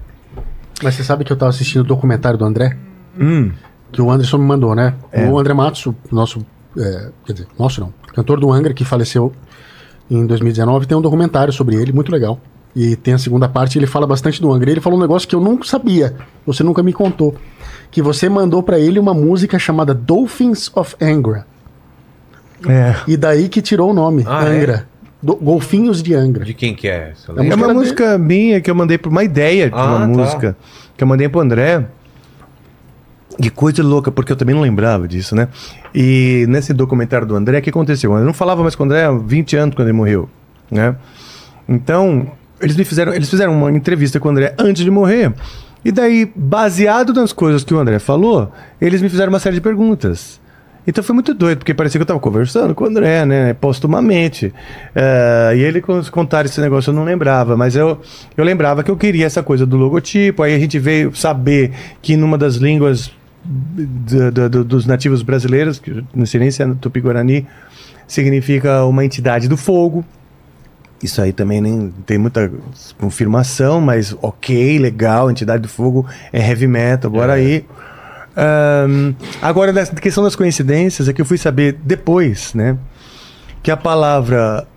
Mas você sabe que eu tava assistindo o documentário do André?
Hum.
Que o Anderson me mandou, né?
É.
O André Matos, o nosso. é, quer dizer, nosso não. Cantor do Angra, que faleceu em 2019, tem um documentário sobre ele, muito legal. E tem a segunda parte, ele fala bastante do Angra. E Ele falou um negócio que eu nunca sabia, você nunca me contou. Que você mandou pra ele uma música chamada Dolphins of Angra.
É.
E daí que tirou o nome,
Ah,
Angra. Do- Golfinhos de Angra.
De quem que é? essa
É
lei?
É uma
Era
música minha que eu mandei pra uma ideia de
Ah,
uma
tá.
música que eu mandei pro André. Que coisa louca, porque eu também não lembrava disso, né? E nesse documentário do André, o que aconteceu? Eu não falava mais com o André há 20 anos quando ele morreu, né? Então, eles me fizeram, eles fizeram uma entrevista com o André antes de morrer. E daí, baseado nas coisas que o André falou, eles me fizeram uma série de perguntas. Então foi muito doido, porque parecia que eu tava conversando com o André, né? Postumamente. Eh, e ele cons- contar esse negócio eu não lembrava, mas eu, eu lembrava que eu queria essa coisa do logotipo. Aí a gente veio saber que numa das línguas da- da- do- dos nativos brasileiros, que eu não sei nem se é no Tupi-Guarani, significa uma entidade do fogo. Isso aí também nem tem muita confirmação, mas ok, legal, Entidade do Fogo é heavy metal, bora aí. Ahn, agora, na questão das coincidências, é que eu fui saber depois, né? Que a palavra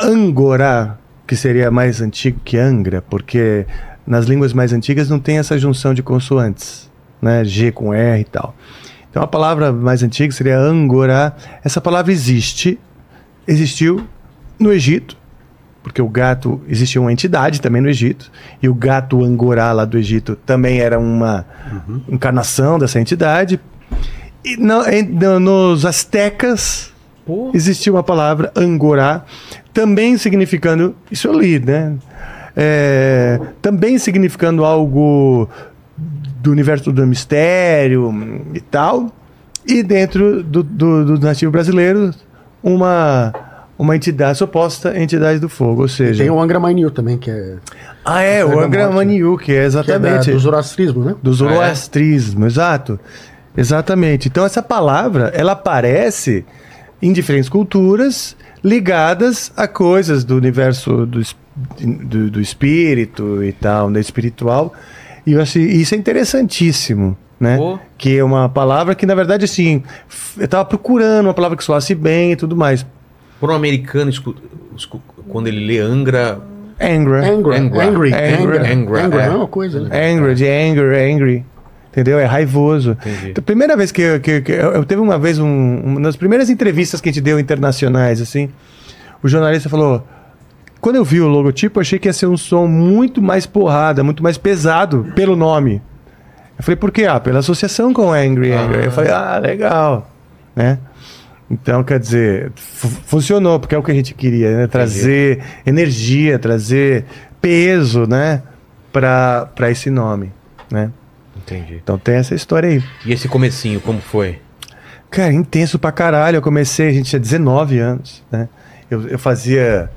Angorá, que seria mais antigo que Angra, porque nas línguas mais antigas não tem essa junção de consoantes, né? G com R e tal. Então a palavra mais antiga seria Angorá. Essa palavra existe, existiu no Egito, porque o gato existia uma entidade também no Egito e o gato angorá lá do Egito também era uma encarnação dessa entidade e na- em- na- nos astecas existia uma palavra angorá também significando isso eu li né É, também significando algo do universo do mistério hum, e tal e dentro do, do, do nativo brasileiro uma uma entidade suposta entidade do fogo ou seja
Tem o Angra Mainil também, que é,
ah, é, o
Angra
Angra
Morte.
Maniu, que é
que é da,
exatamente.
do zoroastrismo, né?
do zoroastrismo, exato. Exatamente. Então, essa palavra, ela aparece em diferentes culturas ligadas a coisas do universo do, es- do, do espírito e tal, da espiritual. E eu achei- isso é interessantíssimo, né?
Pô.
Que é uma palavra que, na verdade, assim, f- eu tava procurando uma palavra que soasse bem e tudo mais.
Por um americano, escu- escu- quando ele lê Angra,
Angra.
Angra.
Angra.
Angry.
Angra.
Angra.
Angra,
Angra
é.
é uma coisa, né?
Angry, de anger, angry. Entendeu? É raivoso.
Entendi.
Então, primeira vez que, eu- que, que eu, eu teve uma vez, um, uma das primeiras entrevistas que a gente deu internacionais, assim, o jornalista falou: quando eu vi o logotipo, eu achei que ia ser um som muito mais porrada, muito mais pesado pelo nome. Eu falei, por quê? Ah, pela associação com Angry Angry. Eu falei, ah, legal. Né? Então, quer dizer, fu- funcionou, porque é o que a gente queria, né? Trazer energia, trazer peso, né? Pra, pra esse nome, né?
entendi.
Então tem essa história aí.
E esse comecinho, como foi?
Cara, intenso pra caralho. Eu comecei, a gente tinha 19 anos, né? Eu, eu fazia.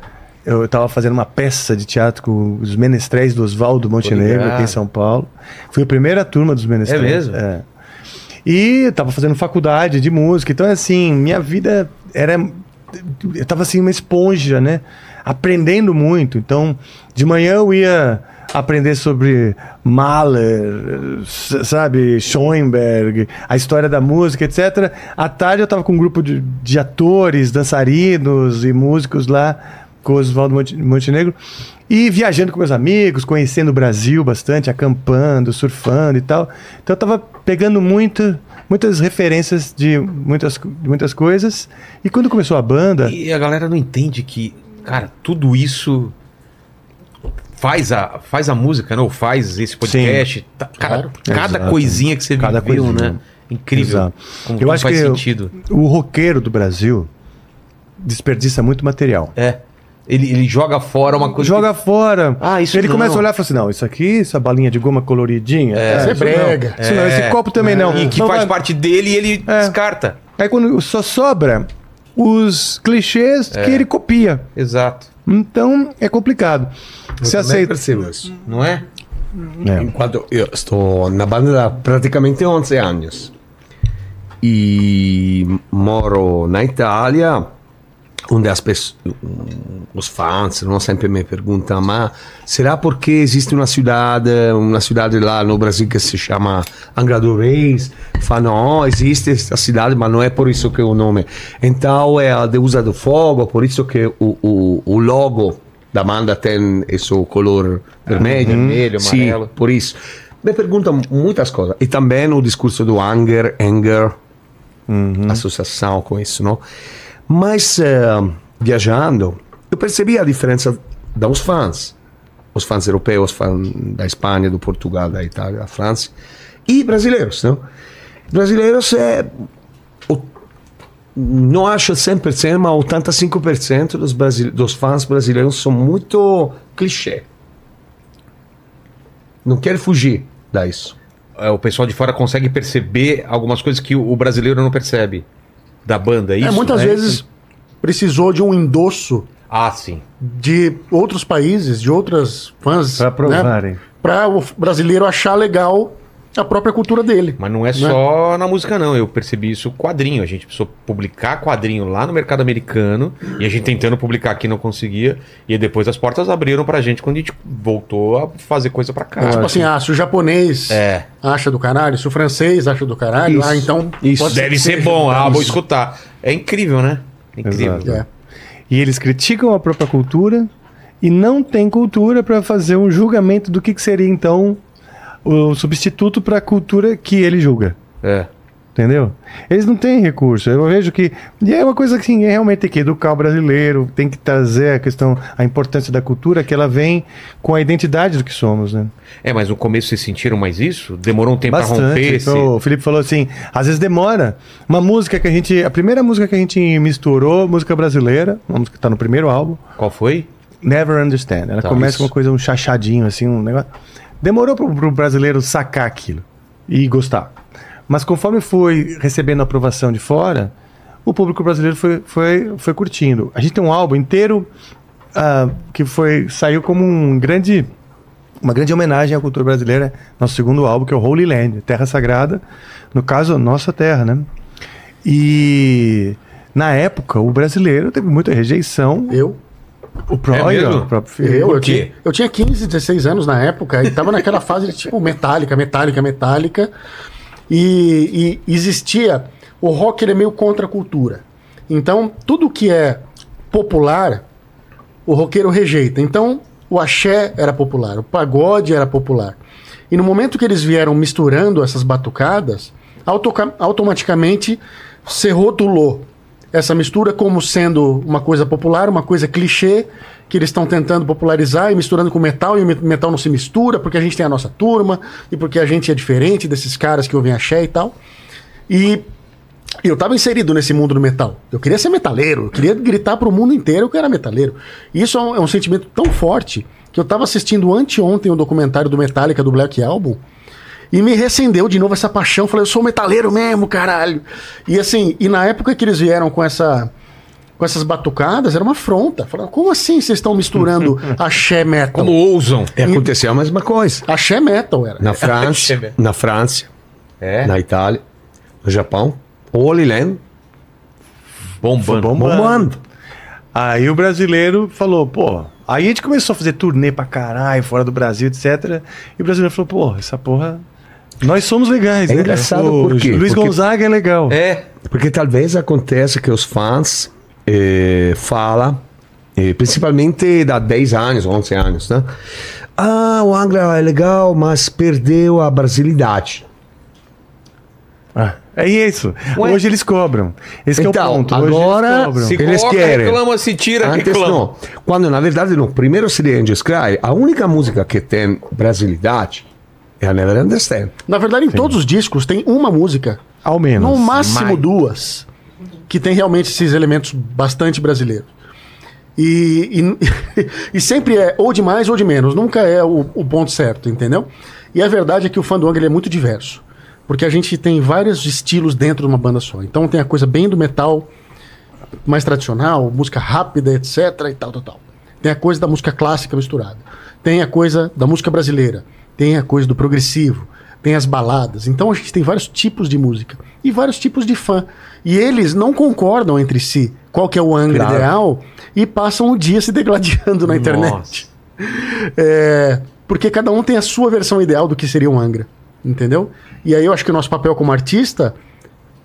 Eu eu tava fazendo uma peça de teatro com os menestréis do Oswaldo Montenegro,
ligado.
aqui em São Paulo. Fui a primeira turma dos menestréis.
É mesmo?
É. E eu tava fazendo faculdade de música. Então, assim, minha vida era. Eu tava assim, uma esponja, né? Aprendendo muito. Então, de manhã eu ia aprender sobre Mahler, s- sabe, Schoenberg, a história da música, etc. À tarde eu tava com um grupo de, de atores, dançarinos e músicos lá com o Oswaldo Monte- Montenegro. E viajando com meus amigos, conhecendo o Brasil bastante, acampando, surfando e tal. Então eu tava pegando muito, muitas referências de muitas, de muitas coisas. E quando começou a banda.
E a galera não entende que, cara, tudo isso faz a, faz a música, né? Ou faz esse podcast. Tá- cara,
Claro.
cada
Exato.
coisinha que você
Cada
viveu,
coisinha.
né? Incrível.
Exato.
Como,
Eu
como
acho
faz
que eu-
sentido.
O roqueiro do Brasil desperdiça muito material.
É. Ele, ele joga fora uma coisa.
Joga fora.
Ah, isso
Ele
não.
começa a olhar e fala assim: não, isso aqui, essa balinha de goma coloridinha. É,
Isso é
isso não.
brega.
Isso não,
É.
esse copo também não.
que, e que
Não
faz
vai-
parte dele e ele
É.
descarta.
Aí quando só sobra os clichês que
É.
ele copia.
Exato.
Então é complicado. Se
Eu também
aceita. Hum.
percebo isso.
Não é?
Enquanto eu estou na banda há praticamente 11 anos e moro na Itália, onde as pessoas, os fãs não sempre me perguntam, mas será porque existe uma cidade, uma cidade lá no Brasil que se chama Angra do Reis? Fala, não, existe essa cidade, mas não é por isso que é o nome. Então é a deusa do fogo, por isso que o, o, o logo da banda tem esse color vermelho,
vermelho,
Sim,
amarelo.
por isso. Me perguntam muitas coisas. E também o discurso do anger, anger, Uhum. associação com isso, não? Mas eh, viajando, eu percebi a diferença dos fãs. Os fãs europeus, os fãs da Espanha, do Portugal, da Itália, da França. E brasileiros, não? Brasileiros é... o- não acho 100%, mas 85% dos, brasi- dos fãs brasileiros são muito clichê. Não quero fugir da isso.
É, o pessoal de fora consegue perceber algumas coisas que o o brasileiro não percebe da banda, é isso?
é, muitas
né?
vezes precisou de um endosso
Ah, sim.
de outros países, de outras fãs,
Pra provarem.
para o brasileiro achar legal a própria cultura dele.
Mas não é só na música, não. Eu percebi isso quadrinho. A gente precisou publicar quadrinho lá no mercado americano. E a gente tentando publicar aqui não conseguia. E depois as portas abriram pra gente quando a gente voltou a fazer coisa pra cá.
tipo assim, ah, se o japonês
É.
acha do caralho, se o francês acha do caralho, ah, então
Isso
pode
deve
que
ser
seja.
bom. Ah, vou escutar. É incrível, né? É incrível.
Exato.
É.
E eles criticam a própria cultura e não tem cultura para fazer um julgamento do que, que seria então o substituto para a cultura que ele julga.
É.
Entendeu? Eles não têm recurso. Eu vejo que. E é uma coisa que assim, é realmente tem que educar o brasileiro, tem que trazer a questão, a importância da cultura, que ela vem com a identidade do que somos, né?
É, mas no começo vocês sentiram mais isso? Demorou um tempo pra
Bastante.
romper esse...
então-
O Felipe falou assim: às vezes demora. Uma música que a gente. A primeira música que a gente misturou, música brasileira, uma música que tá no primeiro álbum,
Qual foi?
Never Understand. Ela
Tá,
começa
isso.
com uma coisa, um chachadinho, assim, um negócio. Demorou pro, pro brasileiro sacar aquilo e gostar. Mas conforme foi recebendo aprovação de fora, o público brasileiro foi, foi, foi curtindo. A gente tem um álbum inteiro ah, que foi saiu como um grande uma grande homenagem à cultura brasileira, nosso segundo álbum, que é o Holy Land, Terra Sagrada, no caso, nossa terra, né? E na época, o brasileiro teve muita rejeição.
Eu,
O próprio,
É mesmo?
o próprio filho.
eu,
Por
eu,
quê?
tinha, eu tinha 15, 16 anos na época e tava naquela fase de tipo metálica, metálica, metálica. E, e existia. O rock ele é meio contra a cultura. Então, tudo que é popular, o roqueiro rejeita. Então, o axé era popular, o pagode era popular. E no momento que eles vieram misturando essas batucadas, autoca- automaticamente se rotulou essa mistura como sendo uma coisa popular, uma coisa clichê que eles estão tentando popularizar e misturando com metal, e o me- metal não se mistura porque a gente tem a nossa turma e porque a gente é diferente desses caras que ouvem axé e tal. E eu tava inserido nesse mundo do metal. Eu queria ser metaleiro, eu queria gritar pro mundo inteiro que eu era metaleiro. Isso é um, é um sentimento tão forte que eu tava assistindo anteontem um documentário do Metallica do Black Album e me recendeu de novo essa paixão. Falei, eu sou metaleiro mesmo, caralho. E assim, e na época que eles vieram com essa com essas batucadas, era uma afronta. Falaram, como assim vocês estão misturando axé metal?
Como ousam?
E aconteceu a mesma coisa.
Axé metal era.
Na França, na França,
É.
na Itália, no Japão, Holy Land,
Bombando.
bombando.
bombando.
Aí o brasileiro falou, pô. Aí a gente começou a fazer turnê pra caralho, fora do Brasil, etc. E o brasileiro falou, pô, essa porra. Nós somos legais,
É
né?
engraçado
o
por quê?
Luiz
Porque-
Gonzaga é legal.
É.
Porque talvez aconteça que os fãs eh, fala, eh, principalmente da 10 anos, 11 anos, né? Ah, o Angra é legal, mas perdeu a brasilidade.
Ah, é isso.
Ué?
Hoje eles cobram. Esse que é
Então,
o ponto. Hoje
agora-
eles cobram.
Se
Eles
coloca,
querem.
reclama, se tira,
Antes
reclama.
não. Quando na verdade no primeiro CD Angels Cry, a única música que tem brasilidade é a Never Understand.
Na verdade, em todos os discos tem uma música
Ao menos.
No máximo
mais.
duas. Que tem realmente esses elementos bastante brasileiros. E, e, e sempre é ou de mais ou de menos. Nunca é o, o ponto certo, entendeu? E a verdade é que o fã do Angra ele é muito diverso. Porque a gente tem vários estilos dentro de uma banda só. Então tem a coisa bem do metal, mais tradicional, música rápida, etc. e tal, tal, tal. Tem a coisa da música clássica misturada. Tem a coisa da música brasileira. Tem a coisa do progressivo. tem as baladas. Então a gente tem vários tipos de música e vários tipos de fã. E eles não concordam entre si qual que é o ângulo
Claro.
ideal e passam o dia se degladiando na internet. É, porque cada um tem a sua versão ideal do que seria o Angra, entendeu? E aí eu acho que o nosso papel como artista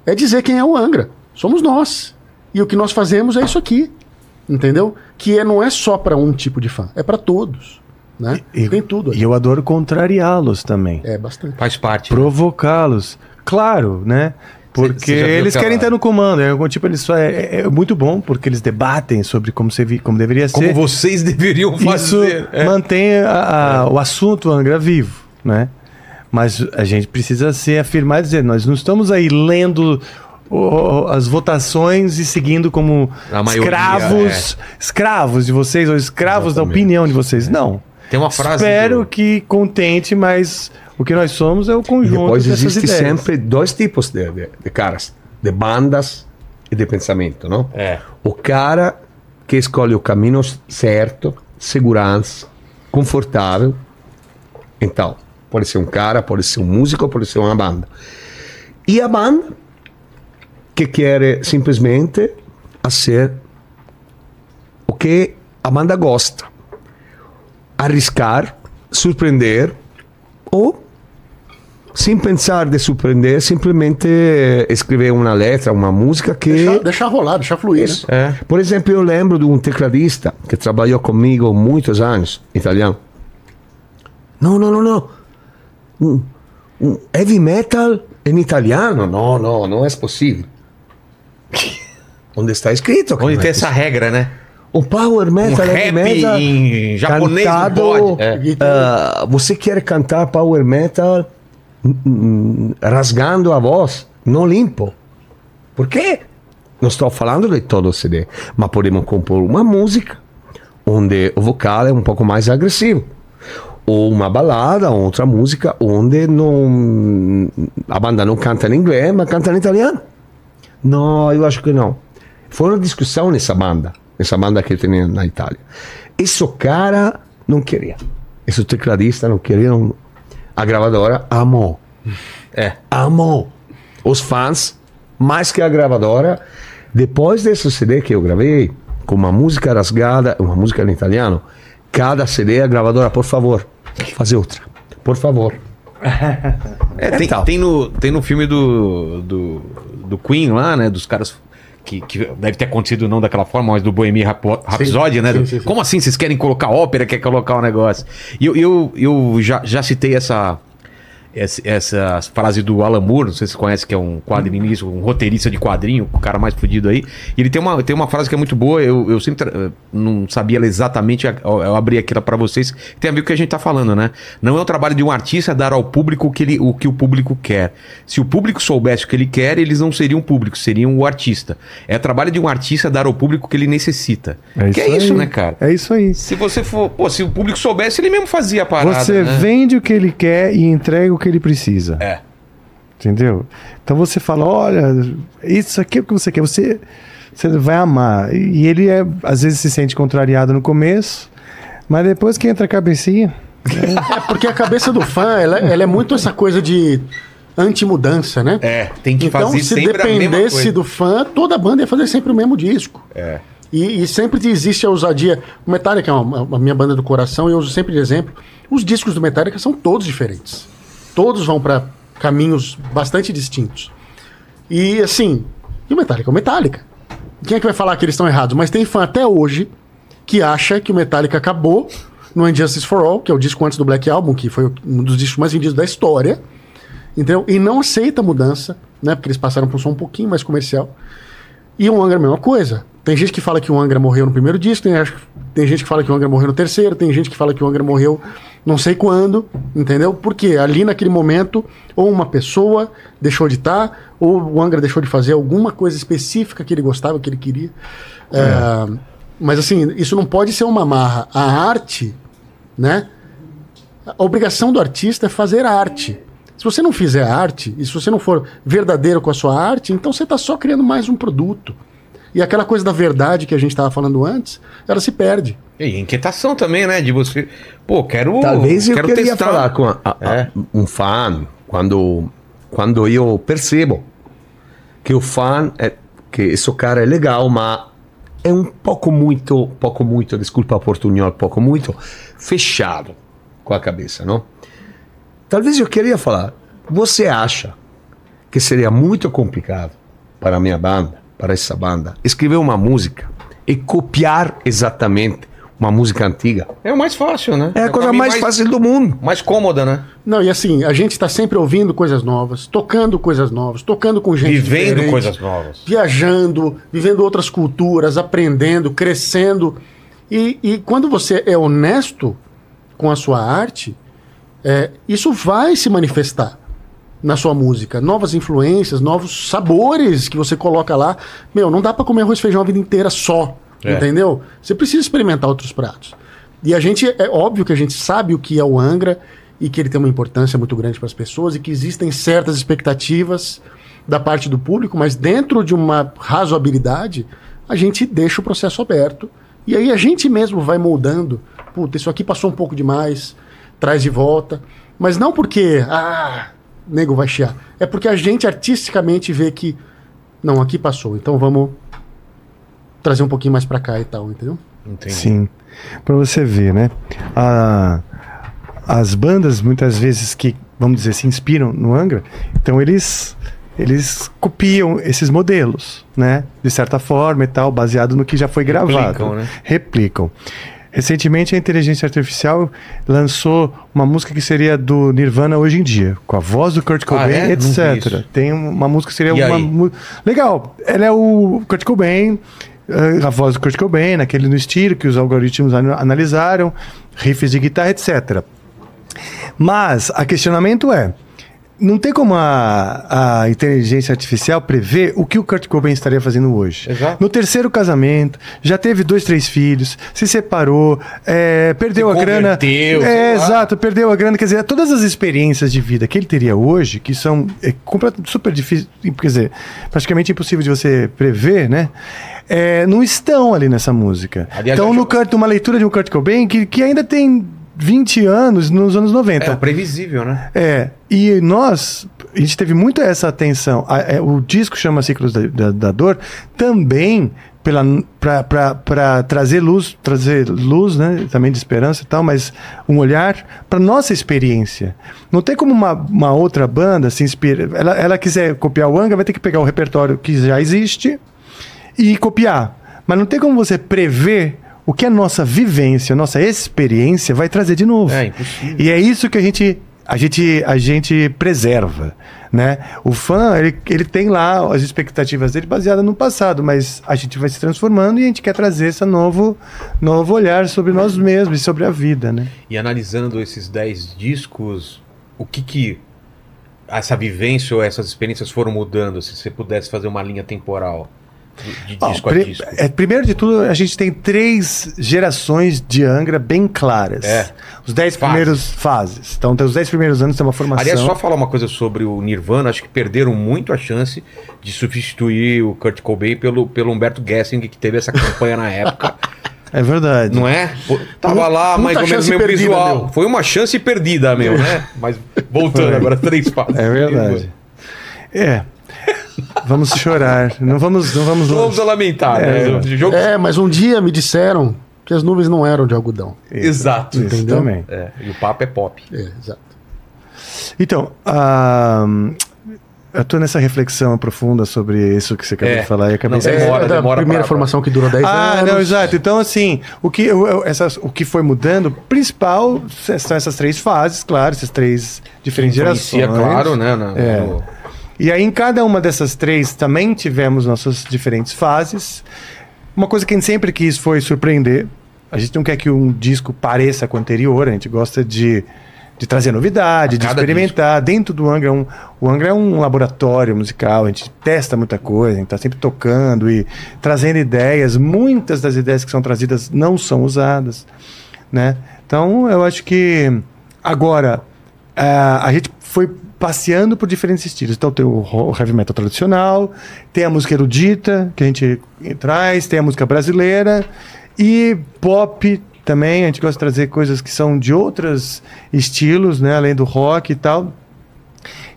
é dizer quem é o Angra. Somos nós. E o que nós fazemos é isso aqui, entendeu? Que é, não é só para um tipo de fã, é para todos, né?
E-
tem tudo.
E
Ali.
eu adoro contrariá-los também.
É bastante.
Faz parte.
Provocá-los. Claro, né? Porque
Cê- cê já viu
eles
aquela-
querem estar no comando. É, algum tipo, eles só- é, é- é muito bom, porque eles debatem sobre como, se vi- como deveria
Como
ser.
vocês deveriam
Isso
fazer. É.
mantém a- a- o assunto Angra vivo, né? Mas a gente precisa se afirmar e dizer, nós não estamos aí lendo o- o- as votações e seguindo como
A maioria, é.
escravos, escravos de vocês ou escravos da opinião de vocês. Não.
Tem uma frase.
Espero
do-
que contente, mas o que nós somos é o
E
conjunto
depois
dessas
existe
ideias.
sempre dois tipos de, de- de caras, de bandas e de pensamento, não?
É.
O cara que escolhe o caminho certo, segurança, confortável. Então, pode ser um cara, pode ser um músico, pode ser uma banda. E a banda que quer eh, simplesmente a ser o que a banda gosta. Arriscar, surpreender ou sem pensar de surpreender, simplesmente eh, escrever uma letra, uma música que
Deixar deixar rolar, deixar fluir, né?
isso.
é.
Por exemplo, eu lembro de um tecladista que trabalhou comigo muitos anos, italiano. Não, não, não, não. Um, um heavy metal em italiano? Não, não, não é possível. Onde está escrito? que
Onde
não é
tem essa regra, né?
possível? O power
Um
metal, heavy
rap
metal.
em japonês não
cantado,
pode. É.
ah, você quer cantar power metal hum, hum, rasgando a voz, não limpo. Por quê? Não estou falando de todo o CD, mas podemos compor uma música onde o vocal é um pouco mais agressivo. Ou uma balada, ou outra música onde não, a banda não canta em inglês, mas canta em italiano. Não, eu acho que não. Foi uma discussão nessa banda, nessa banda que eu tinha na Itália. Esse cara não queria. Esse tecladista não queria. não- A gravadora amou.
É.
Amou. Os fãs, mais que a gravadora. Depois desse CD que eu gravei, com uma música rasgada, uma música em italiano, cada CD a gravadora, por favor, fazer outra. Por favor.
É, tem, tem no, tem no filme do, do, do Queen lá, né? Dos caras que, que deve ter acontecido não daquela forma, mas do Bohemian Rapo- Rhapsody, né?
sim, sim, sim.
Como assim vocês querem colocar ópera, quer colocar um negócio? E eu, eu, eu já, já citei essa, essa, essa frase do Alan Moore, não sei se você conhece, que é um quadrinista, um roteirista de quadrinho, o cara mais fudido aí. E ele tem uma, tem uma frase que é muito boa, eu, eu sempre tra- eh, não sabia ela exatamente, a- eu, eu abri aqui ela pra vocês, tem a ver com o que a gente tá falando, né? Não é o trabalho de um artista dar ao público o que, ele, o que o público quer. Se o público soubesse o que ele quer, eles não seriam público, seriam o artista. É trabalho de um artista dar ao público o que ele necessita. que é isso,
aí.
né, cara?
É isso aí.
Se você for, pô, se o público soubesse, ele mesmo fazia a parada.
Você
né?
vende o que ele quer e entrega o que ele precisa.
É.
Entendeu? Então você fala, olha, isso aqui é o que você quer, você, você vai amar. E ele é, às vezes se sente contrariado no começo, mas depois que entra a cabecinha,
É porque a cabeça do fã, ela, ela é muito essa coisa de anti-mudança, né?
É, tem que
Então,
fazer
se
sempre a mesma
dependesse
coisa.
do fã, toda banda ia fazer sempre o mesmo disco.
É.
E, e sempre existe a ousadia. O Metallica é uma, uma- a minha banda do coração e eu uso sempre de exemplo. Os discos do Metallica são todos diferentes. Todos vão para caminhos bastante distintos. E assim, e o Metallica é o Metallica. Quem é que vai falar que eles estão errados? Mas tem fã até hoje que acha que o Metallica acabou no Injustice for All, que é o disco antes do Black Album, que foi um dos discos mais vendidos da história. Entendeu? E não aceita a mudança, né? Porque eles passaram por um som um pouquinho mais comercial. E o Angra é a mesma coisa. Tem gente que fala que o Angra morreu no primeiro disco, tem, acho- tem gente que fala que o Angra morreu no terceiro, tem gente que fala que o Angra morreu não sei quando, entendeu? Porque ali naquele momento, ou uma pessoa deixou de estar, ou o Angra deixou de fazer alguma coisa específica que ele gostava, que ele queria. É, mas assim, isso não pode ser uma marra. A arte, né? A obrigação do artista é fazer arte. Se você não fizer arte, e se você não for verdadeiro com a sua arte, então você está só criando mais um produto. E aquela coisa da verdade que a gente estava falando antes, ela se perde.
E inquietação também, né? De você. Pô, quero.
Talvez é eu
quero
queria
testar.
falar com a- a- a-
É.
um fã, Quando, quando io percebo che o fan, è, che isso cara é legal, mas é um pouco muito, pouco muito, desculpa o portunhol, pouco muito, fechado com a cabeça, não? Talvez eu queria falar, você acha que seria muito complicado para a minha banda, para essa banda, escrever uma música e copiar exatamente uma música antiga?
É o mais fácil, né?
É a
o
coisa
caminho
mais fácil do mundo.
mais cômoda, né?
Não, e assim, a gente está sempre ouvindo coisas novas, tocando coisas novas, tocando com gente
Vivendo
diferente,
coisas novas.
viajando, vivendo outras culturas, aprendendo, crescendo. E, e quando você é honesto com a sua arte, é, isso vai se manifestar na sua música. Novas influências, novos sabores que você coloca lá. Meu, não dá pra comer arroz e feijão a vida inteira só,
É.
entendeu? Você precisa experimentar outros pratos. E a gente, é óbvio que a gente sabe o que é o Angra e que ele tem uma importância muito grande para as pessoas e que existem certas expectativas da parte do público, mas dentro de uma razoabilidade, a gente deixa o processo aberto e aí a gente mesmo vai moldando. Puta, isso aqui passou um pouco demais, traz de volta. Mas não porque, ah, nego vai chiar. É porque a gente artisticamente vê que, não, aqui passou, então vamos trazer um pouquinho mais pra cá e tal, entendeu?
Entendi.
Sim. Pra você ver, né? A- as bandas, muitas vezes, que, vamos dizer, se inspiram no Angra, então eles, eles copiam esses modelos, né? De certa forma e tal, baseado no que já foi gravado.
Replicam, né?
Replicam. Recentemente, a inteligência artificial lançou uma música que seria do Nirvana hoje em dia, com a voz do Kurt Cobain,
é? Não vi
etc.
isso.
Tem uma música que seria
E
uma.
aí?
mu- Legal, ela é o Kurt Cobain, eh, a voz do Kurt Cobain, naquele no estilo que os algoritmos an- analisaram, riffs de guitarra, etc. Mas a questionamento é. Não tem como a, a inteligência artificial prever o que o Kurt Cobain estaria fazendo hoje.
Exato.
No terceiro casamento, já teve dois, três filhos, se separou, eh, perdeu
Se
a grana.
converteu,
É,
sei lá.
exato, perdeu a grana. Quer dizer, todas as experiências de vida que ele teria hoje, que são é, complet- super difíceis, quer dizer, praticamente impossível de você prever, né? É, não estão ali nessa música.
Aliás,
então,
eu-
no Kurt, uma leitura de um Kurt Cobain que, que ainda tem 20 anos nos anos 90.
É previsível, né?
É, e nós, a gente teve muito essa atenção. A- é, o disco chama Ciclos da, da- da Dor também pela pra- pra pra trazer luz, trazer luz, né, também de esperança e tal, mas um olhar para nossa experiência. Não tem como uma, uma outra banda se inspirar. Ela, ela quiser copiar o Anga, vai ter que pegar o repertório que já existe e copiar. Mas não tem como você prever o que a nossa vivência, a nossa experiência vai trazer de novo.
É impossível.
E é isso que a gente a gente a gente preserva, né? O fã, ele, ele tem lá as expectativas dele baseadas no passado, mas a gente vai se transformando e a gente quer trazer esse novo novo olhar sobre nós mesmos e sobre a vida, né?
E analisando esses 10 discos, o que que essa vivência ou essas experiências foram mudando? Se você pudesse fazer uma linha temporal de, de
Bom,
disco a
pri-
disco.
é, primeiro de tudo, a gente tem três gerações de Angra bem claras.
É.
Os dez
Fases.
primeiros fases. Então, os dez primeiros anos tem uma formação.
Aliás, só falar uma coisa sobre o Nirvana, acho que perderam muito a chance de substituir o Kurt Cobain pelo, pelo Humberto Gessing, que teve essa campanha na época,
É verdade.
não é? Pô, Tava lá
Puta
mais ou menos
chance
o mesmo
perdida,
visual.
meu.
Foi uma chance perdida, meu, né? Mas voltando agora, três fases.
É verdade. É. Vamos chorar. Não vamos, não vamos.
Vamos lamentar, né? O jogo-
É, mas um dia me disseram que as nuvens não eram de algodão.
Exato.
Isso
Entendeu?
também.
É, e o papo é pop.
É, exato.
Então, ah, eu tô nessa reflexão profunda sobre isso que você acabou
É.
de falar e acabei
Não,
de
é- Demora,
é da
demora
primeira
pra-
formação que dura 10
Ah,
é.
anos.
não, exato. Então, assim, o que, eu- eu- essas, o que foi mudando, principal c- são essas três fases, claro, essas três diferentes
Influencia,
gerações.
claro, né? na-
É.
no-
E aí, em cada uma dessas três, também tivemos nossas diferentes fases. Uma coisa que a gente sempre quis foi surpreender. A gente não quer que um disco pareça com o anterior, a gente gosta de, de trazer novidade,
A
de
cada
experimentar. Dentro do Angra, é um, o Angra é um laboratório musical, a gente testa muita coisa, a gente está sempre tocando e trazendo ideias. Muitas das ideias que são trazidas não são usadas. Né? Então, eu acho que agora ah, a gente foi passeando por diferentes estilos. Então tem o ro- heavy metal tradicional, tem a música erudita que a gente traz, tem a música brasileira e pop também. A gente gosta de trazer coisas que são de outros estilos, né? Além do rock e tal.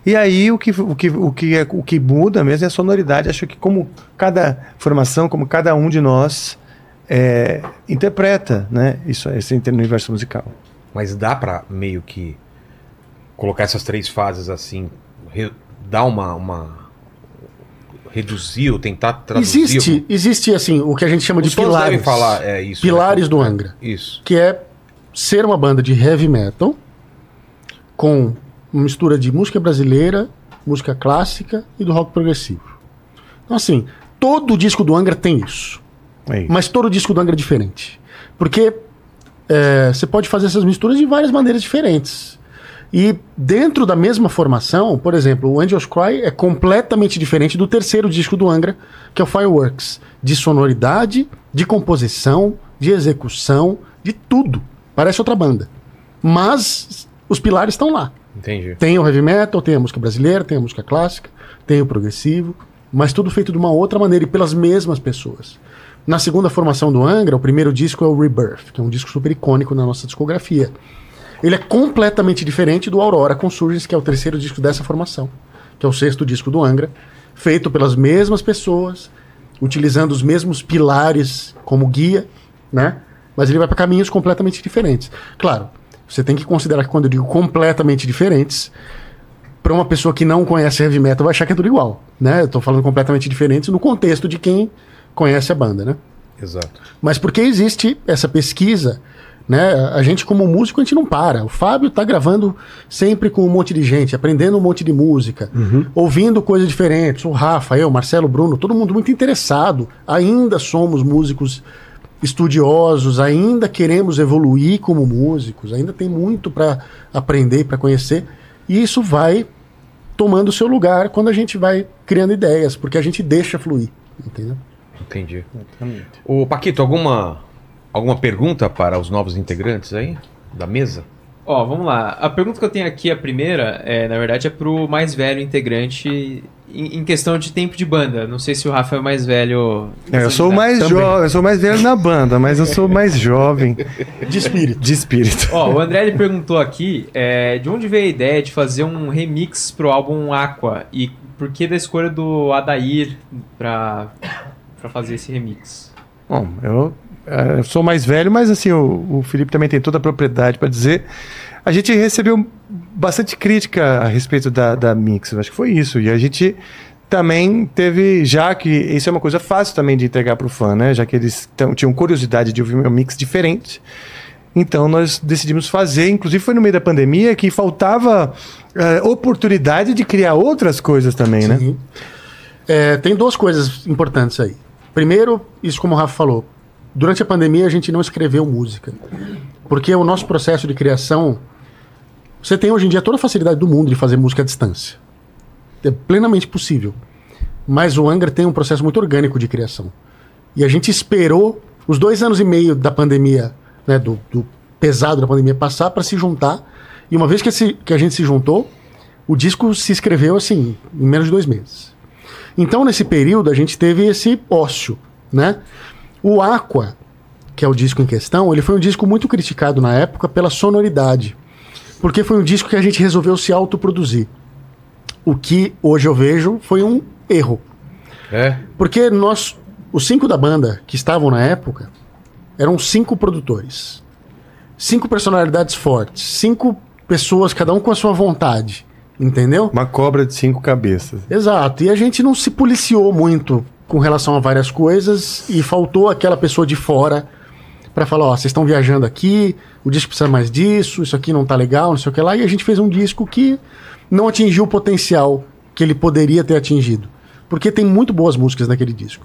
E aí o que, o que, o que, é- o que muda mesmo é a sonoridade. Acho que como cada formação, como cada um de nós é, interpreta né? isso, esse inter- universo musical.
Mas dá pra meio que colocar essas três fases assim, re- dar uma, uma. reduzir ou tentar traduzir.
Existe, existe assim, o que a gente chama
é Os
de
fãs devem
pilares.
falar, é isso. né?
pilares do Angra,
Isso.
que é ser uma banda de heavy metal com uma mistura de música brasileira, música clássica e do rock progressivo. Então assim, todo disco do Angra tem isso.
É isso.
Mas todo disco do Angra é diferente. Porque é, você pode fazer essas misturas de várias maneiras diferentes. E dentro da mesma formação, por exemplo, o Angels Cry é completamente diferente do terceiro disco do Angra, que é o Fireworks. De sonoridade, de composição, de execução, de tudo. Parece outra banda. Mas os pilares estão lá.
Entendi.
Tem o heavy metal, tem a música brasileira, tem a música clássica, tem o progressivo, mas tudo feito de uma outra maneira e pelas mesmas pessoas. Na segunda formação do Angra, o primeiro disco é o Rebirth, que é um disco super icônico na nossa discografia. Ele é completamente diferente do Aurora Consurgence, que é o terceiro disco dessa formação, que é o sexto disco do Angra, feito pelas mesmas pessoas, utilizando os mesmos pilares como guia, né? Mas ele vai para caminhos completamente diferentes. Claro, você tem que considerar que quando eu digo completamente diferentes, para uma pessoa que não conhece heavy metal vai achar que é tudo igual, né? Eu tô falando completamente diferentes no contexto de quem conhece a banda, né?
Exato.
Mas porque existe essa pesquisa, né? A gente, como músico, a gente não para. O Fábio tá gravando sempre com um monte de gente, aprendendo um monte de música, ouvindo coisas diferentes. O Rafa, eu, Marcelo, Bruno, todo mundo muito interessado. Ainda somos músicos estudiosos, ainda queremos evoluir como músicos, ainda tem muito para aprender e para conhecer. E isso vai tomando seu lugar quando a gente vai criando ideias, porque a gente deixa fluir, entendeu?
Entendi. Ô, Paquito, alguma, alguma pergunta para os novos integrantes aí? Da mesa?
Ó, vamos lá. A pergunta que eu tenho aqui, a primeira, é, na verdade, é pro mais velho integrante em, em questão de tempo de banda. Não sei se o Rafa é o mais velho. Então,
É, eu sou o mais jovem, eu sou o mais velho na banda, mas eu sou o mais jovem
De espírito.
de espírito.
Ó, o André ele perguntou aqui é, de onde veio a ideia de fazer um remix pro álbum Aqua e por que da escolha do Adair pra, pra fazer esse remix?
Bom, eu, eh, eu sou mais velho, mas assim, o, o Felipe também tem toda a propriedade para dizer. A gente recebeu bastante crítica a respeito da, da Mix, eu acho que foi isso. E a gente também teve, já que isso é uma coisa fácil também de entregar para o fã, né? Já que eles tão- tinham curiosidade de ouvir um mix diferente. Então nós decidimos fazer, inclusive foi no meio da pandemia que faltava eh, oportunidade de criar outras coisas também, né?
Sim. É, tem duas coisas importantes aí. Primeiro, isso como o Rafa falou, durante a pandemia a gente não escreveu música. Porque o nosso processo de criação. Você tem hoje em dia toda a facilidade do mundo de fazer música à distância. É plenamente possível. Mas o Angra tem um processo muito orgânico de criação. E a gente esperou os dois anos e meio da pandemia, né, do, do pesado da pandemia passar para se juntar. E uma vez que, esse- que a gente se juntou, o disco se escreveu assim, em menos de dois meses. Então, nesse período, a gente teve esse ócio, né? O Aqua, que é o disco em questão, ele foi um disco muito criticado na época pela sonoridade. Porque foi um disco que a gente resolveu se autoproduzir. O que hoje eu vejo foi um erro.
É?
Porque nós, os cinco da banda que estavam na época, eram cinco produtores. Cinco personalidades fortes. Cinco pessoas, cada um com a sua vontade. Entendeu?
Uma cobra de cinco cabeças.
Exato. E a gente não se policiou muito com relação a várias coisas e faltou aquela pessoa de fora pra falar, ó, vocês estão viajando aqui, o disco precisa mais disso, isso aqui não tá legal, não sei o que lá. E a gente fez um disco que não atingiu o potencial que ele poderia ter atingido. Porque tem muito boas músicas naquele disco.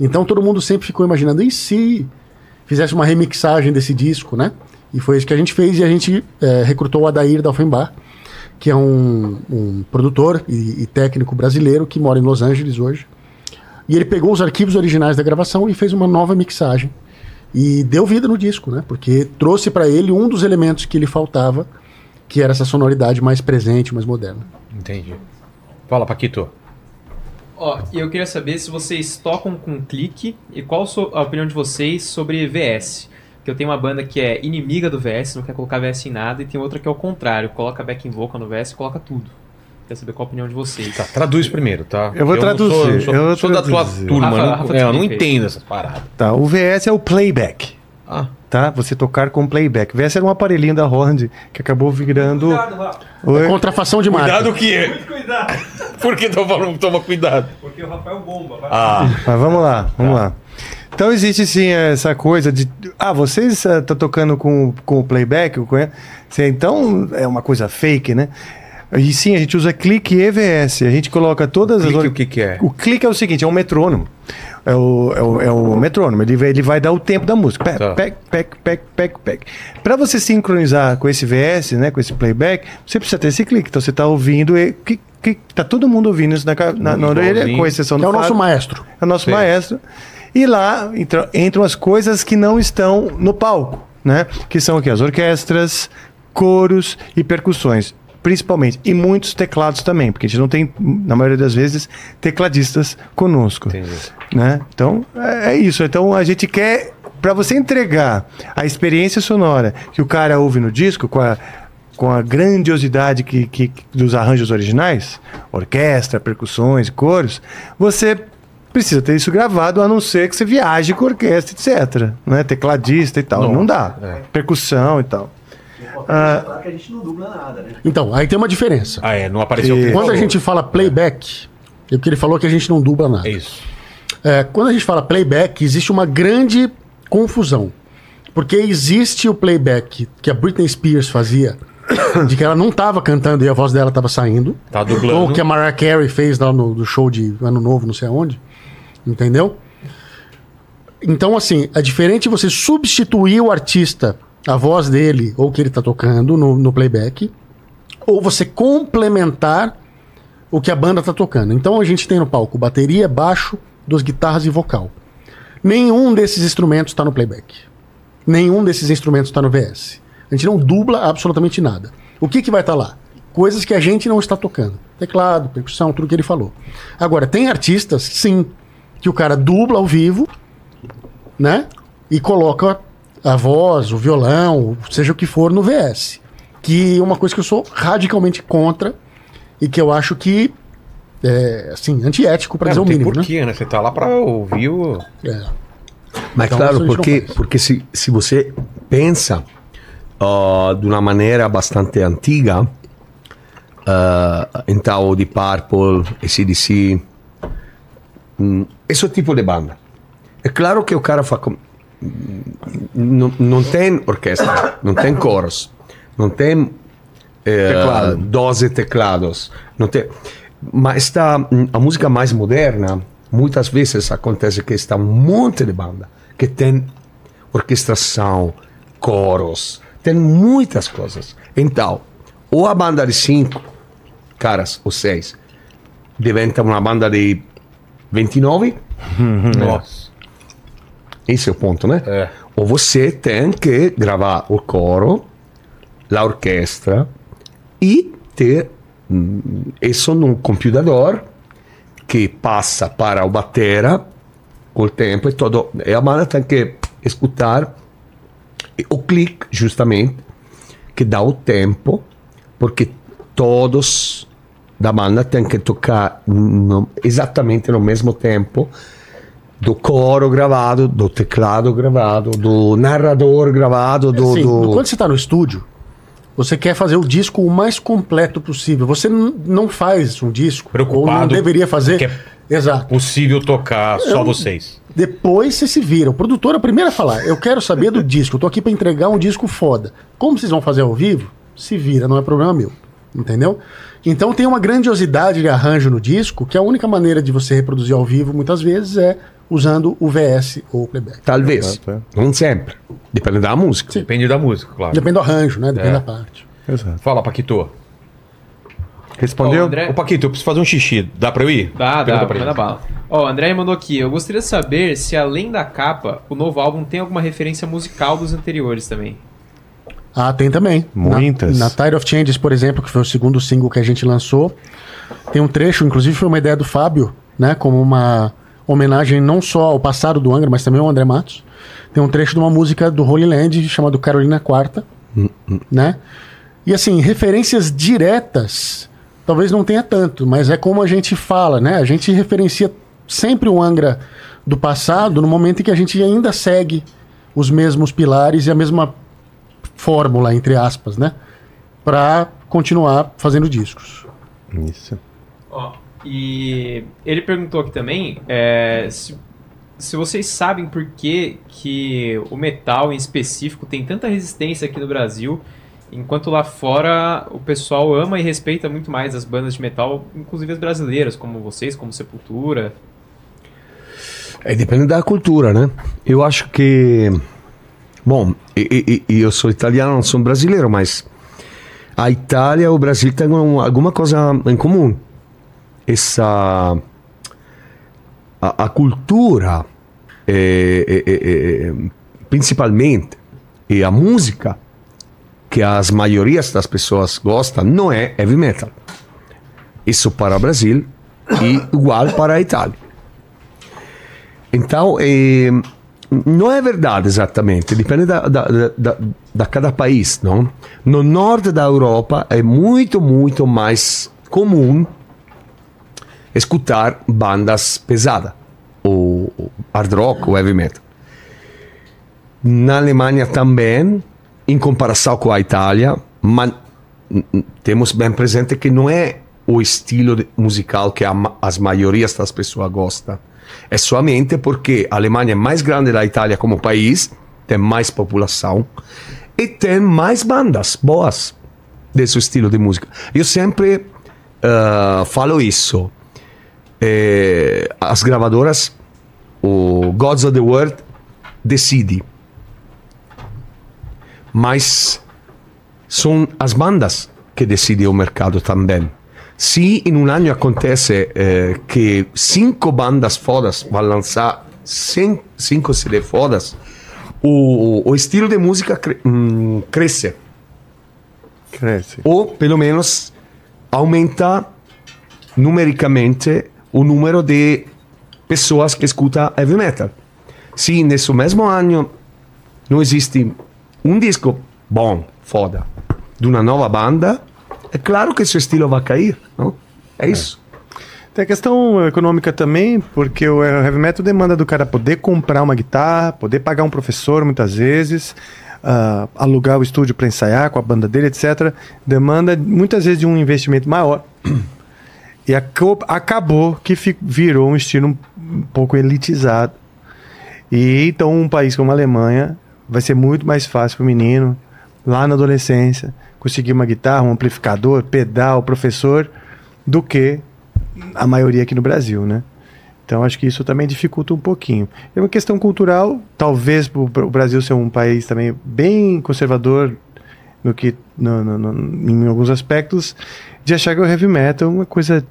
Então todo mundo sempre ficou imaginando, e se fizesse uma remixagem desse disco, né? E foi isso que a gente fez e a gente eh, recrutou o Adair da Offenbach, que é um, um produtor e, e técnico brasileiro que mora em Los Angeles hoje. E ele pegou os arquivos originais da gravação e fez uma nova mixagem. E deu vida no disco, né? Porque trouxe para ele um dos elementos que lhe faltava, que era essa sonoridade mais presente, mais moderna.
Entendi. Fala, Paquito.
Ó, e eu queria saber se vocês tocam com clique e qual so- a opinião de vocês sobre VS. Que eu tenho uma banda que é inimiga do VS, não quer colocar VS em nada, e tem outra que é o contrário, coloca backing vocal no VS e coloca tudo. Quer saber qual a opinião de vocês.
Tá, traduz primeiro, tá?
Eu vou
não sou-
traduzir,
sou
eu vou
sou da tua
traduzir.
turma,
Rafa-
não-
Rafa
é, eu não
também fez.
entendo essas paradas.
Tá, o VS é o playback.
Ah.
Tá? Você tocar com playback. VS era um aparelhinho da Horn que acabou virando.
É.
Oi?
Contrafação de marca.
que é. Por que tô falando toma cuidado?
Porque o Rafael bomba.
Mas vamos lá, vamos lá. Então existe sim essa coisa de. Ah, vocês estão tocando com, com o playback? com- Sim, Então é uma coisa fake, né? E sim, a gente usa clique EVS. A gente coloca todas as.
Clique,
hora-
o que que é?
O clique é o seguinte: é um metrônomo. É o, é o, é o metrônomo. Ele vai, ele vai dar o tempo da música. Pec,
Tá.
pec, pec, pec, pec, pec. Para você sincronizar com esse VS, né, com esse playback, você precisa ter esse clique. Então você está ouvindo. E, clic, clic. tá todo mundo ouvindo isso na, ca- na,
Hum,
na orelha,
Igualzinho.
com exceção
Que é o nosso
Fábio.
maestro.
É o nosso
Sim.
maestro. E lá entra- entram as coisas que não estão no palco, né? Que são aqui as orquestras, coros e percussões, principalmente. E muitos teclados também, porque a gente não tem, na maioria das vezes, tecladistas conosco. Né? Então, é, é isso. Então, a gente quer, para você entregar a experiência sonora que o cara ouve no disco, com a, com a grandiosidade que, que- dos arranjos originais, orquestra, percussões, coros, você precisa ter isso gravado, a não ser que você viaje com orquestra, etc. Né? Tecladista e tal. Não, dá. Percussão e tal.
Então, aí tem uma diferença.
Ah, é, não apareceu o que ele
Quando a
falou.
gente fala playback, é porque ele falou que a gente não dubla nada.
É isso.
É, quando a gente fala playback, existe uma grande confusão. Porque existe o playback que a Britney Spears fazia, de que ela não estava cantando e a voz dela estava saindo.
Tá
Ou o
dublando.
que é a Mariah Carey fez lá no, no show de Ano Novo, não sei aonde. Entendeu? Então, assim, é diferente você substituir o artista, a voz dele, ou o que ele tá tocando no, no playback, ou você complementar o que a banda tá tocando. Então a gente tem no palco bateria, baixo, duas guitarras e vocal. Nenhum desses instrumentos está no playback. Nenhum desses instrumentos está no VS. A gente não dubla absolutamente nada. O que, que vai estar lá? Coisas que a gente não está tocando. Teclado, percussão, tudo que ele falou. Agora, tem artistas, sim, que o cara dubla ao vivo, né? E coloca a voz, o violão, seja o que for, no VS. Que é uma coisa que eu sou radicalmente contra e que eu acho que é, assim, antiético, para dizer o
não tem
mínimo, né?
porquê, né? Você tá lá pra ouvir o.
É. Então,
Mas
isso a
claro,
gente não
porque,
faz.
porque se, se você pensa ah, de uma maneira bastante antiga, ah, então o Deep Purple, ACDC, hum, esse mm, tipo de banda. É claro que o cara fa com- mm, não, não tem orquestra, não tem coros, não tem eh,
Teclado.
12 teclados, não tem. Mas está hum, a música mais moderna, muitas vezes acontece que está um monte de banda que tem orquestração, coros, tem muitas coisas. Então, ou a banda de cinco caras ou seis diventa uma banda de 29
Nossa.
esse é o ponto, né?
É.
Ou você tem que gravar o coro, a orquestra e ter hum, isso num computador que passa para o batera col tempo e todo. E a banda tem que escutar e o clique, justamente, que dá o tempo, porque todos da banda tem que tocar no- exatamente no mesmo tempo do coro gravado, do teclado gravado, do narrador gravado, do.
Assim,
do-
Quando você está no estúdio, você quer fazer o disco o mais completo possível. Você n- não faz um disco,
Preocupado,
ou não deveria fazer.
porque
Exato.
Possível tocar só
Eu-
vocês.
Depois vocês se viram. O produtor é o primeiro a falar: Eu quero saber do disco, eu tô aqui para entregar um disco foda. Como vocês vão fazer ao vivo? Se vira, não é problema meu. Entendeu? Então tem uma grandiosidade de arranjo no disco que a única maneira de você reproduzir ao vivo muitas vezes é usando o VS ou o playback.
Talvez. Não sempre. Depende da música.
Depende da música, claro.
Depende do arranjo, né? Depende da parte.
Exato.
Fala, Paquito.
Respondeu?
Ô, André-
Ô, Paquito, eu preciso fazer um xixi. Dá pra eu ir?
Dá, dá,
Pergunta pra
manda
ele.
bala. Ó, o André mandou aqui. Eu gostaria de saber se, além da capa, o novo álbum tem alguma referência musical dos anteriores também.
Ah, tem também.
Muitas.
Na, na Tide of Changes, por exemplo, que foi o segundo single que a gente lançou, tem um trecho, inclusive foi uma ideia do Fábio, né? Como uma homenagem não só ao passado do Angra, mas também ao André Matos. Tem um trecho de uma música do Holy Land chamado Carolina Quarta, né? E assim, referências diretas talvez não tenha tanto, mas é como a gente fala, né? A gente referencia sempre o Angra do passado no momento em que a gente ainda segue os mesmos pilares e a mesma fórmula, entre aspas, né? Pra continuar fazendo discos.
Isso.
Ó, e ele perguntou aqui também é, se, se vocês sabem por que, que o metal em específico tem tanta resistência aqui no Brasil, enquanto lá fora o pessoal ama e respeita muito mais as bandas de metal, inclusive as brasileiras, como vocês, como Sepultura.
É, depende da cultura, né? Eu acho que. Bom, e- e- e- eu sou italiano, não sou um brasileiro, mas a Itália e o Brasil têm um- alguma coisa em comum. Essa. A, a cultura, eh, eh, eh, eh, principalmente, e a música que as maiorias das pessoas gostam não é heavy metal. Isso para o Brasil e igual para a Itália. Então, eh, não é verdade exatamente, depende da, da, da- da- da cada país, não? No norte da Europa é muito, muito mais comum escutar bandas pesadas, ou ou hard rock, ou heavy metal. Na Alemanha também, em comparação com a Itália, mas n- n- temos bem presente que não é o estilo de- musical que a, ma- as maiorias das pessoas gostam. É somente porque a Alemanha é mais grande da Itália como país, tem mais população e tem mais bandas boas desse estilo de música. Eu sempre ah, falo isso. Eh, as gravadoras, o Gods of the World decide mas são as bandas que decidem o mercado também. Se em um ano acontece eh, que cinco bandas fodas vão lançar cem- cinco CD fodas, o, o estilo de música cre- hum, cresce.
Cresce.
Ou, pelo menos, aumenta numericamente o número de pessoas que escutam heavy metal. Se nesse mesmo ano não existe um disco bom, foda, de uma nova banda, é claro que seu estilo vai cair, não? É isso.
Tem a questão econômica também, porque o heavy metal demanda do cara poder comprar uma guitarra, poder pagar um professor muitas vezes, ah, alugar o estúdio para ensaiar com a banda dele, etc. Demanda muitas vezes de um investimento maior. E aco- acabou que fi- virou um estilo um pouco elitizado. E então um país como a Alemanha vai ser muito mais fácil para o menino, lá na adolescência, conseguir uma guitarra, um amplificador, pedal, professor, do que a maioria aqui no Brasil, né? Então acho que isso também dificulta um pouquinho. É uma questão cultural, talvez o Bra- o Brasil ser um país também bem conservador no que no, no- no- em alguns aspectos, de achar que o heavy metal é uma coisa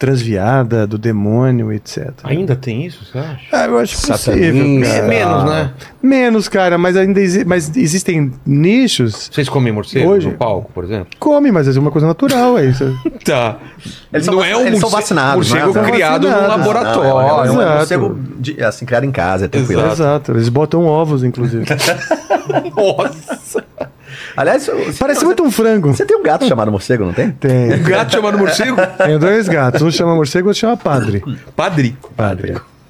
transviada do demônio, etc.
Ainda tem isso, você acha?
Ah, eu acho possível,
Satanista.
É
cara.
menos, né?
Menos, cara, mas ainda exi- mas existem nichos.
Vocês comem morcego
Hoje?
no palco, por exemplo?
Come, mas é uma coisa natural, é isso.
Tá.
Eles são vac- eles são
um morce-
vacinados, né?
morcego
São
criado num
vacinados.
laboratório.
Não, é, um- é um
Exato.
morcego de- assim, criado em casa, é tranquilo.
Exato, eles botam ovos, inclusive.
Nossa.
Aliás, você-
Parece
você-
muito um frango.
Você tem um gato chamado morcego, não tem?
Tem.
Um gato chamado morcego?
Tem dois gatos, um chama morcego e outro chama padre.
Padre.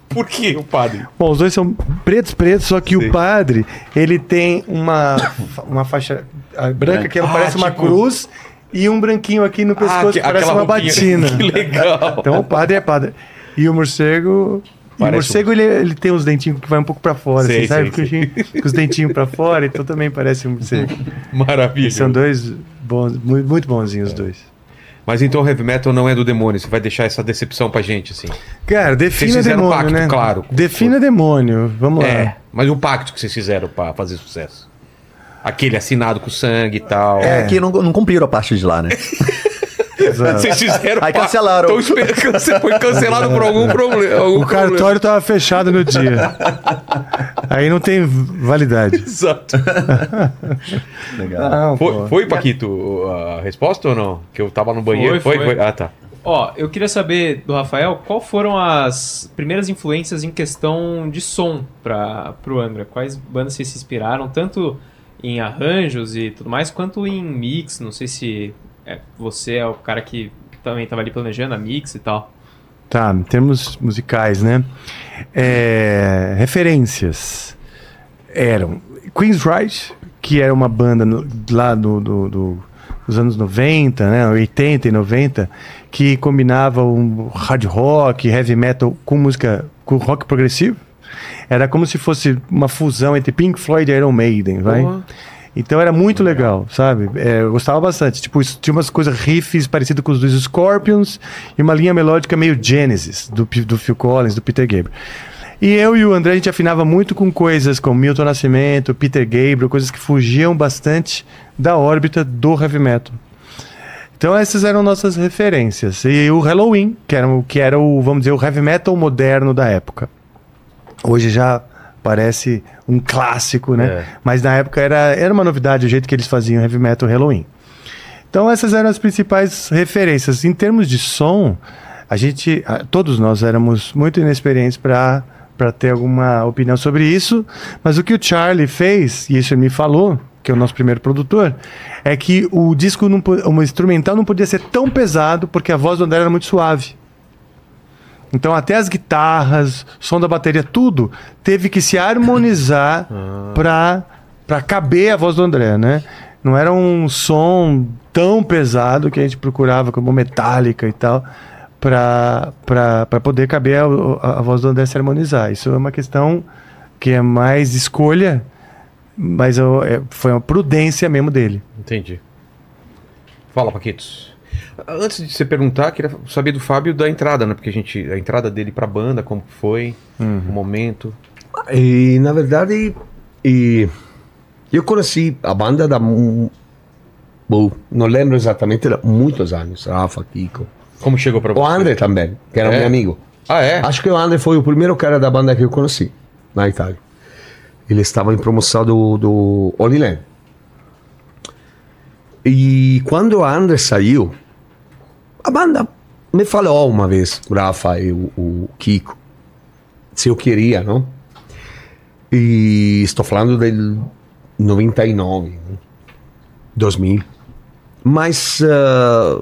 Por que o padre?
Bom, os dois são pretos, pretos, só que o padre, ele tem uma, uma faixa ah, branca que
Ah,
parece uma
tipo- Ah,
cruz e um branquinho aqui no pescoço,
que-
que parece
aquela
uma
roupinha.
batina.
Que legal.
Então o padre é padre. E o morcego. e o
Parece um-
morcego ele, ele tem os dentinhos que vai um pouco pra fora,
Sei,
assim, sabe?
sei,
Com os gen- Com os dentinhos pra fora, então também parece um morcego.
Maravilha.
São dois bons, mu- muito bonzinhos
É.
os dois.
Mas então o heavy metal não é do demônio. Você vai deixar essa decepção pra gente, assim.
Cara, defina
Vocês fizeram
demônio,
pacto,
né?
claro.
Defina demônio, vamos lá.
É. Mas o pacto que vocês fizeram pra fazer sucesso. Aquele assinado com sangue e tal.
É, que não, não cumpriram a parte de lá, né?
Exato.
Vocês fizeram.
Aí
pacto.
cancelaram.
Tão esper- cance- Foi cancelado por algum problema.
O cartório tava fechado no dia. Aí não tem validade.
Exato.
Legal.
Foi, foi, Paquito, a resposta ou não? Que eu tava no banheiro.
Foi,
Foi,
foi.
foi. Ah, tá.
Ó, eu queria saber do Rafael qual foram as primeiras influências em questão de som para pro Angra. Quais bandas vocês se inspiraram, tanto em arranjos e tudo mais, quanto em mix. Não sei se é, você é o cara que também tava ali planejando a mix e tal.
Tá, em termos musicais, né? É, referências eram Queensryche, que era uma banda no- lá do, do- do- dos anos 90, né? 80 e 90, que combinava um hard rock, heavy metal com música, com rock progressivo. Era como se fosse uma fusão entre Pink Floyd e Iron Maiden, vai? Então era muito legal, sabe? É, eu gostava bastante. Tipo, isso- tinha umas coisas riffs parecidas com os dos Scorpions e uma linha melódica meio Genesis, do, P- do Phil Collins, do Peter Gabriel. E eu e o André, a gente afinava muito com coisas como Milton Nascimento, Peter Gabriel, coisas que fugiam bastante da órbita do heavy metal. Então essas eram nossas referências. E o Halloween, que era, o- que era o, vamos dizer, o heavy metal moderno da época. Hoje já parece um clássico, né? Mas na época era, era uma novidade o jeito que eles faziam heavy metal Halloween. Então essas eram as principais referências. Em termos de som, a gente, a- todos nós éramos muito inexperientes para para ter alguma opinião sobre isso, mas o que o Charlie fez, e isso ele me falou, que é o nosso primeiro produtor, é que o disco, não, po- o instrumental não podia ser tão pesado porque a voz do André era muito suave. Então até as guitarras, som da bateria, tudo teve que se harmonizar pra para caber a voz do André, né? Não era um som tão pesado que a gente procurava como metálica e tal pra pra- pra poder caber a, a- a voz do André se harmonizar. Isso é uma questão que é mais escolha, mas eu- é- foi uma prudência mesmo dele.
Entendi. Fala, Paquitos. Antes de você perguntar, queria saber do Fábio da entrada, né? Porque a gente. A entrada dele pra banda, como que foi,
Uhum.
o momento.
E, na verdade, e eu conheci a banda da. mu- Bom, não lembro exatamente, da muitos anos. Rafa, Kiko.
Como chegou pra
O
você?
André também, que era
É?
meu amigo.
Ah, é?
Acho que o André foi o primeiro cara da banda que eu conheci na Itália. Ele estava em promoção do, do Holy Land. E quando o André saiu, a banda me falou "Oh, uma vez, o Rafa e o, o Kiko, se eu queria, não? E estou falando del 99, né? 2000. Mas. ah,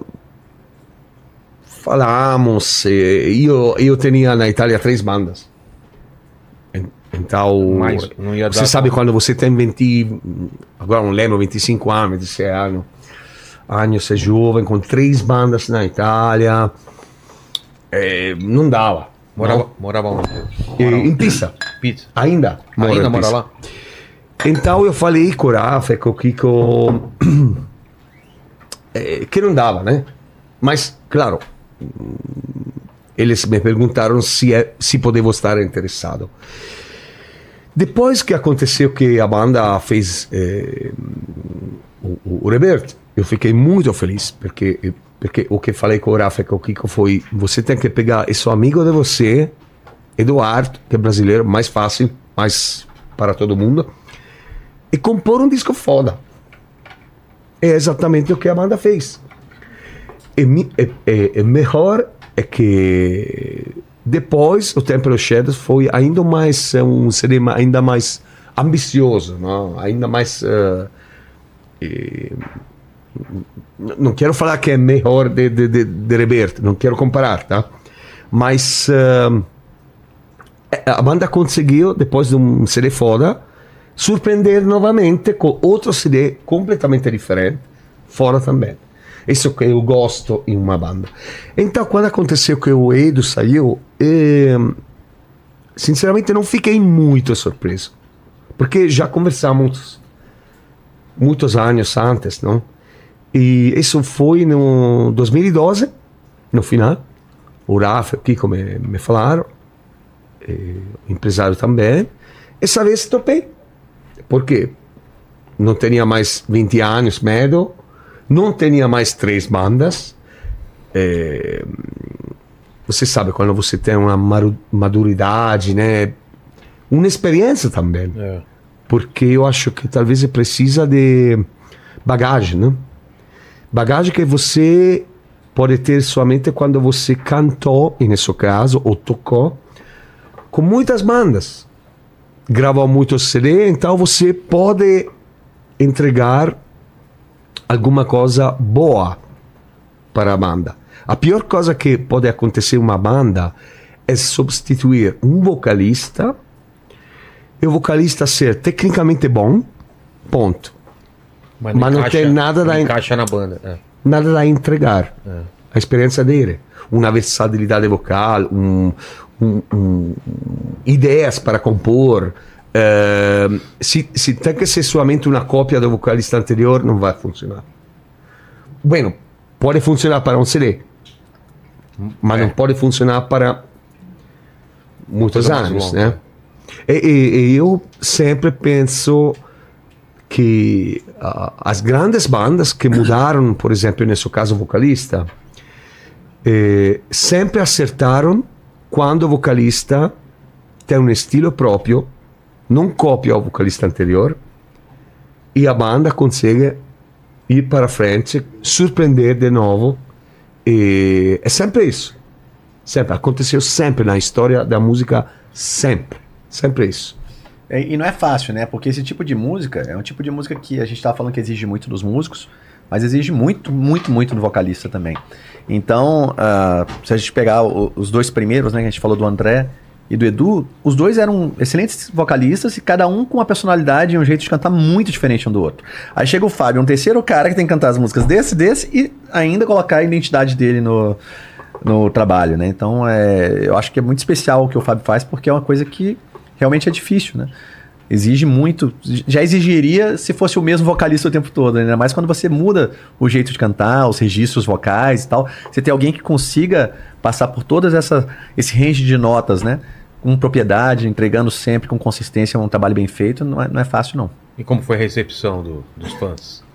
falamos. eh, Eu, eu tinha na Itália três bandas. En- Então.
Mas não ia
você
dar-
sabe quando você tem 20. Agora não lembro, 25 anos, 26 anos. Anos, você é jovem, com três bandas na Itália. Eh, não dava.
Morava,
não?
morava onde?
Eh,
Morava
em Pisa.
Pizza.
Ainda. moro
Ainda
em
mora
Pisa.
lá?
Então eu falei com o Rafa, com o Kiko, eh, que não dava, né? Mas, claro, hum, eles me perguntaram se, é, se podevo estar interessado. Depois que aconteceu que a banda fez eh, o, o- o Rebirth, eu fiquei muito feliz, porque, porque o que falei com o Rafa e com o Kiko foi: você tem que pegar esse amigo de você, Eduardo, que é brasileiro, mais fácil, mais para todo mundo e compor um disco foda. É exatamente o que a banda fez. E, mi- e- e- e melhor é que depois o Temple of Shadows foi ainda mais eh, um CD ma- ainda mais ambicioso, não? ainda mais eh, eh, n- não quero falar que é melhor de, de, de, de Rebirth, não quero comparar, tá? Mas ehm, Eh, a banda conseguiu, depois de um CD foda, surpreender novamente com outro CD completamente diferente, fora também. Isso que eu gosto em uma banda. Então, quando aconteceu que o Edu saiu, ehm, sinceramente não fiquei muito surpreso. Porque já conversamos muitos anos antes, não? E isso foi no 2012, no final. O Rafa e o Kiko me, me falaram empresário também. Essa vez topei. Porque não tinha mais 20 anos, medo. Não tinha mais três bandas. Eh, você sabe quando você tem uma maru- maturidade, né? Uma experiência também. Porque eu acho que talvez é precisa de bagagem, né? Bagagem que você pode ter somente quando você cantou, e nesse caso, ou tocou, com muitas bandas. Grava muitos CD, então você pode entregar alguma coisa boa para a banda. A pior coisa que pode acontecer em uma banda é substituir um vocalista e o vocalista ser tecnicamente bom, ponto.
Mas
Mas não tem nada
não
da-
encaixa na banda. é.
nada da entregar. A experienza dele, uma versatilidade vocal, um, um- um- ideias para compor. ehm, se, se tem que ser somente uma cópia do vocalista anterior, não vai funcionar. Bueno, pode funcionar para um CD, mas não pode funcionar para muitos
coisa mais
anos,
longa.
né? E, e- e eu sempre penso que ah, as grandes bandas que mudaram, por exemplo, nesse caso o vocalista, eh, sempre acertaram quando o vocalista tem um estilo próprio, não copia o vocalista anterior e a banda consegue ir para frente, surpreender de novo. E é sempre isso. Sempre. Aconteceu sempre na história da música, sempre. Sempre isso.
É, E não é fácil, né? Porque esse tipo de música é um tipo de música que a gente tava falando que exige muito dos músicos, mas exige muito, muito, muito do vocalista também. Então, ah, se a gente pegar o- os dois primeiros, né? Que a gente falou do André e do Edu, os dois eram excelentes vocalistas e cada um com uma personalidade e um jeito de cantar muito diferente um do outro. Aí chega o Fábio, um terceiro cara que tem que cantar as músicas desse, desse e ainda colocar a identidade dele no, no trabalho, né? Então, é, eu acho que é muito especial o que o Fábio faz porque é uma coisa que realmente é difícil, né? Exige muito. Já exigiria se fosse o mesmo vocalista o tempo todo, né? ainda mais quando você muda o jeito de cantar, os registros vocais e tal. Você tem alguém que consiga passar por todas essas esse range de notas, né? Com propriedade, entregando sempre com consistência um trabalho bem feito, não é, não é fácil, não.
E como foi a recepção do- dos fãs?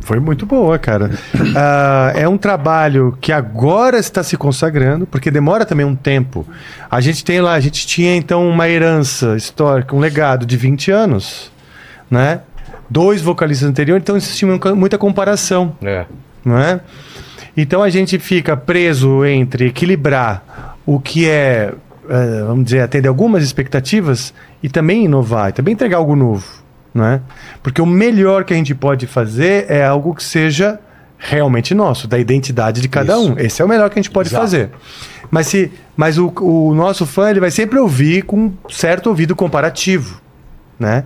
Foi muito boa, cara. Ah, é um trabalho que agora está se consagrando, porque demora também um tempo. A gente tem lá, a gente tinha então uma herança histórica, um legado de 20 anos, né? Dois vocalistas anteriores, então existia muita comparação
É.
não é? Então a gente fica preso entre equilibrar o que é, eh, vamos dizer, atender algumas expectativas e também inovar, e também entregar algo novo, né? Porque o melhor que a gente pode fazer é algo que seja realmente nosso, da identidade de cada um. Esse é o melhor que a gente pode fazer. Mas se, mas o, o nosso fã ele vai sempre ouvir com um certo ouvido comparativo, né?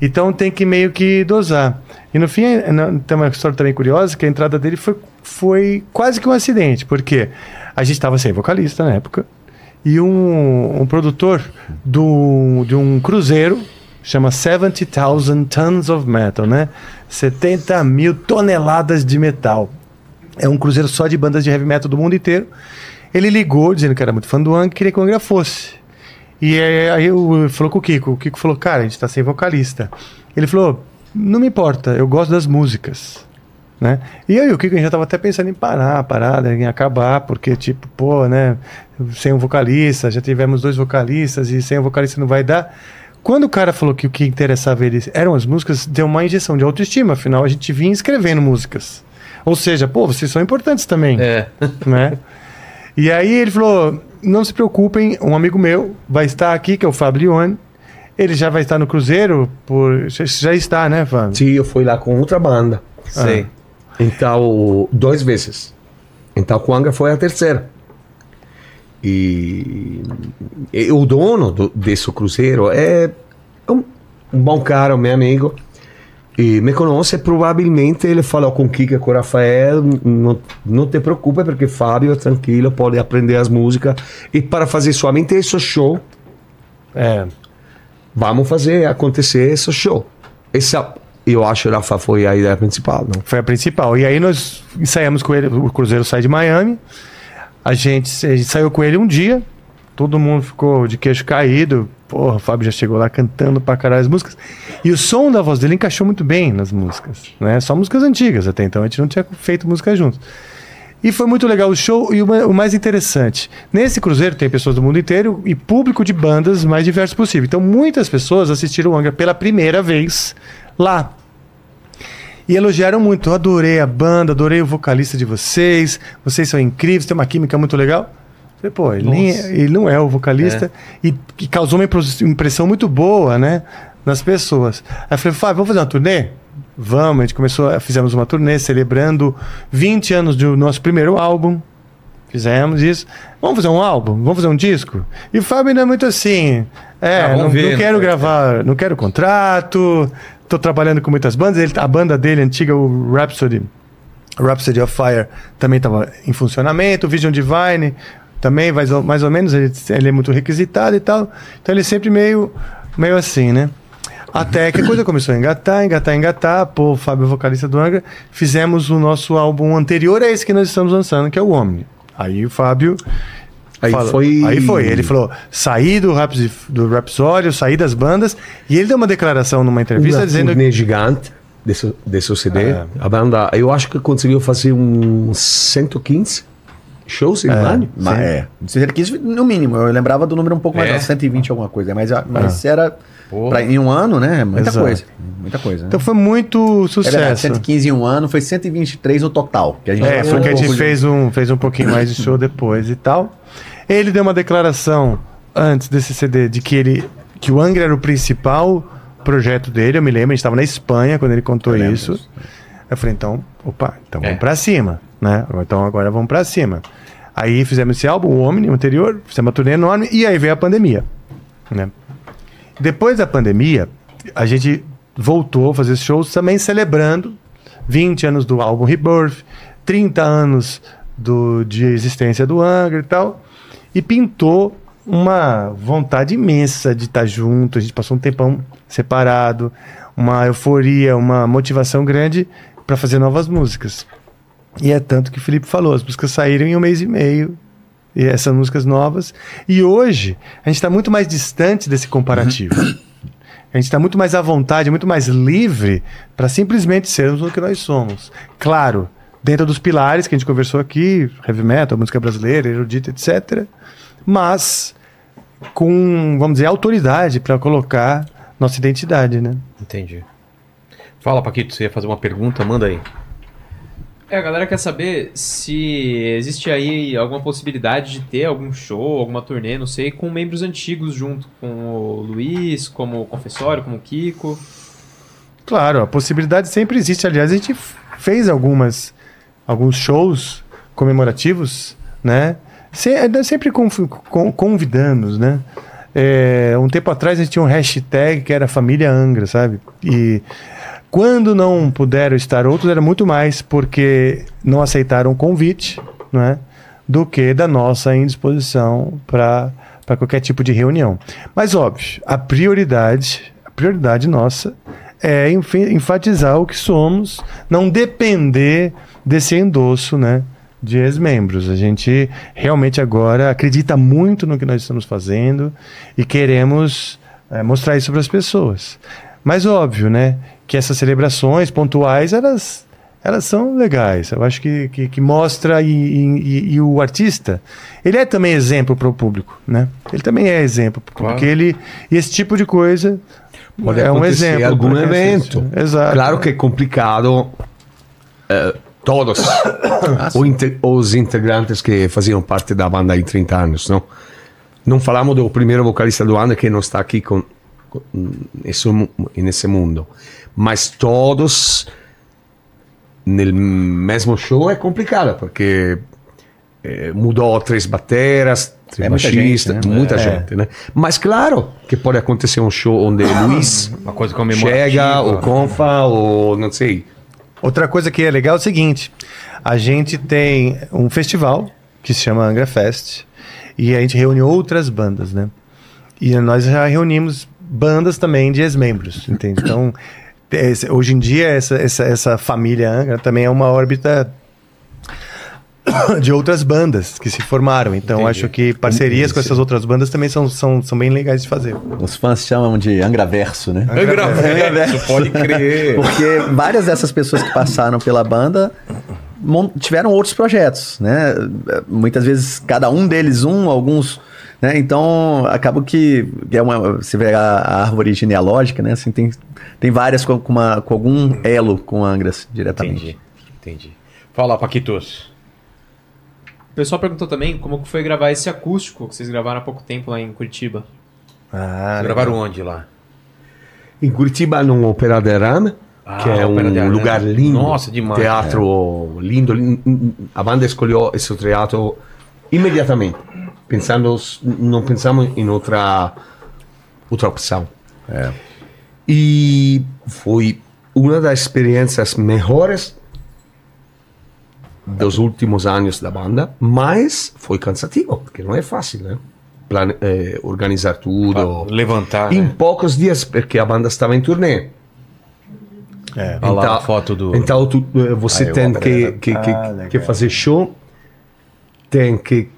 Então tem que meio que dosar. E no fim, eh, na- tem uma história também curiosa, que a entrada dele foi, foi quase que um acidente, porque a gente estava sem vocalista na época, e um, um produtor do, de um cruzeiro, chama 70,000 Tons of Metal, né? 70 mil toneladas de metal. É um cruzeiro só de bandas de heavy metal do mundo inteiro. Ele ligou, dizendo que era muito fã do Ang, queria que o Angra fosse. E aí, aí eu falou com o Kiko. O Kiko falou, cara, a gente tá sem vocalista. Ele falou, não me importa, eu gosto das músicas. Né? E eu e o Kiko a gente já tava até pensando em parar a parada, em acabar, porque, tipo, pô, né? Sem um vocalista, já tivemos dois vocalistas e sem um vocalista não vai dar. Quando o cara falou que o que interessava eles eram as músicas, deu uma injeção de autoestima, afinal a gente vinha escrevendo músicas. Ou seja, pô, vocês são importantes também
É.
né? E aí ele falou: não se preocupem, um amigo meu vai estar aqui, que é o Fábio Leone. Ele já vai estar no Cruzeiro, por... já- já está, né, Fábio?
Sim, eu fui lá com outra banda.
Sei.
Então, duas vezes. Então, Kuanga foi a terceira. E, e o dono do, desse cruzeiro é um, um bom cara, meu amigo. E me conosce, provavelmente ele falou com o Kika e com o Rafael, não, não te preocupa porque Fábio, tranquilo, pode aprender as músicas. E para fazer somente esse show,
É.
vamos fazer acontecer esse show. Essa, eu acho, Rafa, foi a ideia principal, não?
Foi a principal. E aí nós ensaiamos com ele, o Cruzeiro sai de Miami. A gente, a gente saiu com ele um dia. Todo mundo ficou de queixo caído. Porra, o Fábio já chegou lá cantando pra caralho as músicas. E o som da voz dele encaixou muito bem nas músicas. Né? Só músicas antigas até então. A gente não tinha feito música juntos. E foi muito legal o show e o ma- o mais interessante. Nesse cruzeiro tem pessoas do mundo inteiro e público de bandas mais diversos possível. Então muitas pessoas assistiram o Angra pela primeira vez lá. E elogiaram muito. Eu adorei a banda, adorei o vocalista de vocês. Vocês são incríveis, tem uma química muito legal. Eu Falei, pô, ele, nem- ele não é o vocalista. E, e causou uma impros- impressão muito boa, né? Nas pessoas. Aí eu falei, Fábio, vamos fazer uma turnê? Vamos. A gente começou, fizemos uma turnê celebrando 20 anos do nosso primeiro álbum. Fizemos isso. Vamos fazer um álbum? Vamos fazer um disco? E o Fábio ainda é muito assim. É,
Ah, vamos
não,
ver,
não
né?
quero gravar, não quero contrato, tô trabalhando com muitas bandas. Ele- a banda dele, antiga, o Rhapsody, Rhapsody of Fire, também estava em funcionamento. O Vision Divine também, mais ou, mais ou menos, ele, ele é muito requisitado e tal. Então ele é sempre meio, meio assim, né? Até que a coisa começou a engatar, engatar, engatar. Pô, o Fábio, vocalista do Angra, fizemos o nosso álbum anterior a esse que nós estamos lançando, que é o Omni. Aí o Fábio.
Aí
falou-
foi-
Aí foi. Ele falou: saí do, Raps, do Rapsódio, saí das bandas. E ele deu uma declaração numa entrevista
uma
dizendo É.
turnê gigante desse, desse CD. A banda, eu acho que conseguiu fazer um uns 115 shows em um ano.
Mas é. Seria 15 no mínimo. Eu lembrava do número um pouco mais
É?
alto, 120 alguma coisa. Mas, a- mas era. pra- em um ano, né? Muita
É. Exato.
coisa. Muita coisa. Né?
Então foi muito
é verdade,
sucesso.
115 em um ano, foi 123 no total. Que a gente
É,
passou
porque a
um
gente
pouco de-
fez um, fez um pouquinho mais de show depois e tal. Ele deu uma declaração antes desse CD de que ele que o Angra era o principal projeto dele, eu me lembro, a gente estava na Espanha quando ele contou isso. Eu falei, então, opa, então
É.
vamos pra cima, né? Então agora vamos pra cima. Aí fizemos esse álbum, o Omni, o anterior, fizemos uma turnê enorme, e aí veio a pandemia, né? Depois da pandemia, a gente voltou a fazer shows também celebrando 20 anos do álbum Rebirth, 30 anos do, de existência do Angra e tal. E pintou uma vontade imensa de estar junto. A gente passou um tempão separado, uma euforia, uma motivação grande para fazer novas músicas. E é tanto que o Felipe falou, as músicas saíram em um mês e meio. E essas músicas novas. E hoje, a gente está muito mais distante desse comparativo. A gente está muito mais à vontade, muito mais livre para simplesmente sermos o que nós somos. Claro, dentro dos pilares que a gente conversou aqui, heavy metal, música brasileira, erudita, etc. Mas com, vamos dizer, autoridade para colocar nossa identidade, né?
Entendi. Fala, Paquito, você ia fazer uma pergunta? Manda aí.
É, a galera quer saber se existe aí alguma possibilidade de ter algum show, alguma turnê, não sei, com membros antigos junto, com o Luiz, como o Confessório, como o Kiko.
Claro, a possibilidade sempre existe. Aliás, a gente f- fez algumas, alguns shows comemorativos, né? Se- é sempre conf- con- convidamos, né? É, um tempo atrás a gente tinha um hashtag que era Família Angra, sabe? E quando não puderam estar outros, era muito mais porque não aceitaram o convite, né? Do que da nossa indisposição para qualquer tipo de reunião. Mas, óbvio, a prioridade, a prioridade nossa é enf- enfatizar o que somos, não depender desse endosso, né? De ex-membros. A gente realmente agora acredita muito no que nós estamos fazendo e queremos eh, mostrar isso para as pessoas. Mas óbvio, né? Que essas celebrações pontuais, elas, elas são legais. Eu acho que, que, que mostra e, e- e o artista, ele é também exemplo para o público, né? Ele também é exemplo. Porque ele, esse tipo de coisa
Pode
é um
acontecer
exemplo.
algum
pra quem
evento.
assiste, né? Exato.
Claro que é complicado. eh, todos
Ah,
o inte- os integrantes que faziam parte da banda há 30 anos, não? Não falamos do primeiro vocalista do ano que não está aqui com, com, nesse, mu- nesse mundo, mas todos nel mesmo show é complicado porque eh, mudou três bateras, três
É muita
baixistas,
gente, né?
muita
É.
gente, né? Mas claro que pode acontecer um show onde Luiz
Uma coisa comemorativa.
Chega, ou Confa, ou não sei.
Outra coisa que é legal é o seguinte: a gente tem um festival que se chama Angra Fest e a gente reúne outras bandas, né? E nós já reunimos bandas também de ex-membros, entende? Então, esse- hoje em dia, essa, essa, essa família Angra também é uma órbita de outras bandas que se formaram. Então, acho que parcerias com essas outras bandas também são, são, são bem legais de fazer.
Os fãs chamam de Angraverso, né?
Eu gravei, isso pode crer.
Porque várias dessas pessoas que passaram pela banda mon- tiveram outros projetos, né? Muitas vezes cada um deles um, alguns, né? Então acaba que é uma, se vê a, a árvore genealógica, né? Assim, tem, tem várias com, com uma- com algum elo com Angras diretamente.
Entendi, entendi. Fala, Paquitos.
O pessoal perguntou também como que foi gravar esse acústico que vocês gravaram há pouco tempo lá em Curitiba.
Ah,
Vocês gravaram onde lá?
Em Curitiba, no Opera de Arame,
Ah,
que é
Opera de
um
Arame.
lugar lindo.
Nossa, demais,
Teatro lindo, lin- A banda escolheu esse teatro Imediatamente. Pensando, s- não pensamos em outra, outra opção. E foi uma das experiências melhores dos últimos anos da banda, mas foi cansativo, porque não é fácil, né? Plane- eh, organizar tudo.
Levantar.
Em
né?
poucos dias, porque a banda estava em turnê.
É.
Olha lá a foto do.
Então tu, eh, você
Aí eu
tem que,
aprendi.
que, que,
Ah, legal.
que fazer show, tem que.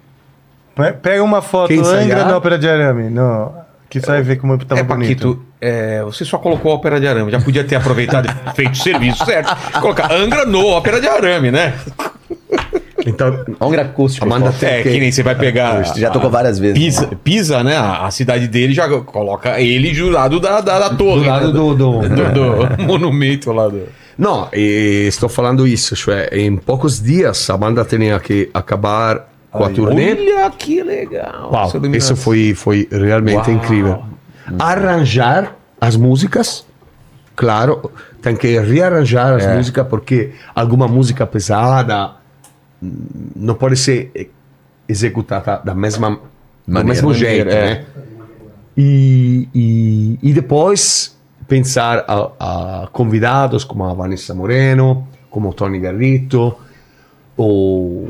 Pe- Pega uma foto
Quem ensaiar?
Angra da Ópera de Arame. Não, que você vai ver como tá
é,
bonito.
Paquito, é, você só colocou a ópera de arame. Já podia ter aproveitado e feito o serviço certo. Colocar Angra no ópera de arame, né?
Então,
Angra acústico.
a banda
Fausto.
tem
É, que
que.
nem você vai pegar.
Já tocou várias vezes.
Pisa, Pisa, né? A, a cidade dele já coloca ele jurado da, da, da torre. né?
do, do,
do, É. do monumento lá do.
No, e sto falando isso, cioè, in poucos dias a banda tinha que acabar com a turnê.
Olha que legal.
Uau,
essa iluminação.
isso é foi, foi realmente incrível. Arranjar as músicas, claro, tem que rearranjar as músicas, porque alguma música pesada hum, não pode ser eh, executada da mesma do
Maneira.
mesmo jeito,
Maneira, é.
né? E, e, e depois pensar a, a convidados como a Vanessa Moreno, como o Tony Garrito, o,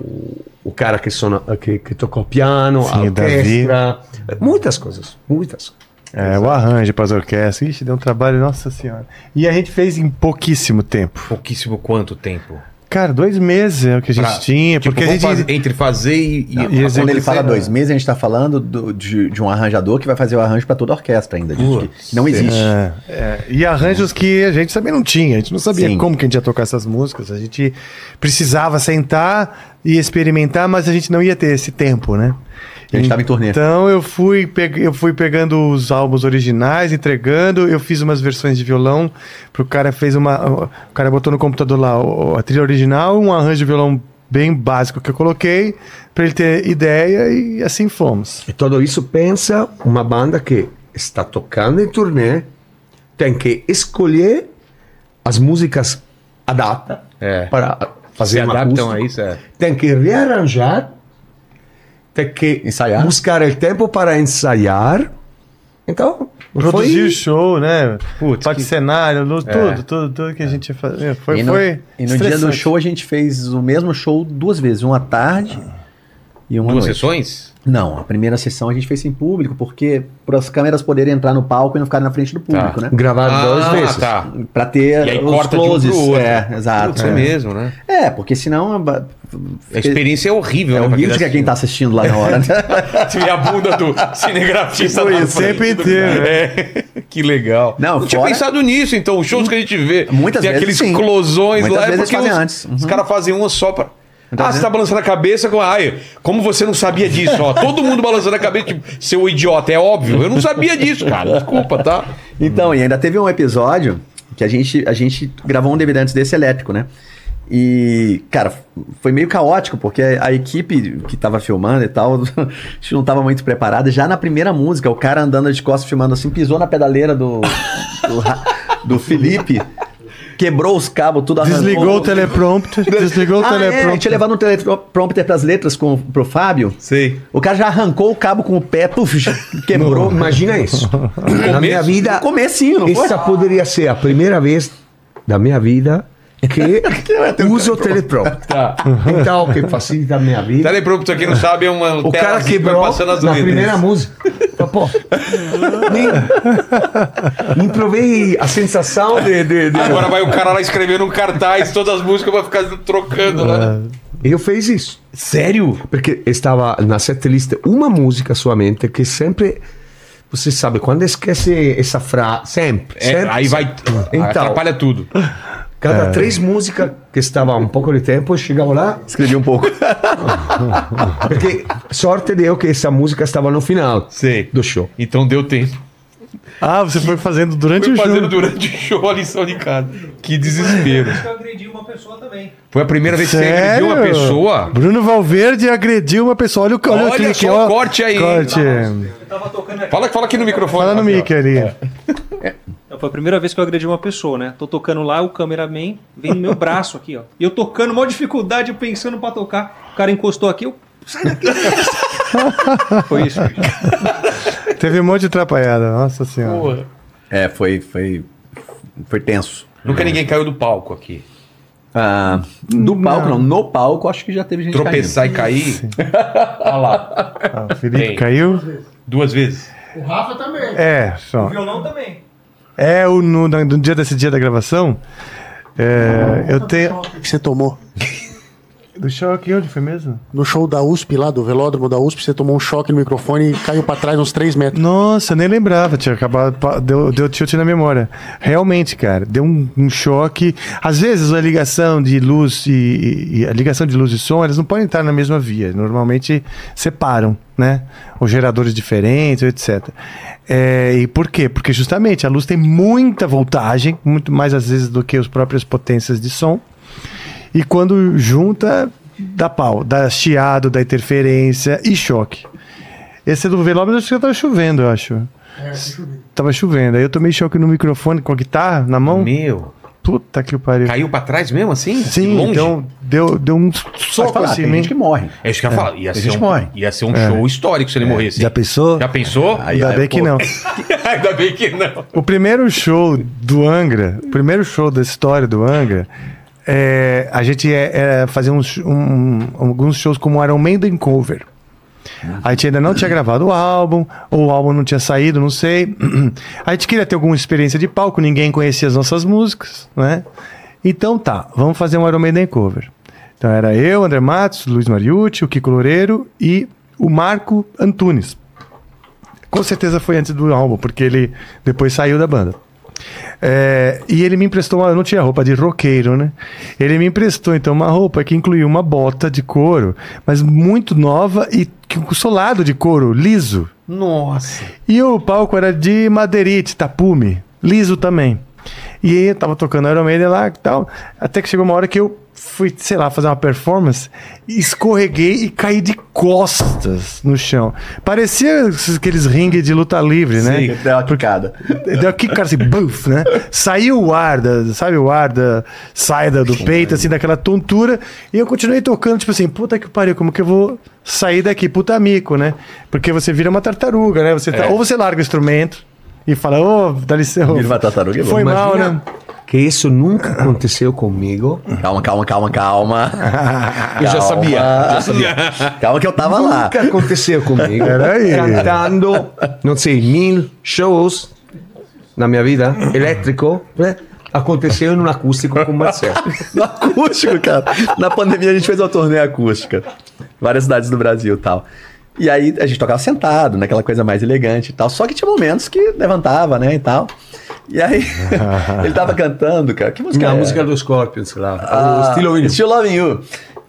o cara que, sona, que, que tocou piano, a
Sim, o Davi.
orquestra, muitas coisas, muitas.
É, o arranjo para as orquestras. Ixi, deu um trabalho, nossa senhora. E a gente fez em pouquíssimo tempo.
Pouquíssimo quanto tempo?
Cara, dois meses é o que a gente
Pra-
tinha.
Tipo,
porque a
vamos
gente.
fazer- entre fazer e. e-
Não, e-
Quando ele
Execução,
fala
né?
dois meses, a gente tá falando do- de, de um arranjador que vai fazer o arranjo pra toda a orquestra ainda. disso que- que não existe.
É, é, e arranjos que a gente também não tinha. A gente não sabia
Sim.
como que a gente ia tocar essas músicas. A gente precisava sentar e experimentar, mas a gente não ia ter esse tempo, né?
A gente tava em turnê.
Então eu fui, pe- eu fui pegando os álbuns originais, entregando, eu fiz umas versões de violão, pro cara fez uma. O cara botou no computador lá o- a trilha original, um arranjo de violão bem básico que eu coloquei, pra ele ter ideia, e assim fomos.
E tudo isso pensa uma banda que está tocando em turnê, tem que escolher as músicas adapta
É.
para
Se
fazer uma
adaptam
acústica.
a isso, é.
tem que rearranjar, tem que
Ensaiar.
buscar o tempo para ensaiar. Então,
Produzir o
foi
show, né?
Putz,
Parte
que- É.
cenário, luz, tudo, tudo, tudo que a gente ia fazer. Foi,
e no,
foi
e no dia do
estressante.
show a gente fez o mesmo show duas vezes, uma à tarde e uma
Duas
noite.
sessões?
Não, a primeira sessão a gente fez sem público, porque para as câmeras poderem entrar no palco e não ficarem na frente do público, né?
gravado duas vezes.
tá.
Pra ter
E aí
os
corta de um pro
closes.
outro.
É, exato.
Putz, é. mesmo, né?
é. porque senão a ba-
A experiência é horrível,
é
né?
o
pra
risco que é quem
assiste.
tá assistindo lá na hora, né?
Se vê a bunda do cinegrafista
Tipo
lá na
isso,
frente
sempre
do-
inteiro,
É. Que legal.
Não,
tinha
fora-
pensado nisso, então. Os shows que a gente vê.
Muitas
tem
vezes,
aqueles
sim.
closões
Muitas
lá. é
vezes
porque
eles fazem
os,
antes. Uhum.
Os caras fazem uma só pra. ah, você
vendo?
tá balançando a cabeça com. Ai, como você não sabia disso? Ó, todo mundo balançando a cabeça, tipo, seu idiota, é óbvio. Eu não sabia disso, cara. Desculpa, tá?
Então, e ainda teve um episódio que a gente, a gente gravou um DVD antes desse elétrico, né? E, cara, foi meio caótico, porque a equipe que tava filmando e tal, a gente não tava muito preparada. Já na primeira música, o cara andando de costas filmando assim, pisou na pedaleira do, do, ra- do Felipe, quebrou os cabos, tudo arrancou.
Desligou o teleprompter, desligou o
ah, é, a gente tinha
teleprompter.
levado um teleprompter pras letras com, pro Fábio.
Sei.
O cara já arrancou o cabo com o pé, puf, já quebrou.
Bro, imagina isso. Na minha vida,
No comecinho, não foi?
essa poderia ser a primeira vez da minha vida que uso o teleprompter. Então, que facilita a minha vida.
Teleprompter, quem não sabe, é uma.
O
telazinha que
cara
vai
quebrou
passando as
na
letras.
primeira música. Mas, Pô, nem, nem provei a sensação de- de- de...
Agora vai o cara lá escrevendo um cartaz, todas as músicas vai ficar trocando né? lá.
Eu fiz isso. Sério? Porque estava na setlist uma música somente que sempre. Você sabe, quando esquece essa frase. Sempre,
É,
sempre,
aí vai.
Então,
Atrapalha tudo.
cada
Eh.
três músicas que estava um pouco de tempo, eu chegava lá.
Escrevi um pouco.
Porque sorte deu que essa música estava no final
Sei.
do show.
Então deu tempo.
Ah, você foi fazendo durante
Foi
o
fazendo
show.
durante o show a lição de casa. Que desespero.
Eu agredi uma pessoa também.
Foi a primeira vez que você agrediu
Sério?
uma pessoa?
Bruno Valverde agrediu uma pessoa. Olha o olha o
Olha
clique,
só o
ó.
corte aí.
Corte.
Eu tava tocando aqui.
Fala, fala aqui no microfone.
Fala no
Aqui, ó.
mic ali.
É.
Então, Foi a primeira vez que eu agredi uma pessoa, né? Tô tocando lá, o cameraman vem no meu braço aqui, ó. E eu tocando, maior dificuldade, eu pensando pra tocar. O cara encostou aqui, eu
Sai daqui!
Foi isso.
Teve um monte de atrapalhada, nossa senhora.
É, foi, foi, foi tenso.
Nunca ninguém caiu do palco aqui.
Ah, do palco, não. No palco, acho que já teve gente
Tropeçar e cair. Olha lá.
Ah, o Felipe
Tem.
caiu.
Duas vezes.
O Rafa também.
É, só.
violão também.
É, o, no, na- no dia desse dia da gravação, é,
Tá
eu tenho.
O que você tomou?
Do choque, onde foi mesmo?
No show da USP lá, do velódromo da USP, você tomou um choque no microfone e caiu pra trás uns 3 metros.
Nossa, eu nem lembrava, tinha acabado. pa- Deu, deu tilt na memória. Realmente, cara, deu um, um choque. Às vezes a ligação de luz e, e- e a ligação de luz e som, elas não podem estar na mesma via. Normalmente separam, né? Ou geradores diferentes, etc. É, e por quê? Porque justamente a luz tem muita voltagem, muito mais às vezes do que as próprias potências de som. E quando junta, dá pau, dá chiado, dá interferência e choque. Esse é do Velópolis acho que tava chovendo, eu acho. Tava chovendo. Aí eu tomei choque no microfone com a guitarra na mão.
Meu.
Puta que pariu.
Caiu pra trás mesmo assim?
Sim,
Longe?
então deu, deu um soco
falar,
assim.
tem
em mim.
gente que morre.
É isso que eu ia falar. Ia ser,
gente
um,
morre.
ia ser um show histórico se ele morresse.
Já
hein?
pensou?
Já pensou?
Ainda bem que não.
Ainda bem que não.
O primeiro show do Angra, o primeiro show da história do Angra, é, a gente é, é, fazia uns- um- alguns shows como Iron Maiden cover. A gente ainda não tinha gravado o álbum, ou o álbum não tinha saído, não sei. A gente queria ter alguma experiência de palco, ninguém conhecia as nossas músicas, né? Então tá, vamos fazer um Iron Maiden cover. Então era eu, André Matos, Luiz Mariucci, o Kiko Loureiro e o Marco Antunes. Com certeza foi antes do álbum, porque ele depois saiu da banda. É, e ele me emprestou, uma, eu não tinha roupa de roqueiro, né? Ele me emprestou então uma roupa que incluía uma bota de couro, mas muito nova e com solado de couro liso.
Nossa.
E o palco era de madeirite, tapume, liso também. E aí eu tava tocando Iron Maiden lá e tal, até que chegou uma hora que eu fui, sei lá, fazer uma performance, escorreguei e caí de costas no chão. Parecia aqueles ringues de luta livre, né?
Sim, deu uma picada.
Deu aqui, cara, assim, buf, né? Saiu o ar, da, sabe o ar da saída do peito, assim, daquela tontura. E eu continuei tocando, tipo assim, puta que pariu, como que eu vou sair daqui? Puta mico, né? Porque você vira uma tartaruga, né? Você tá- Ou você larga o instrumento e fala, ô, dá licença.
É. Vira uma tartaruga, é bom.
Foi mal,
Imagina
né?
Que isso nunca aconteceu comigo.
Calma, calma, calma, calma.
Eu já sabia, já sabia.
Calma que eu tava lá.
Nunca aconteceu comigo.
Peraí.
Cantando, não sei, mil shows na minha vida, elétrico, né? Aconteceu num acústico com o Marcelo.
No acústico, cara. Na pandemia a gente fez uma turnê acústica. Várias cidades do Brasil e tal. E aí a gente tocava sentado, naquela coisa mais elegante e tal. Só que tinha momentos que levantava, né, e tal. E aí ele tava cantando, cara. Que música
A
é?
música do Scorpions lá, o
Eh. Ah,
estilo Winnie.
Still Loving You.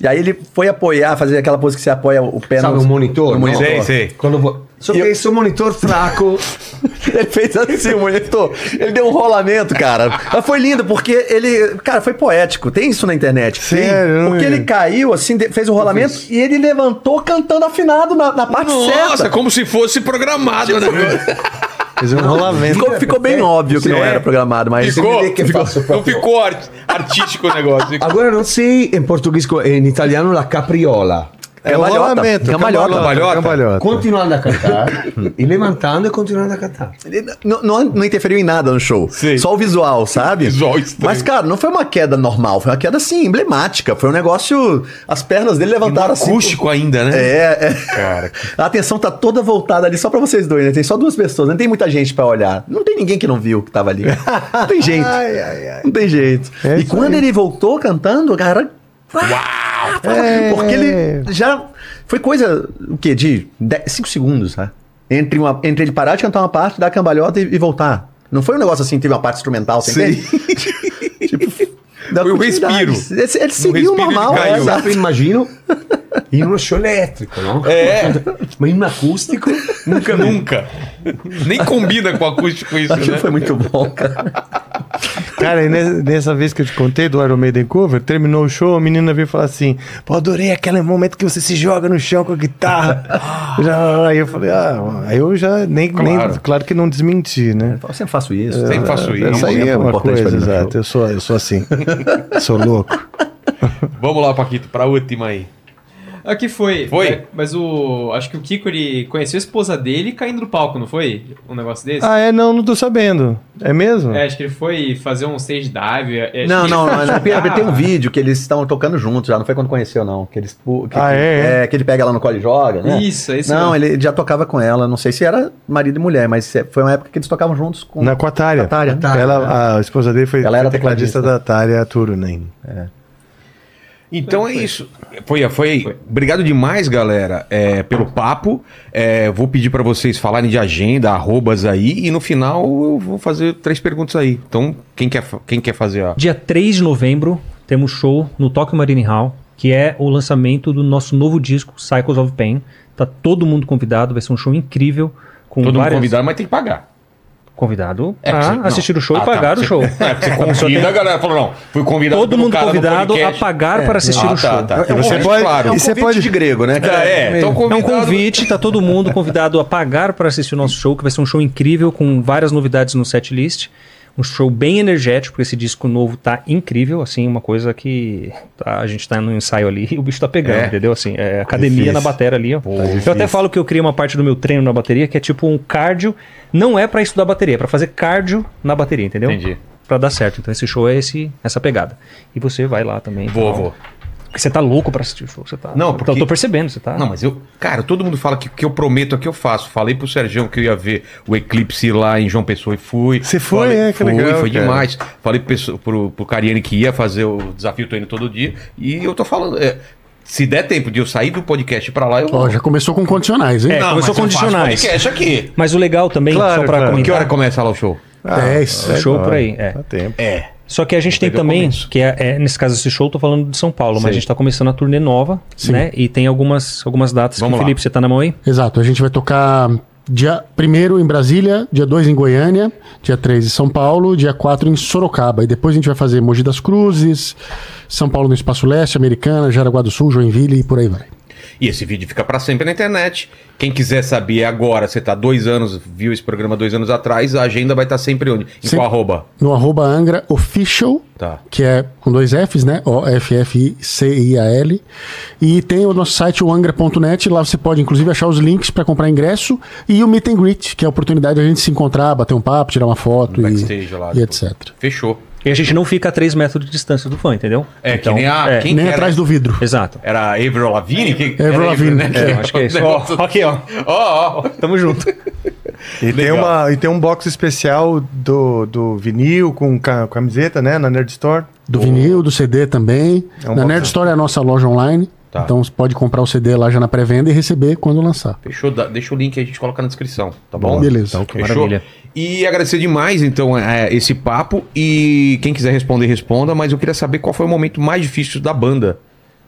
E aí ele foi apoiar, fazer aquela pose que você apoia o pé
Sabe,
no
um monitor?
no
né?
monitor.
Sei, sei.
Quando vou... Só
Eu-
que esse é um monitor fraco.
Ele fez assim, o monitor. Ele deu um rolamento, cara. Mas foi lindo, porque ele. Cara, foi poético. Tem isso na internet.
Sério, né? eu
Tem.
não
Porque
vi.
ele caiu, assim, de- fez o rolamento e ele levantou cantando afinado na, na parte
Nossa,
certa.
como se fosse programado, né?
Fez um rolamento.
Ficou, ficou bem óbvio que não era programado, mas.
Ficou,
vê que
ficou,
faço pra-
não ficou art- artístico o negócio.
Agora não sei em português, co- em italiano, la capriola.
É
um
cambalhota.
rolamento.
Cambalhota.
Cambalhota. cambalhota.
Continuando a cantar, e levantando e continuando a cantar.
Ele Não, não, não interferiu em nada no show.
Sim.
Só o visual, sabe?
Visual estranho.
Mas, cara, não foi uma queda normal, foi uma queda assim, emblemática. Foi um negócio. As pernas dele levantaram assim.
Acústico ainda, né?
É, é. A atenção tá toda voltada ali só pra vocês dois, né? Tem só duas pessoas, não tem muita gente pra olhar. Não tem ninguém que não viu que tava ali. Não tem jeito. Não tem jeito.
É
e
isso
quando
aí.
ele voltou cantando, cara. Uau!
É.
Porque ele já. Foi coisa, o quê? De 10 cinco segundos, né? Entre, uma, entre ele parar de cantar uma parte, dar a cambalhota e, e voltar. Não foi um negócio assim, teve uma parte instrumental, você entende? tipo, dá
Foi um
continuidade.
respiro. Um
Ele, ele seguiu
respiro
o
ele
normal,
caiu.
é, exato.
Sempre imagino in uno show elettrico,
Eh,
no?
É.
Mas in un acustico?
Nunca, nunca. Nem combina com o acústico isso,
Aquilo
né?
foi muito bom, cara.
Cara, e ne- nessa vez que eu te contei do Iron Maiden Cover, terminou o show, a menina veio falar assim: Pô, adorei aquele momento que você se joga no chão com a guitarra. já, aí eu falei: Ah, aí eu já nem claro, nem,
Claro.
claro que não desmenti, né?
Eu sempre faço isso.
Sempre faço isso.
Essa aí é
momento
uma
importante pra
coisa,
um mim no
exato. Eu sou, eu sou assim. sou louco.
Vamos lá, Paquito, pra última aí.
Aqui foi.
Foi?
É, Mas o. Acho que o Kiko ele conheceu a esposa dele caindo do palco, não foi? Um negócio desse?
Ah, é? Não, não tô sabendo. É mesmo?
É, acho que ele foi fazer um stage dive. é- é-
Não, não, não, não.
Pedro, tem um vídeo que eles estão tocando juntos já, não foi quando conheceu, não. Que eles, pu- que,
Ah, é?
é, que ele pega ela no colo e joga, né?
Isso, é isso.
Não,
mesmo.
ele já tocava com ela, não sei se era marido e mulher, mas é, foi uma época que eles tocavam juntos com.
Na, com a Tária.
Tária. né?
Ela, a esposa dele foi né?
Ela era
foi tecladista,
tecladista.
da Tária Turunen.
Então é isso. Foi, foi. Obrigado demais, galera, é, pelo papo. É, vou pedir pra vocês falarem de agenda, arrobas aí, e no final eu vou fazer três perguntas aí. Então, quem quer, fa- quem quer fazer a.
Dia 3 de novembro, temos show no Tokyo Marine Hall, que é o lançamento do nosso novo disco, Cycles of Pain. Tá todo mundo convidado, vai ser um show incrível. Com
Todo mundo
várias-
convidado, mas tem que pagar.
convidado
É,
pra
você- não.
assistir o show
Ah,
e
tá.
pagar o
Você-
show.
É, porque você convida, a galera falou, não, fui convidado
Todo
pelo
mundo
cara do
convidado a
podcast.
pagar para assistir
Ah,
o show.
tá, tá.
E você
convite,
pode-
Claro.
e você pode-
de grego, né? cara?
É, então
É um
convidado-
convite, tá todo mundo convidado a pagar para assistir o nosso show, que vai ser um show incrível, com várias novidades no setlist. Um show bem energético, porque esse disco novo tá incrível, assim, uma coisa que tá- a gente tá no ensaio ali e o bicho tá pegando,
É.
entendeu? Assim, é academia
difícil.
na batera ali, ó. eu até falo que eu criei uma parte do meu treino na bateria, que é tipo um cardio, não é para estudar bateria, é pra fazer cardio na bateria, entendeu?
Entendi.
Pra dar certo. Então esse show é esse, essa pegada. E você vai lá também.
Vou,
tal.
vou.
Porque Você tá louco pra assistir o show, você tá...
Não,
eu tô-
porque-
tô percebendo, você tá...
Não, mas eu. Cara, todo mundo fala que o que eu prometo é que eu faço. Falei pro Sergião que eu ia ver o eclipse lá em João Pessoa e fui.
Você foi,
Falei-
é, que
fui,
legal,
Foi
cara.
demais. Falei pro, pessoa- pro, pro Cariani que ia fazer o desafio, tô indo todo dia. E eu tô falando. é, se der tempo de eu sair do podcast pra lá, eu.
Ó, já começou com condicionais, hein?
É,
mas
começou
eu
condicionais.
faço podcast aqui.
Mas o legal também, tá.
Claro,
só pra
claro.
comentar,
Que hora começa lá o show?
Dez.
o show por aí, é.
Dá tempo.
É.
Só que a gente tem
Perdeu o
também,
começo.
que é, é- nesse caso esse show, eu tô falando de São Paulo, mas a gente tá começando a turnê nova, né? E tem algumas, algumas datas
Vamos
que,
lá.
Felipe, você tá na mão aí?
É.
Exato, a gente vai tocar dia 1 em Brasília, dia 2 em Goiânia, dia 3 em São Paulo, dia 4 em Sorocaba. E depois a gente vai fazer Mogi das Cruzes, São Paulo no Espaço Leste, Americana, Jaraguá do Sul, Joinville e por aí vai.
E esse vídeo fica pra sempre na internet. Quem quiser saber agora, você tá dois anos, viu esse programa dois anos atrás, a agenda vai estar sempre onde? Em
Sempre.
qual arroba?
No arroba Angra Official,
Tá.
que é com dois Fs, né? O-F-F-I-C-I-A-L. E tem o nosso site, o angra.net. Lá você pode, inclusive, achar os links para comprar ingresso e o Meet and Greet, que é a oportunidade de a gente se encontrar, bater um papo, tirar uma foto e,
Backstage lá. tipo.
e
depois.
etc.
Fechou.
E a gente não fica a 3 metros de distância do fã, entendeu?
É,
Então,
que nem a. quem
é,
né? que
Nem
era?
atrás do vidro.
Exato.
Era a Avril Lavigne? Quem- era né?
Avril Lavigne,
Que-
é, acho que é isso.
o negócio-
Ó, aqui, ó.
Ó, ó.
Tamo junto.
E tem,
Legal.
uma, e tem um box especial do, do vinil com ca- camiseta, né? Na Nerd Store.
Do vinil, do CD também.
É um
na
bom
Nerd Store é a nossa loja online.
Tá.
Então você pode comprar o CD lá já na pré-venda e receber quando lançar.
Fechou, dá- deixa o link aí, a gente coloca na descrição, tá bom?
Beleza.
Fechou?
Maravilha.
E agradecer demais, então, é, esse papo. E quem quiser responder, responda. Mas eu queria saber qual foi o momento mais difícil da banda.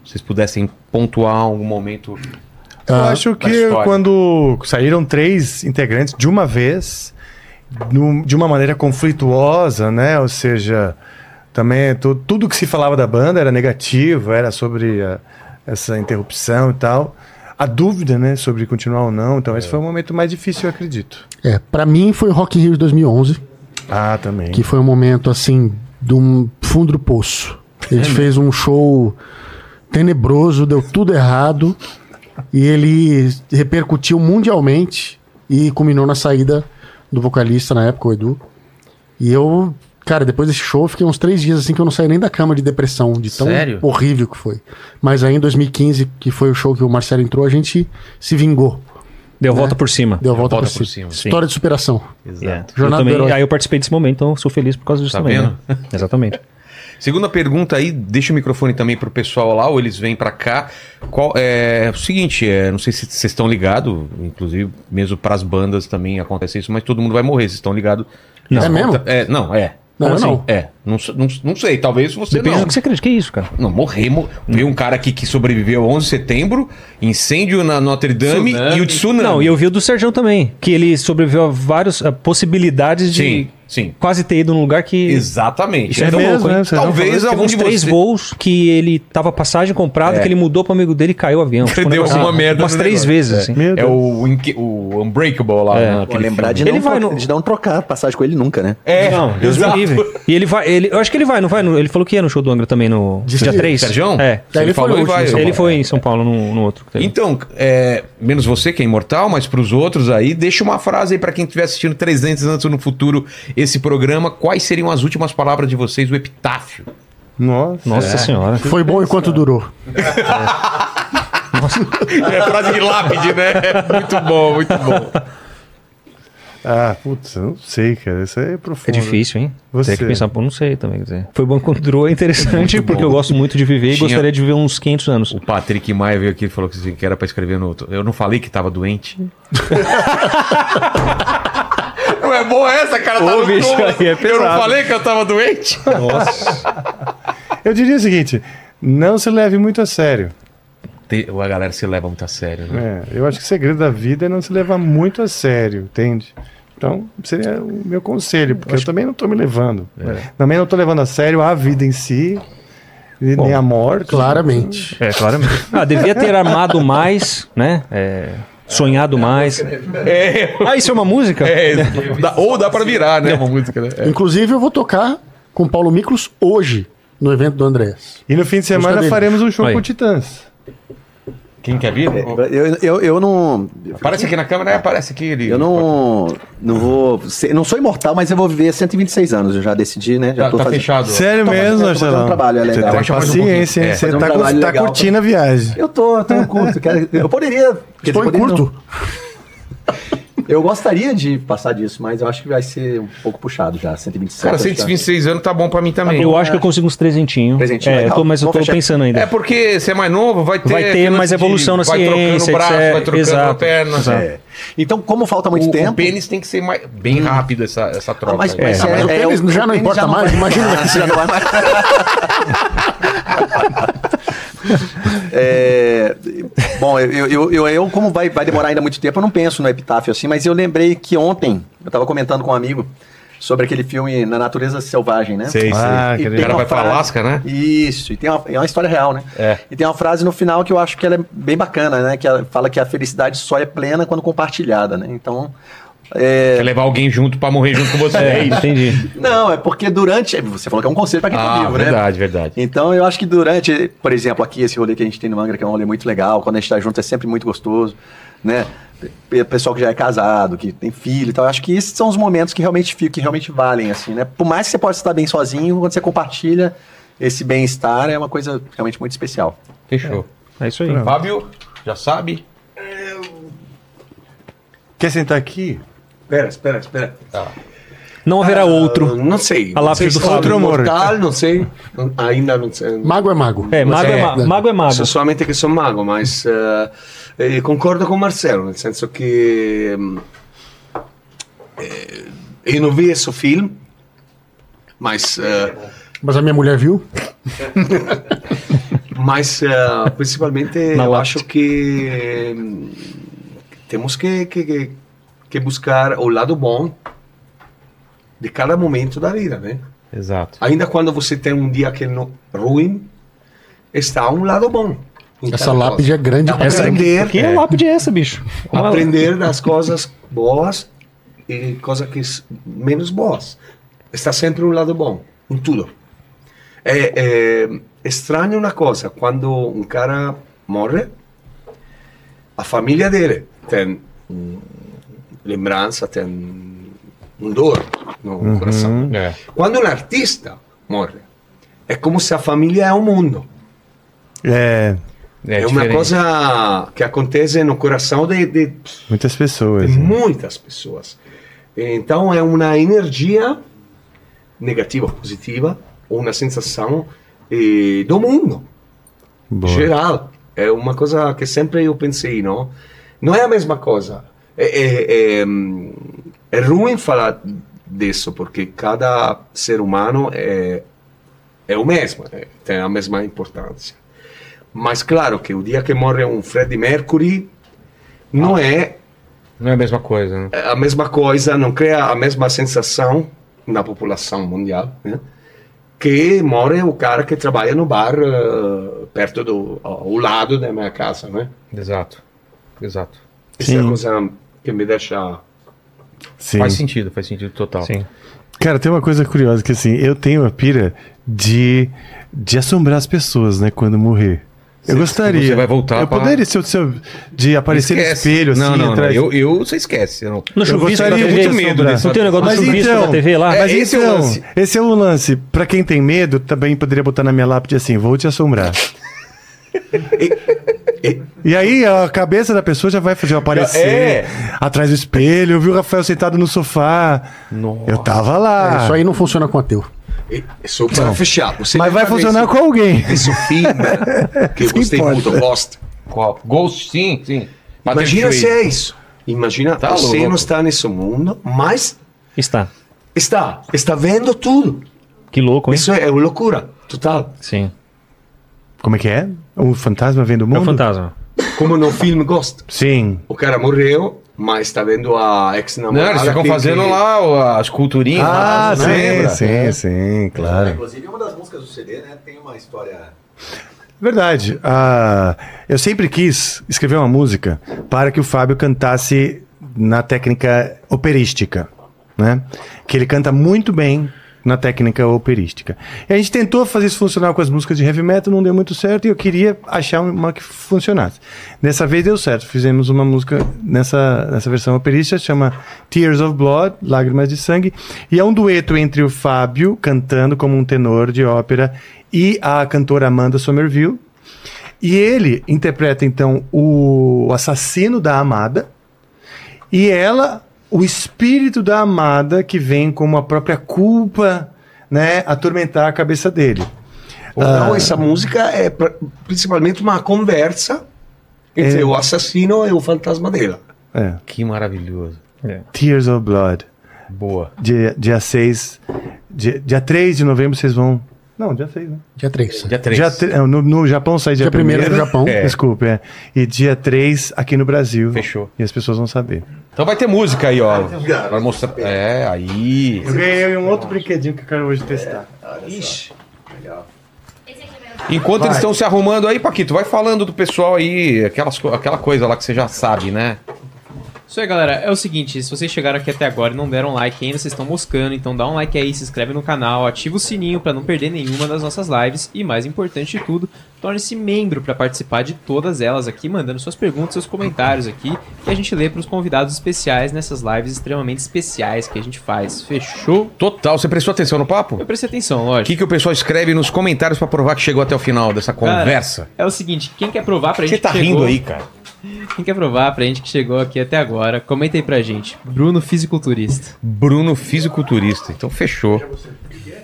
Se vocês pudessem pontuar algum momento.
Eu
Ah,
acho
da
que
história.
quando saíram três integrantes de uma vez, num- de uma maneira conflituosa, né? Ou seja, também tu- tudo que se falava da banda era negativo, era sobre a- essa interrupção e tal. A dúvida, né, sobre continuar ou não. Então, esse foi o momento mais difícil, eu acredito.
É, para mim foi o Rock in Rio de 2011,
Ah, também.
que foi um momento assim de um fundo do poço. A gente fez um show tenebroso, deu tudo errado e ele repercutiu mundialmente e culminou na saída do vocalista na época, o Edu. E eu, cara, depois desse show, eu fiquei uns três dias assim que eu não saí nem da cama de depressão, de tão
Sério?
horrível que foi. Mas aí em 2015, que foi o show que o Marcelo entrou, a gente se vingou.
Deu volta por cima.
Deu a volta,
volta
por,
por
cima.
cima,
sim.
História de superação.
Yeah. Eu
Jornada do
também-
herói.
aí eu participei desse momento, então eu sou feliz por causa disso
Tá
também.
vendo?
né? Exatamente.
Segunda pergunta aí, deixa o microfone também pro pessoal lá, ou eles vêm pra cá. Qual é, o seguinte, é, não sei se vocês estão ligados, inclusive mesmo pras bandas também acontece isso, mas todo mundo vai morrer, vocês estão ligados?
É mesmo?
É, não, é.
Não, eu não.
É, não, s- não, s- não sei, talvez você
Depende
não.
do que você acredita. Que isso, cara?
Não, morrer, mo- veio um cara aqui que sobreviveu ao 11 de setembro, incêndio na Notre Dame
Tsunami.
e o tsunami.
Não, e eu vi o do Serjão também, que ele sobreviveu a várias a possibilidades de
Sim, sim.
quase ter ido num lugar que...
Exatamente.
Isso é
Então,
mesmo,
né? Vocês não
Talvez
Teve
algum
uns
de
três
vocês...
voos que ele tava passagem comprada, que ele mudou pro amigo dele e caiu o avião. Tipo, um
Deu
negócio-
alguma merda
Umas
no
três
negócio.
vezes, assim.
Meu
É
Deus.
o, Inque- o Unbreakable lá. né?
É,
Pô, lembrar de
Ele
não,
vai
tro-
no-
de não trocar passagem com ele nunca, né?
É,
Não, Deus me
exato.
livre. E ele vai, ele, eu acho que ele vai, não vai? No- ele falou que ia no show do Angra também no
Diz
dia
que-
3.
Sergião?
É.
Ele,
Ele foi
falou
no
e
último,
vai.
São
Ele foi em São Paulo no, no outro. que teve.
Então, é, menos você que é imortal, mas para os outros aí, deixa uma frase aí para quem estiver assistindo 300 anos no futuro esse programa. Quais seriam as últimas palavras de vocês, o epitáfio?
Nossa.
Nossa senhora.
Foi bom enquanto durou.
É frase de lápide, né? Muito bom, muito bom.
Ah, putz, eu não sei, cara. Isso aí é profundo.
É difícil, hein?
Você.
Tem que pensar, pô, não sei também. Quer dizer. Foi bom quando durou, é interessante, porque eu gosto muito de viver e
Tinha-
gostaria de viver uns 500 anos.
O Patrick Maia veio aqui e falou que assim, que era para escrever no outro. Eu não falei que tava doente. não é boa essa, cara? Tá
Ô,
no
bicho,
Thomas.
aí é
eu não
pesado.
falei que eu tava doente?
Eu diria o seguinte: não se leve muito a sério.
Te- A galera se leva muito a sério, né?
É, eu acho que o segredo da vida é não se levar muito a sério, entende? Então, seria o meu conselho, porque eu, também não estou me levando.
É.
Também não estou levando a sério a vida em si, e nem a morte.
Claramente.
É, claramente. Ah, devia ter armado mais, né? É, sonhado mais. Ah, isso é uma música?
É, dá- ou dá pra virar, né? Uma música, né? É.
Inclusive, eu vou tocar com Paulo Miklos hoje, no evento do Andrés.
E no fim de semana
deles.
faremos um show
Aí.
com o Titãs.
Quem quer vir?
Eu, eu, eu não.
Aparece aqui na câmera, né? aparece aqui. Ele...
Eu não. Não vou. ser- não sou imortal, mas eu vou viver 126 anos. Eu já decidi, né? Já
Tá,
tô
tá
fazendo-
fechado.
Sério
Tá, mas eu
mesmo,
tô fazendo
Marcelão?
um trabalho, é legal.
Você tem
Abaixa mais um
paciência, hein?
pouquinho. É,
Você
fazer um
tá,
trabalho
gost- tá
legal.
curtindo a viagem.
Eu tô, eu tô em curto. quero- eu poderia. quer dizer,
Estou em
poderia
um curto.
não. Eu gostaria de passar disso, mas eu acho que vai ser um pouco puxado já. 126
Cara,
acho que já-
126 anos tá bom pra mim também.
Eu acho que eu consigo uns trezentinhos.
Trezentinho,
é, eu
legal.
tô, mas eu
Vamos
tô
fechar.
pensando ainda.
É porque você é mais novo, vai ter.
Vai ter
aquele lance
mais
de-
evolução na
Vai trocando
ciência,
o braço,
etc.
vai trocando a
Exato.
perna.
É. Então, como falta
O,
muito
o
tempo.
pênis é, tem que ser mais, bem rápido essa, essa troca.
mas,
aí.
mas é,
Ah, mas o pênis já não
pênis
importa mais,
vai-
imagina.
já não vai mais. É, bom, eu, eu, eu, eu como vai, vai demorar ainda muito tempo, eu não penso no epitáfio assim, mas eu lembrei que ontem eu estava comentando com um amigo sobre aquele filme Na Natureza Selvagem, né?
Sei, sei.
Ah,
E
que
tem
o cara
uma
vai pra
frase-
Alasca, né?
Isso, e tem uma, é uma história real, né?
É.
E tem uma frase no final que eu acho que ela é bem bacana, né? Que ela fala que a felicidade só é plena quando compartilhada, né? Então, é,
Quer levar alguém junto pra morrer junto com você.
É, entendi.
não, é porque durante. Você falou que é um conselho pra quem tá
Ah,
vivo, né?
verdade, verdade.
Então eu acho que durante, por exemplo, aqui esse rolê que a gente tem no Angra, que é um rolê muito legal, quando a gente tá junto é sempre muito gostoso, né? Pe- Pessoal que já é casado, que tem filho e tal, eu acho que esses são os momentos que realmente ficam, que realmente valem, assim, né? Por mais que você possa estar bem sozinho, quando você compartilha esse bem-estar, é uma coisa realmente muito especial.
Fechou.
É isso aí.
Fábio, já sabe?
Quer sentar aqui?
Espera, espera, espera.
Não haverá outro.
Ah, Não sei.
A
não
lápide
sei
do
se
Fábio.
sou imortal, não sei. Não- Ainda não sei.
Mago é mago.
É, mago é,
É.
ma- mago é mago.
So- solamente che sono mago, ma es- eh, eh, concordo con Marcello, nel senso che mm, eh, io non vi questo film, ma es, eh,
Mas a minha mulher viu.
Mas eh, principalmente
Na
eu
lata.
acho que hum, temos que, que, que, que buscar o lado bom de cada momento da vida, né?
Exato.
Ainda quando você tem um dia que não ruim, está um lado bom. em
Essa
cada
lápide é grande. pra
coisa.
caramba.
aprender,
Que lápide é essa, bicho? Uma-
aprender das coisas boas e coisas que s- menos boas. Está sempre um lado bom, em tudo. É, é estranho uma coisa, quando um cara morre, a família dele tem hum, lembrança, tem um dor no coração.
É.
Quando um artista morre, é como se a família é o mundo.
É,
É, uma
diferente.
coisa que acontece no coração de- de
muitas
tem
pessoas. né?
muitas pessoas. Então é uma energia negativa ou positiva, ou uma sensação eh, do mundo
Boa.
geral. É uma coisa que sempre eu pensei, não? Não é a mesma coisa. É, é, é, hum, é ruim falar disso, porque cada ser humano é, é o mesmo, é, tem a mesma importância. Mas claro que o dia que morre um Freddie Mercury não
Ah.
é
Não é a mesma coisa, né?
a mesma coisa, não cria a mesma sensação na população mundial, né? Que mora o cara que trabalha no bar eh, perto do ao lado da minha casa, né?
Exato. Exato.
Essa é a coisa que me deixa
Sim.
Faz sentido, faz sentido total.
Sim.
Cara, tem uma coisa curiosa que assim, eu tenho a pira de, de assombrar as pessoas, né, quando morrer. eu
Cê-
gostaria.
você vai voltar
Eu
pra-
poderia, se eu, se eu- de aparecer no espelho, assim,
não, não,
atrás.
Não, eu, eu, você esquece. eu não-
No
Eu
chuvisco da
gostaria
TV.
muito medo desse-
Não tem o negócio
Mas
do chuvisco
então-
da TV lá?
É,
Mas
esse
então,
é o lance.
esse é o lance. Pra quem tem medo, também poderia botar na minha lápide assim, vou te assombrar. E aí a cabeça da pessoa já vai fazer eu aparecer
É.
atrás do espelho. Eu vi o Rafael sentado no sofá. Eu tava lá.
Isso aí não funciona com ateu.
Isso para fechar. eh, Você
Mas vai
lembra
funcionar
desse-
com alguém.
Desse filme que eu gostei
pode.
muito, eu gosto.
Qual? Ghost, sim, sim. Patrick
Imagina
Swayze.
se é isso. Imagina,
Tá
você
louco.
não está nesse mundo, mas
Está.
está, está vendo tudo.
Que louco, hein?
Isso é uma loucura total.
Sim.
Como é que é? Um fantasma vendo o
É
mundo?
um fantasma.
Como no filme Ghost.
Sim.
O cara morreu, mas está vendo a
Não,
ex-namorada.
eles ficam
que-
fazendo
que-
lá o- as culturinhas. lá,
Ah, É.
você
sim,
lembra?
sim, sim, claro.
Ah, Inclusive, uma das músicas do CD, né, tem uma história.
Verdade. Ah, eu sempre quis escrever uma música para que o Fábio cantasse na técnica operística, né? Que ele canta muito bem na técnica operística. E a gente tentou fazer isso funcionar com as músicas de heavy metal, não deu muito certo e eu queria achar uma que funcionasse. Dessa vez deu certo. Fizemos uma música nessa, nessa versão operística, chama Tears of Blood, Lágrimas de Sangue, e é um dueto entre o Fábio cantando como um tenor de ópera e a cantora Amanda Somerville. E ele interpreta então o assassino da amada e ela o espírito da amada que vem como a própria culpa, né, atormentar a cabeça dele.
Ah.
Então, essa música é pr- principalmente uma conversa
É.
entre o assassino e o fantasma dela.
É.
Que maravilhoso.
Tears of Blood.
Boa.
Dia, dia 6. Dia, dia 3 de novembro vocês vão. Não, dia 6, né?
Dia 3.
Dia 3.
Dia tre- é, no, no Japão sai dia
Dia
1
primeiro no Japão.
É. Desculpa, é. E dia 3 aqui no Brasil.
Fechou.
E as pessoas vão saber.
Então vai ter música aí, ó. Vai mostrar. É, aí.
Eu ganhei um outro brinquedinho que eu quero hoje testar.
Enquanto eles estão se arrumando aí, Paquito, vai falando do pessoal aí, aquelas, co- aquela coisa lá que você já sabe, né?
Isso aí, galera. É o seguinte, se vocês chegaram aqui até agora e não deram like ainda, vocês estão moscando, então dá um like aí, se inscreve no canal, ativa o sininho pra não perder nenhuma das nossas lives e, mais importante de tudo, torne-se membro pra participar de todas elas aqui, mandando suas perguntas, seus comentários aqui, que a gente lê pros convidados especiais nessas lives extremamente especiais que a gente faz. Fechou?
Total, você prestou atenção no papo?
Eu prestei atenção,
O que,
lógico.
que o pessoal escreve nos comentários pra provar que chegou até o final dessa
Cara,
conversa?
É o seguinte, quem quer provar pra
você
gente
tá
que chegou-
rindo aí, cara?
Quem quer provar pra gente que chegou aqui até agora, comenta aí pra gente. Bruno Fisiculturista.
Bruno, fisiculturista. Então fechou.
é?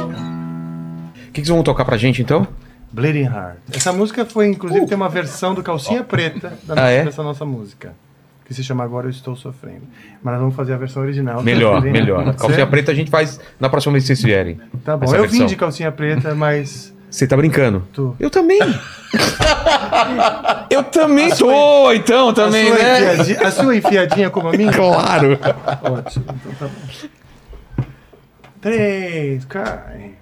O que, que vocês vão tocar pra gente então?
Bleeding Heart. Uh! Essa música foi, inclusive, tem uma versão do Calcinha Preta da nossa-
Ah, é?
dessa nossa música. Que se chama Agora Eu Estou Sofrendo. Mas nós vamos fazer a versão original.
Melhor,
Bleeding Heart,
melhor.
pode
Calcinha
ser?
preta a gente faz na próxima vez que vocês vierem.
Tá bom.
essa
Eu
versão.
vim de calcinha preta, mas.
Você tá brincando?
Tô.
Eu também. Eu também tô, então, também,
a, sua
né?
enfiadinha, a sua enfiadinha é como a minha?
Claro.
Ótimo, então tá bom. Três, cai.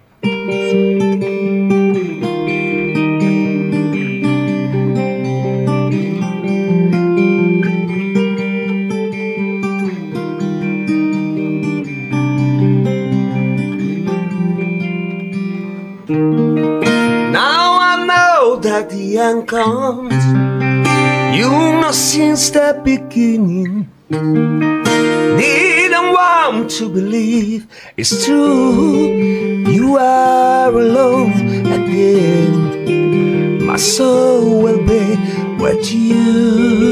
Now I know that the end comes. You know since the beginning. Didn't want to believe it's true. You are alone again. My soul will be with you.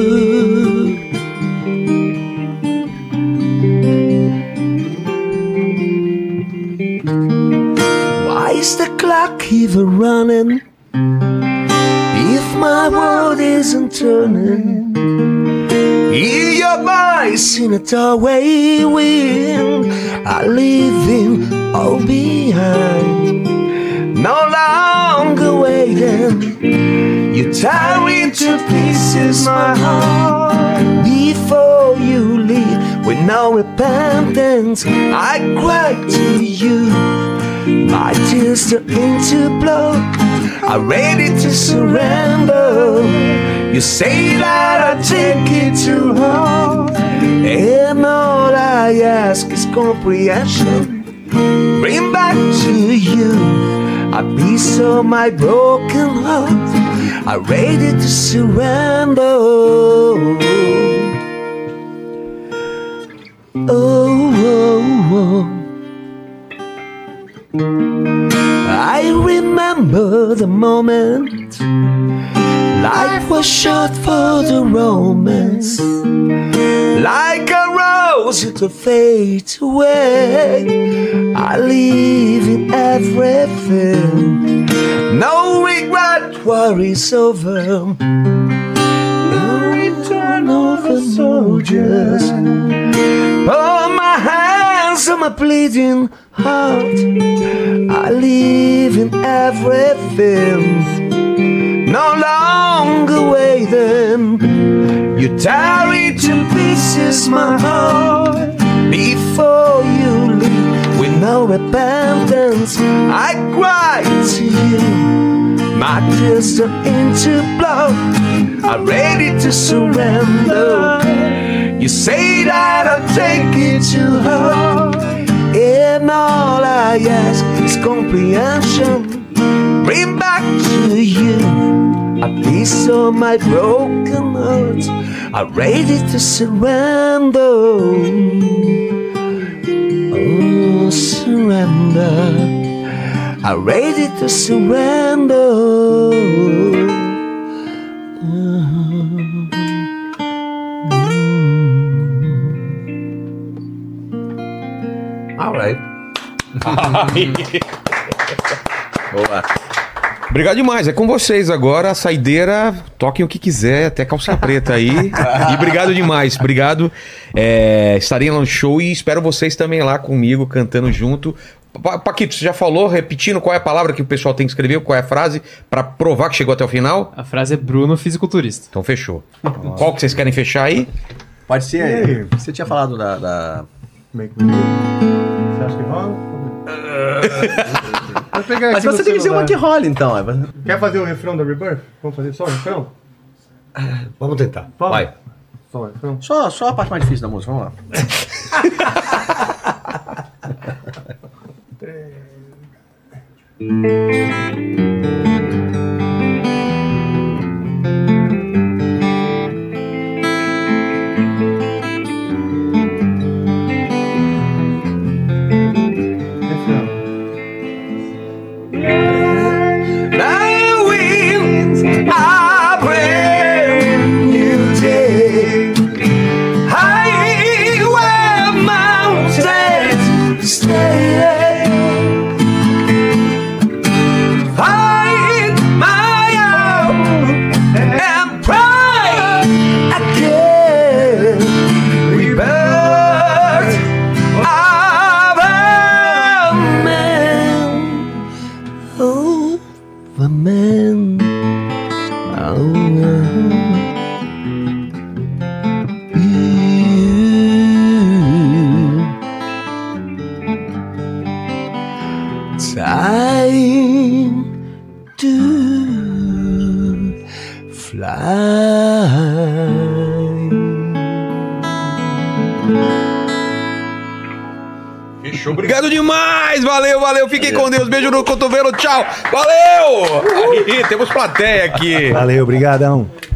Why is the clock even running? If my world isn't turning, hear your voice in a doorway wind. I leave him all behind. No longer waiting, you tear into pieces my heart. Before you leave, with no repentance, I cry to you. My tears turn into blood. are ready to surrender. You say that I take it too hard, and all I ask is comprehension. Bring back to you a piece of my broken heart. I'm ready to surrender. Oh, oh, oh. I remember the moment life was short for the romance, like a rose to fade away. I live in everything, no regret, worries over. No return of the soldiers. Oh, my hands on my bleeding heart. I live in everything. No longer wait them. You tear it to pieces, my heart. Before you leave, with no repentance, I cry to you. My tears turn into blood. I'm ready to surrender. You say that I'll take it too hard. And all I ask is comprehension. Bring back to you a piece of my broken heart. I'm ready to surrender. Oh, surrender. I'm ready to surrender. Uh-huh. Mm. All right.
Boa.
Obrigado demais. É com vocês agora. A saideira, toquem o que quiser, até calça preta aí. e obrigado demais. Obrigado. É, estarei lá no show e espero vocês também lá comigo, cantando junto. Pa- Paquito, você já falou, repetindo qual é a palavra que o pessoal tem que escrever, qual é a frase, pra provar que chegou até o final?
A frase é Bruno, fisiculturista.
Então fechou. Qual que vocês querem fechar aí?
Pode ser aí. Você tinha falado da. da...
é Você acha que rola?
Mas você tem que dizer uma que rola, então.
Quer fazer o refrão da Rebirth? Vamos fazer só o refrão?
Vamos tentar.
Vamos.
Vai.
Só o refrão.
Só, só a parte mais difícil da música, vamos lá.
Refrão.
The winds are brand new day. High where mountains stay. Find my own and pray again. Rebirth of a man. Oh the man. Oh, you. Time to fly.
Fechou. Obrigado demais. Valeu, valeu. Fiquem com Deus. Beijo no cotovelo. Tchau. Valeu. Aí, temos plateia aqui.
Valeu, obrigadão.